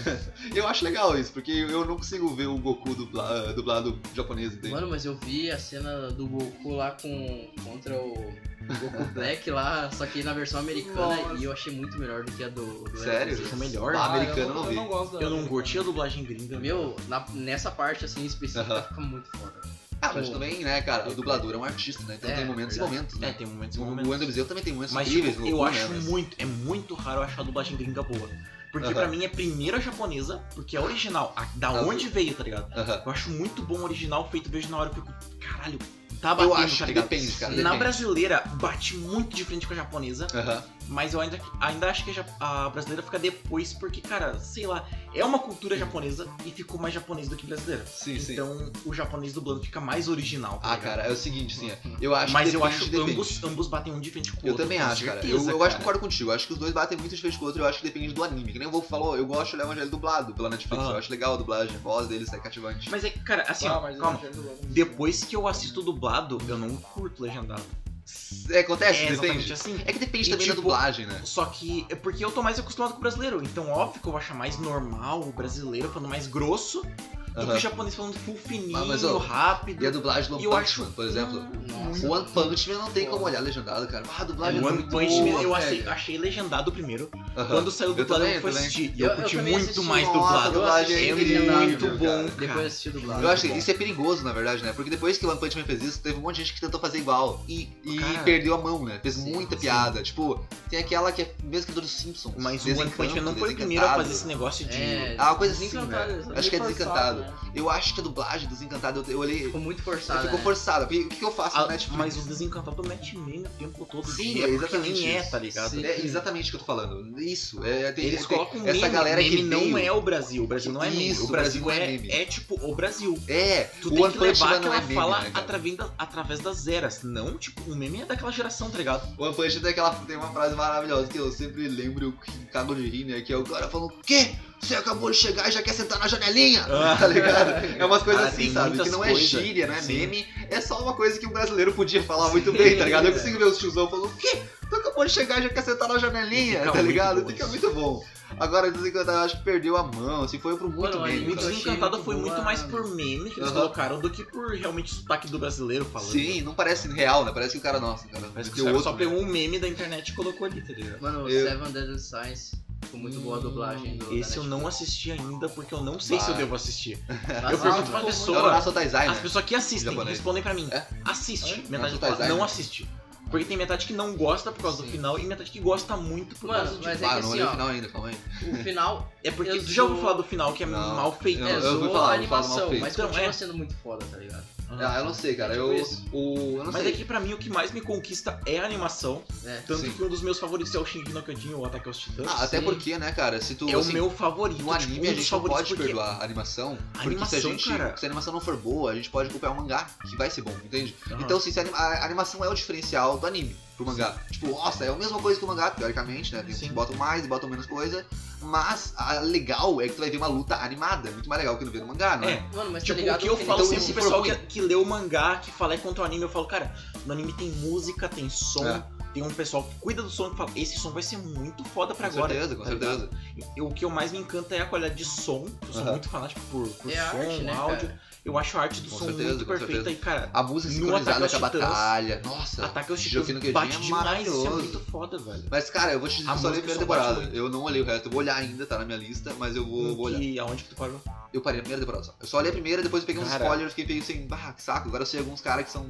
A: eu acho legal isso, porque eu não consigo ver o Goku dubla- eh, dublado japonês, entende?
D: Mano, mas eu vi a cena do Goku lá com contra o Goku Black lá, só que na versão americana e eu achei muito melhor do que a do, do
A: Sério?
D: Evangelho.
F: Isso é melhor.
A: Ah,
E: Ah,
A: americano eu
E: eu
A: não vi.
E: Eu não gosto da
F: Eu não curti a dublagem gringa.
D: Meu, na- nessa parte assim específica
A: Aham.
D: fica muito foda.
A: Ah, mas também, né, cara, o dublador é um artista, né? Então
D: É,
A: tem momentos e
D: verdade.
A: momentos,
F: É,
A: né?
F: tem momentos e
A: O
F: momentos.
A: Wendel Bezerra também tem momentos
F: Mas
A: incríveis.
F: tipo,
A: no
F: eu
A: Goku,
F: acho
A: né? Mas-
F: muito, é muito raro eu achar a dublagem gringa boa. Porque
A: Aham.
F: pra mim é primeira japonesa, porque é original, a- da
A: Aham.
F: onde veio, tá ligado?
A: Aham.
F: Eu acho muito bom o original, feito vejo na hora, eu fico, caralho, tá batendo,
A: Eu acho
F: tá
A: que
F: ligado?
A: depende, cara.
F: Na
A: depende.
F: brasileira, bate muito de frente com a japonesa,
A: Aham.
F: mas eu ainda, ainda acho que a ja- a, brasileira fica depois, porque, cara, sei lá, é uma cultura japonesa e ficou mais japonesa do que brasileira.
A: Sim, sim.
F: Então o japonês dublando fica mais original. tá
A: Ah,
F: ligado?
A: cara, é o seguinte, sim. é, Eu acho
F: Uhum. mas
A: que
F: eu
A: depende,
F: acho
A: depende.
F: ambos, ambos batem um de frente com o
A: Eu
F: outro.
A: também
F: com
A: acho, cara. Eu,
F: certeza,
A: eu
F: cara.
A: acho que concordo contigo. Eu acho que os dois batem muito de frente com o outro. Eu acho que depende do anime. Que nem o Wolf falou, eu gosto de olhar o Evangelho dublado pela Netflix.
F: Aham.
A: Eu acho legal a dublagem, a voz deles é cativante.
F: Mas é, que, cara, assim,
E: Ah,
F: ó,
E: mas o
F: calma.
E: Evangelho eu
A: é.
E: gosto muito.
F: Depois que eu assisto dublado, eu não curto legendado.
A: É, acontece,
F: é exatamente
A: depende.
F: assim.
A: É que depende
F: E,
A: também da
F: tipo,
A: dublagem, né?
F: Só que é porque eu tô mais acostumado com o brasileiro. Então, óbvio que eu vou achar mais normal o brasileiro falando mais grosso do que
A: Aham.
F: o japonês falando full fininho,
A: Mas, mas, ó,
F: rápido.
A: E a dublagem do One
F: eu
A: Punch
F: acho-
A: Man, por exemplo.
D: Nossa.
A: O One Punch Man não tem como olhar legendado, cara. Ah, a dublagem
F: O
A: é
F: One
A: muito
F: Punch Man
A: boa, velho.
F: eu achei, achei legendado primeiro.
A: Aham.
F: Quando saiu do
A: também,
F: eu
A: eu
F: fui
A: também.
F: assistir. E eu,
D: Eu- eu
F: curti
D: também
F: muito
D: assisti.
F: mais
A: Nossa, a
F: dublado.
A: dublagem
F: É
A: é
F: muito
A: incrível,
F: bom,
A: cara.
F: cara.
D: Depois eu assisti dublado.
A: Eu achei,
D: Bom.
A: isso é perigoso, na verdade, né? Porque depois que o One Punch Man fez isso, teve um monte de gente que tentou fazer igual. E, e
F: Cara.
A: perdeu a mão, né? Fez muita
D: sim.
A: piada. Tipo, tem aquela que é mesmo que do Simpsons.
F: Mas o One Punch Man não foi
A: Desencanto,
F: o primeiro a fazer
A: Desencantado.
F: esse negócio de...
D: É,
A: Ah, uma coisa assim,
D: Desencantado,
A: né?
D: só
A: Acho que é
E: Meio
A: desencantado.
E: forçado, né?
A: Eu acho que a dublagem do desencantado, eu, eu olhei.
D: Ficou muito forçado.
A: ficou
D: né?
A: forçada. Porque o que, que eu faço
F: Ah,
A: na Netflix?
F: mas o desencantado mete meio o tempo todo.
A: Sim,
F: de-
A: é
F: porque
A: exatamente
F: nem é,
A: isso.
F: tá ligado?
D: Sim.
A: É exatamente o que eu tô falando. Isso. É, tem,
F: Eles
A: tem-
F: colocam um
A: essa
F: meme,
A: galera
F: meme
A: que veio-
F: não é o Brasil. O Brasil não é meme.
A: Isso,
F: o Brasil,
A: Brasil não é
F: é,
A: meme.
F: é, tipo o Brasil.
A: É,
F: Tu
A: o
F: tem
A: One
F: que
A: Punch
F: levar
A: Man não
F: aquela
A: é meme,
F: fala
A: né, cara?
F: através, da- através das eras. Não, tipo, o meme é daquela geração, tá ligado?
A: O One Punch tem, aquela, tem uma frase maravilhosa que eu sempre lembro que cago de rir, né? Que é o cara falando, o quê? Você acabou de chegar e já quer sentar na janelinha?
F: Ah.
A: Tá ligado? É umas coisas
F: Cara,
A: assim,
F: tem
A: sabe?
F: muitas
A: Que não é
F: coisas.
A: gíria, não é
F: Sim.
A: meme. É só uma coisa que um brasileiro podia falar muito bem, tá ligado? Eu consigo ver os tiozão falando, o quê? Tu acabou pode chegar e já quer sentar na janelinha,
F: Fica
A: tá
F: muito
A: ligado?
F: bom
A: Fica
F: isso.
A: muito bom. Agora, Desencantada, acho que perdeu a mão, assim, foi pro muito
D: Mano,
A: bem. cara.
D: aí me
F: O
D: Eu achei
F: Desencantada
D: muito
F: foi
D: boa
F: muito
D: a
F: mais
D: análise.
F: por meme que eles
A: Aham.
F: colocaram do que por realmente sotaque do brasileiro falando.
A: Sim, não parece real, né? Parece que o cara, nossa, cara,
F: Parece que
A: deu
F: o cara
A: outro,
F: só pegou
A: né?
F: um meme da internet e colocou ali, tá ligado?
D: Mano,
A: Eu-
D: Seven Deadly Science. Ficou muito boa a dublagem. Do,
F: Esse eu não assisti ainda porque eu não sei se eu
A: Bah.
F: devo assistir.
D: assisti.
F: Eu pergunto
A: Não,
F: pra
A: não,
F: pessoa.
A: sou Taizai, né?
F: As pessoas que assistem
A: Japonês.
F: respondem pra mim.
A: É?
F: Assiste.
A: Nossa,
F: Metade
A: tá
F: fala,
A: exato.
F: não assiste. Porque tem metade que não gosta por causa do
D: Sim.
F: final e metade que gosta muito por causa
D: Mano,
F: do
D: mas é que
A: Ah, não
D: assim,
A: olhei o
D: ó.
A: final ainda, calma aí.
D: O final
F: É porque
D: eu
F: tu já
D: sou-
F: ouviu falar do final que é
A: Não.
F: mal feito.
A: Eu-
D: é
A: eu ouvi falar,
D: zoa
A: eu
D: a
A: ouvi falar mal
D: animação,
A: feito.
D: mas
F: Então,
D: continua
F: é.
D: sendo muito foda, tá ligado?
A: Ah, eu não sei, cara.
D: É
A: Eu,
D: tipo isso.
A: o, eu não
F: Mas
A: sei.
F: é que pra mim o que mais me conquista é a animação.
D: É.
F: Tanto
A: Sim.
F: que um dos meus favoritos é o Shingeki no Kyojin ou Ataque aos Titãs.
A: Ah, até
D: sim.
A: porque, né, cara, se tu.
F: é
A: assim,
F: o meu favorito.
A: No
F: tipo,
A: anime
F: um
A: a
F: dos
A: gente não
F: favoritos,
A: pode
F: porque-
A: perdoar a animação, porque se a
F: animação,
A: gente.
F: cara.
A: Se a animação não for boa, a gente pode copiar o mangá, que vai ser bom, entende?
F: Aham.
A: Então, assim, se a, anima- a animação é o diferencial do anime pro mangá. Tipo, nossa, é a mesma coisa que o mangá, teoricamente, né? Tem uns
F: Sim.
A: que botam mais, botam menos coisa. Mas a legal é que tu vai ver uma luta animada. é Muito mais legal que não ver no mangá, não é?
F: É.
D: Mano, mas tá
F: Tipo,
D: ligado?
F: o que eu
D: que
F: falo
A: então,
F: sempre
A: se
F: pro
A: for
F: pessoal
A: ruim.
F: que, que lê o mangá, que fala é contra o anime, eu falo, cara, no anime tem música, tem som,
A: É.
F: tem um pessoal que cuida do som que fala, esse som vai ser muito foda pra
A: Com
F: agora.
A: certeza, com
F: tá ligado?
A: certeza.
F: Eu- o que eu mais me encanta é a qualidade de som. Eu sou
A: Aham.
F: muito fanático por, por
D: É
F: som,
D: arte, né,
F: áudio.
D: cara?
F: Eu acho a arte do
A: Com
F: som
A: certeza,
F: muito
A: com
F: perfeita
A: certeza.
F: e, cara,
A: A música
F: No
A: sincronizada
F: Ataque
A: com a
F: aos Titãs.
A: batalha. Nossa.
F: ataque aos
A: Jogo
F: titãs
A: no Kyojin
F: bate
A: é
F: demais, isso é
A: maravilhoso.
F: muito foda, velho.
A: Mas, cara, eu vou te dizer
F: A
A: que só olhei a
F: música
A: primeira
F: só bate
A: temporada.
F: muito.
A: Eu não olhei o resto. Eu vou olhar ainda, tá na minha lista, mas eu vou, vou olhar.
F: E aonde que tu parou?
A: Eu parei na primeira temporada só. Eu só olhei a primeira, depois eu peguei uns
F: Cara.
A: spoilers, fiquei peguei assim, bah, que saco. Agora eu sei alguns caras que são,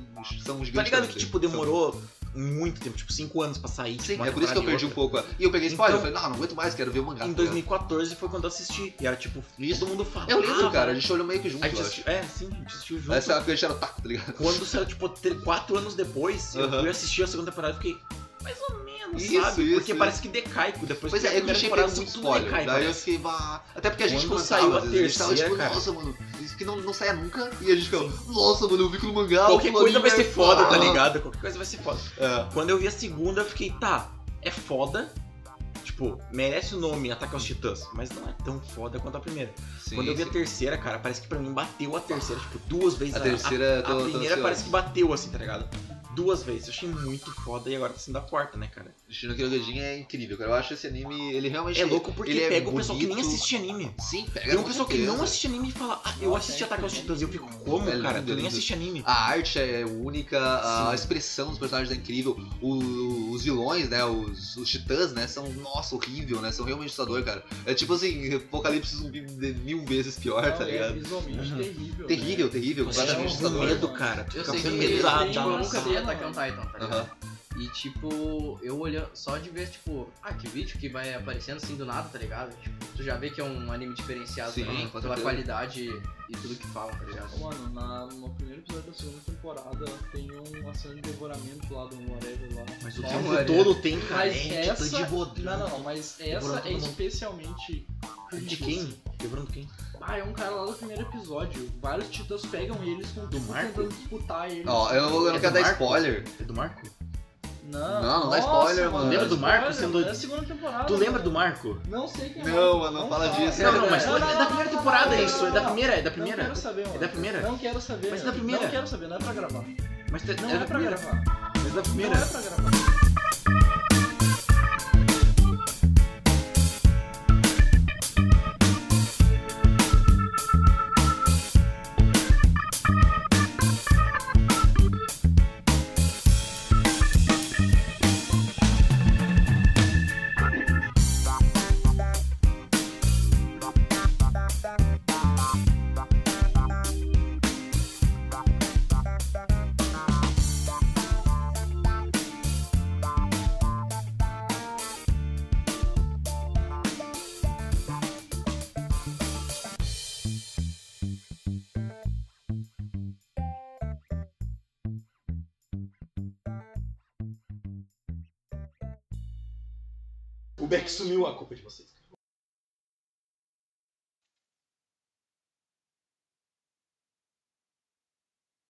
A: são gigantes.
F: Tá ligado
A: também,
F: que, tipo,
A: são-
F: demorou muito tempo, tipo, 5 anos pra sair. tipo,
A: Sim,
F: uma
A: é por isso que eu
F: temporada
A: perdi
F: e
A: um
F: outra.
A: pouco. é. E eu peguei spoiler, eu
F: Então-
A: falei, não, não aguento mais, quero ver o mangá. tá
F: Em 2014 foi quando eu assisti. E era tipo,
A: Isso.
F: todo mundo falava.
A: É o livro, cara, a gente olhou meio que junto,
F: um, A
A: eu
F: gente
A: acho.
F: assistiu, é, sim, a gente assistiu junto.
A: Essa é a que era o taco, tá ligado?
F: Quando saiu, tipo, tre- quatro anos depois, eu
A: Aham.
F: fui assistir a segunda temporada e fiquei. Mais ou menos,
A: Isso,
F: sabe?
A: isso,
F: Porque
A: isso.
F: parece que decai. Depois
A: Pois
F: que a
A: é, eu
F: primeira
A: achei
F: temporada
A: pegando muito
F: tudo
A: spoiler.
F: decai,
A: Daí eu
F: parece.
A: fiquei, bah... Até porque a gente
F: né? Quando
A: comentava,
F: saiu a
A: às vezes, a gente tava
F: terceira,
A: tipo,
F: cara.
A: nossa, mano, isso que não, não saia nunca. E a gente ficou, nossa, mano, eu vi que no mangá.
F: Qualquer
A: o
F: coisa
A: fulaninho
F: vai ser
A: é
F: foda, tá
A: foda.
F: ligado? Qualquer coisa vai ser foda.
A: É.
F: Quando eu vi a segunda, eu fiquei, tá, é foda. Tipo, merece o nome Ataque aos Titãs, mas não é tão foda quanto a primeira.
A: Sim,
F: Quando eu vi
A: sim.
F: a terceira, cara, parece que pra mim bateu a terceira, tipo, duas vezes
A: A terceira,
F: A,
A: tô- tô
F: primeira
A: ansioso.
F: parece que bateu, assim, tá ligado? Duas vezes. Eu achei muito foda e agora tá sendo a quarta, né, cara?
A: Shino Kyojin é incrível, cara. Eu acho esse anime, ele realmente
F: É louco porque
A: ele é
F: pega o pessoal que nem
A: bonito.
F: assiste anime.
A: Sim, pega né?
F: Tem um
A: com
F: pessoal que
A: certeza.
F: não assiste anime e fala, ah, eu assisti Ataque aos Titãs. E eu fico, como,
A: É lindo,
F: cara? Tu nem
A: lindo.
F: assiste anime.
A: A arte é única, a
F: Sim.
A: expressão dos personagens é incrível, o- os vilões, né, os, os titãs, né, são, nossa, horrível, né, são realmente assustador, cara. É tipo assim, Apocalipse Zumbi de mil vezes pior, tá
I: é
A: ligado?
I: visualmente
F: Uhum.
I: terrível. né?
A: Terrível, terrível,
F: Você fica
A: completamente
F: com
A: assustador.
F: medo, cara. Tu
D: Eu
F: fica
D: sei que
F: com
D: eu
F: medo da- da
D: eu nunca
F: maçã.
D: vi Attack on Titan, tá ligado?
A: Aham.
D: E tipo, eu olhando só de ver, tipo, ah, que vídeo que vai aparecendo assim do nada, tá ligado? Tipo, tu já vê que é um anime diferenciado
A: Sim,
D: também,
A: com
D: pela
A: certeza.
D: qualidade e tudo que falam, tá ligado?
I: Mano, na, no primeiro episódio da segunda temporada tem uma cena de devoramento lá do whatever lá.
F: Mas o
I: Nossa,
F: tempo
I: mano.
F: todo tem, cara.
I: Mas
F: é,
I: essa-
F: titã de vodão.
I: Não, não, não, mas
F: Devorou
I: essa
F: todo
I: é
F: mundo.
I: especialmente.
F: De
I: cringe,
F: quem?
I: assim.
F: Quebrando quem?
I: Ah, é um cara lá do primeiro episódio. Vários titãs pegam eles com
F: Do Marco?
I: tentando disputar eles.
A: Ó, eu não, vou- eu não
F: É
A: quero
F: do
A: dar
F: Marco?
A: spoiler.
F: É do Marco?
I: Não,
A: Não, não dá
I: nossa,
A: spoiler, mano.
F: Lembra do Marco
I: Spoiler,
F: sendo-
I: É a segunda temporada.
F: Tu lembra do
I: mano.
F: Marco?
I: Não sei quem é.
A: Não,
I: Marco,
A: mano, não fala disso.
F: Não, não, mas
I: Não, não,
F: é da
I: não,
F: primeira
I: não,
F: temporada
I: não,
F: isso.
I: não,
F: É da
I: não.
F: primeira, é da
I: Não
F: primeira.
I: quero saber, mano.
F: É da primeira?
I: Não quero saber.
F: Mas é
I: mano.
F: da primeira.
I: Não quero saber, não é pra gravar.
F: Mas tu-
I: Não
F: é
I: é,
F: da
I: pra
F: primeira.
I: gravar.
F: Mas da primeira.
I: Não é pra gravar.
C: O Beck sumiu a culpa de vocês.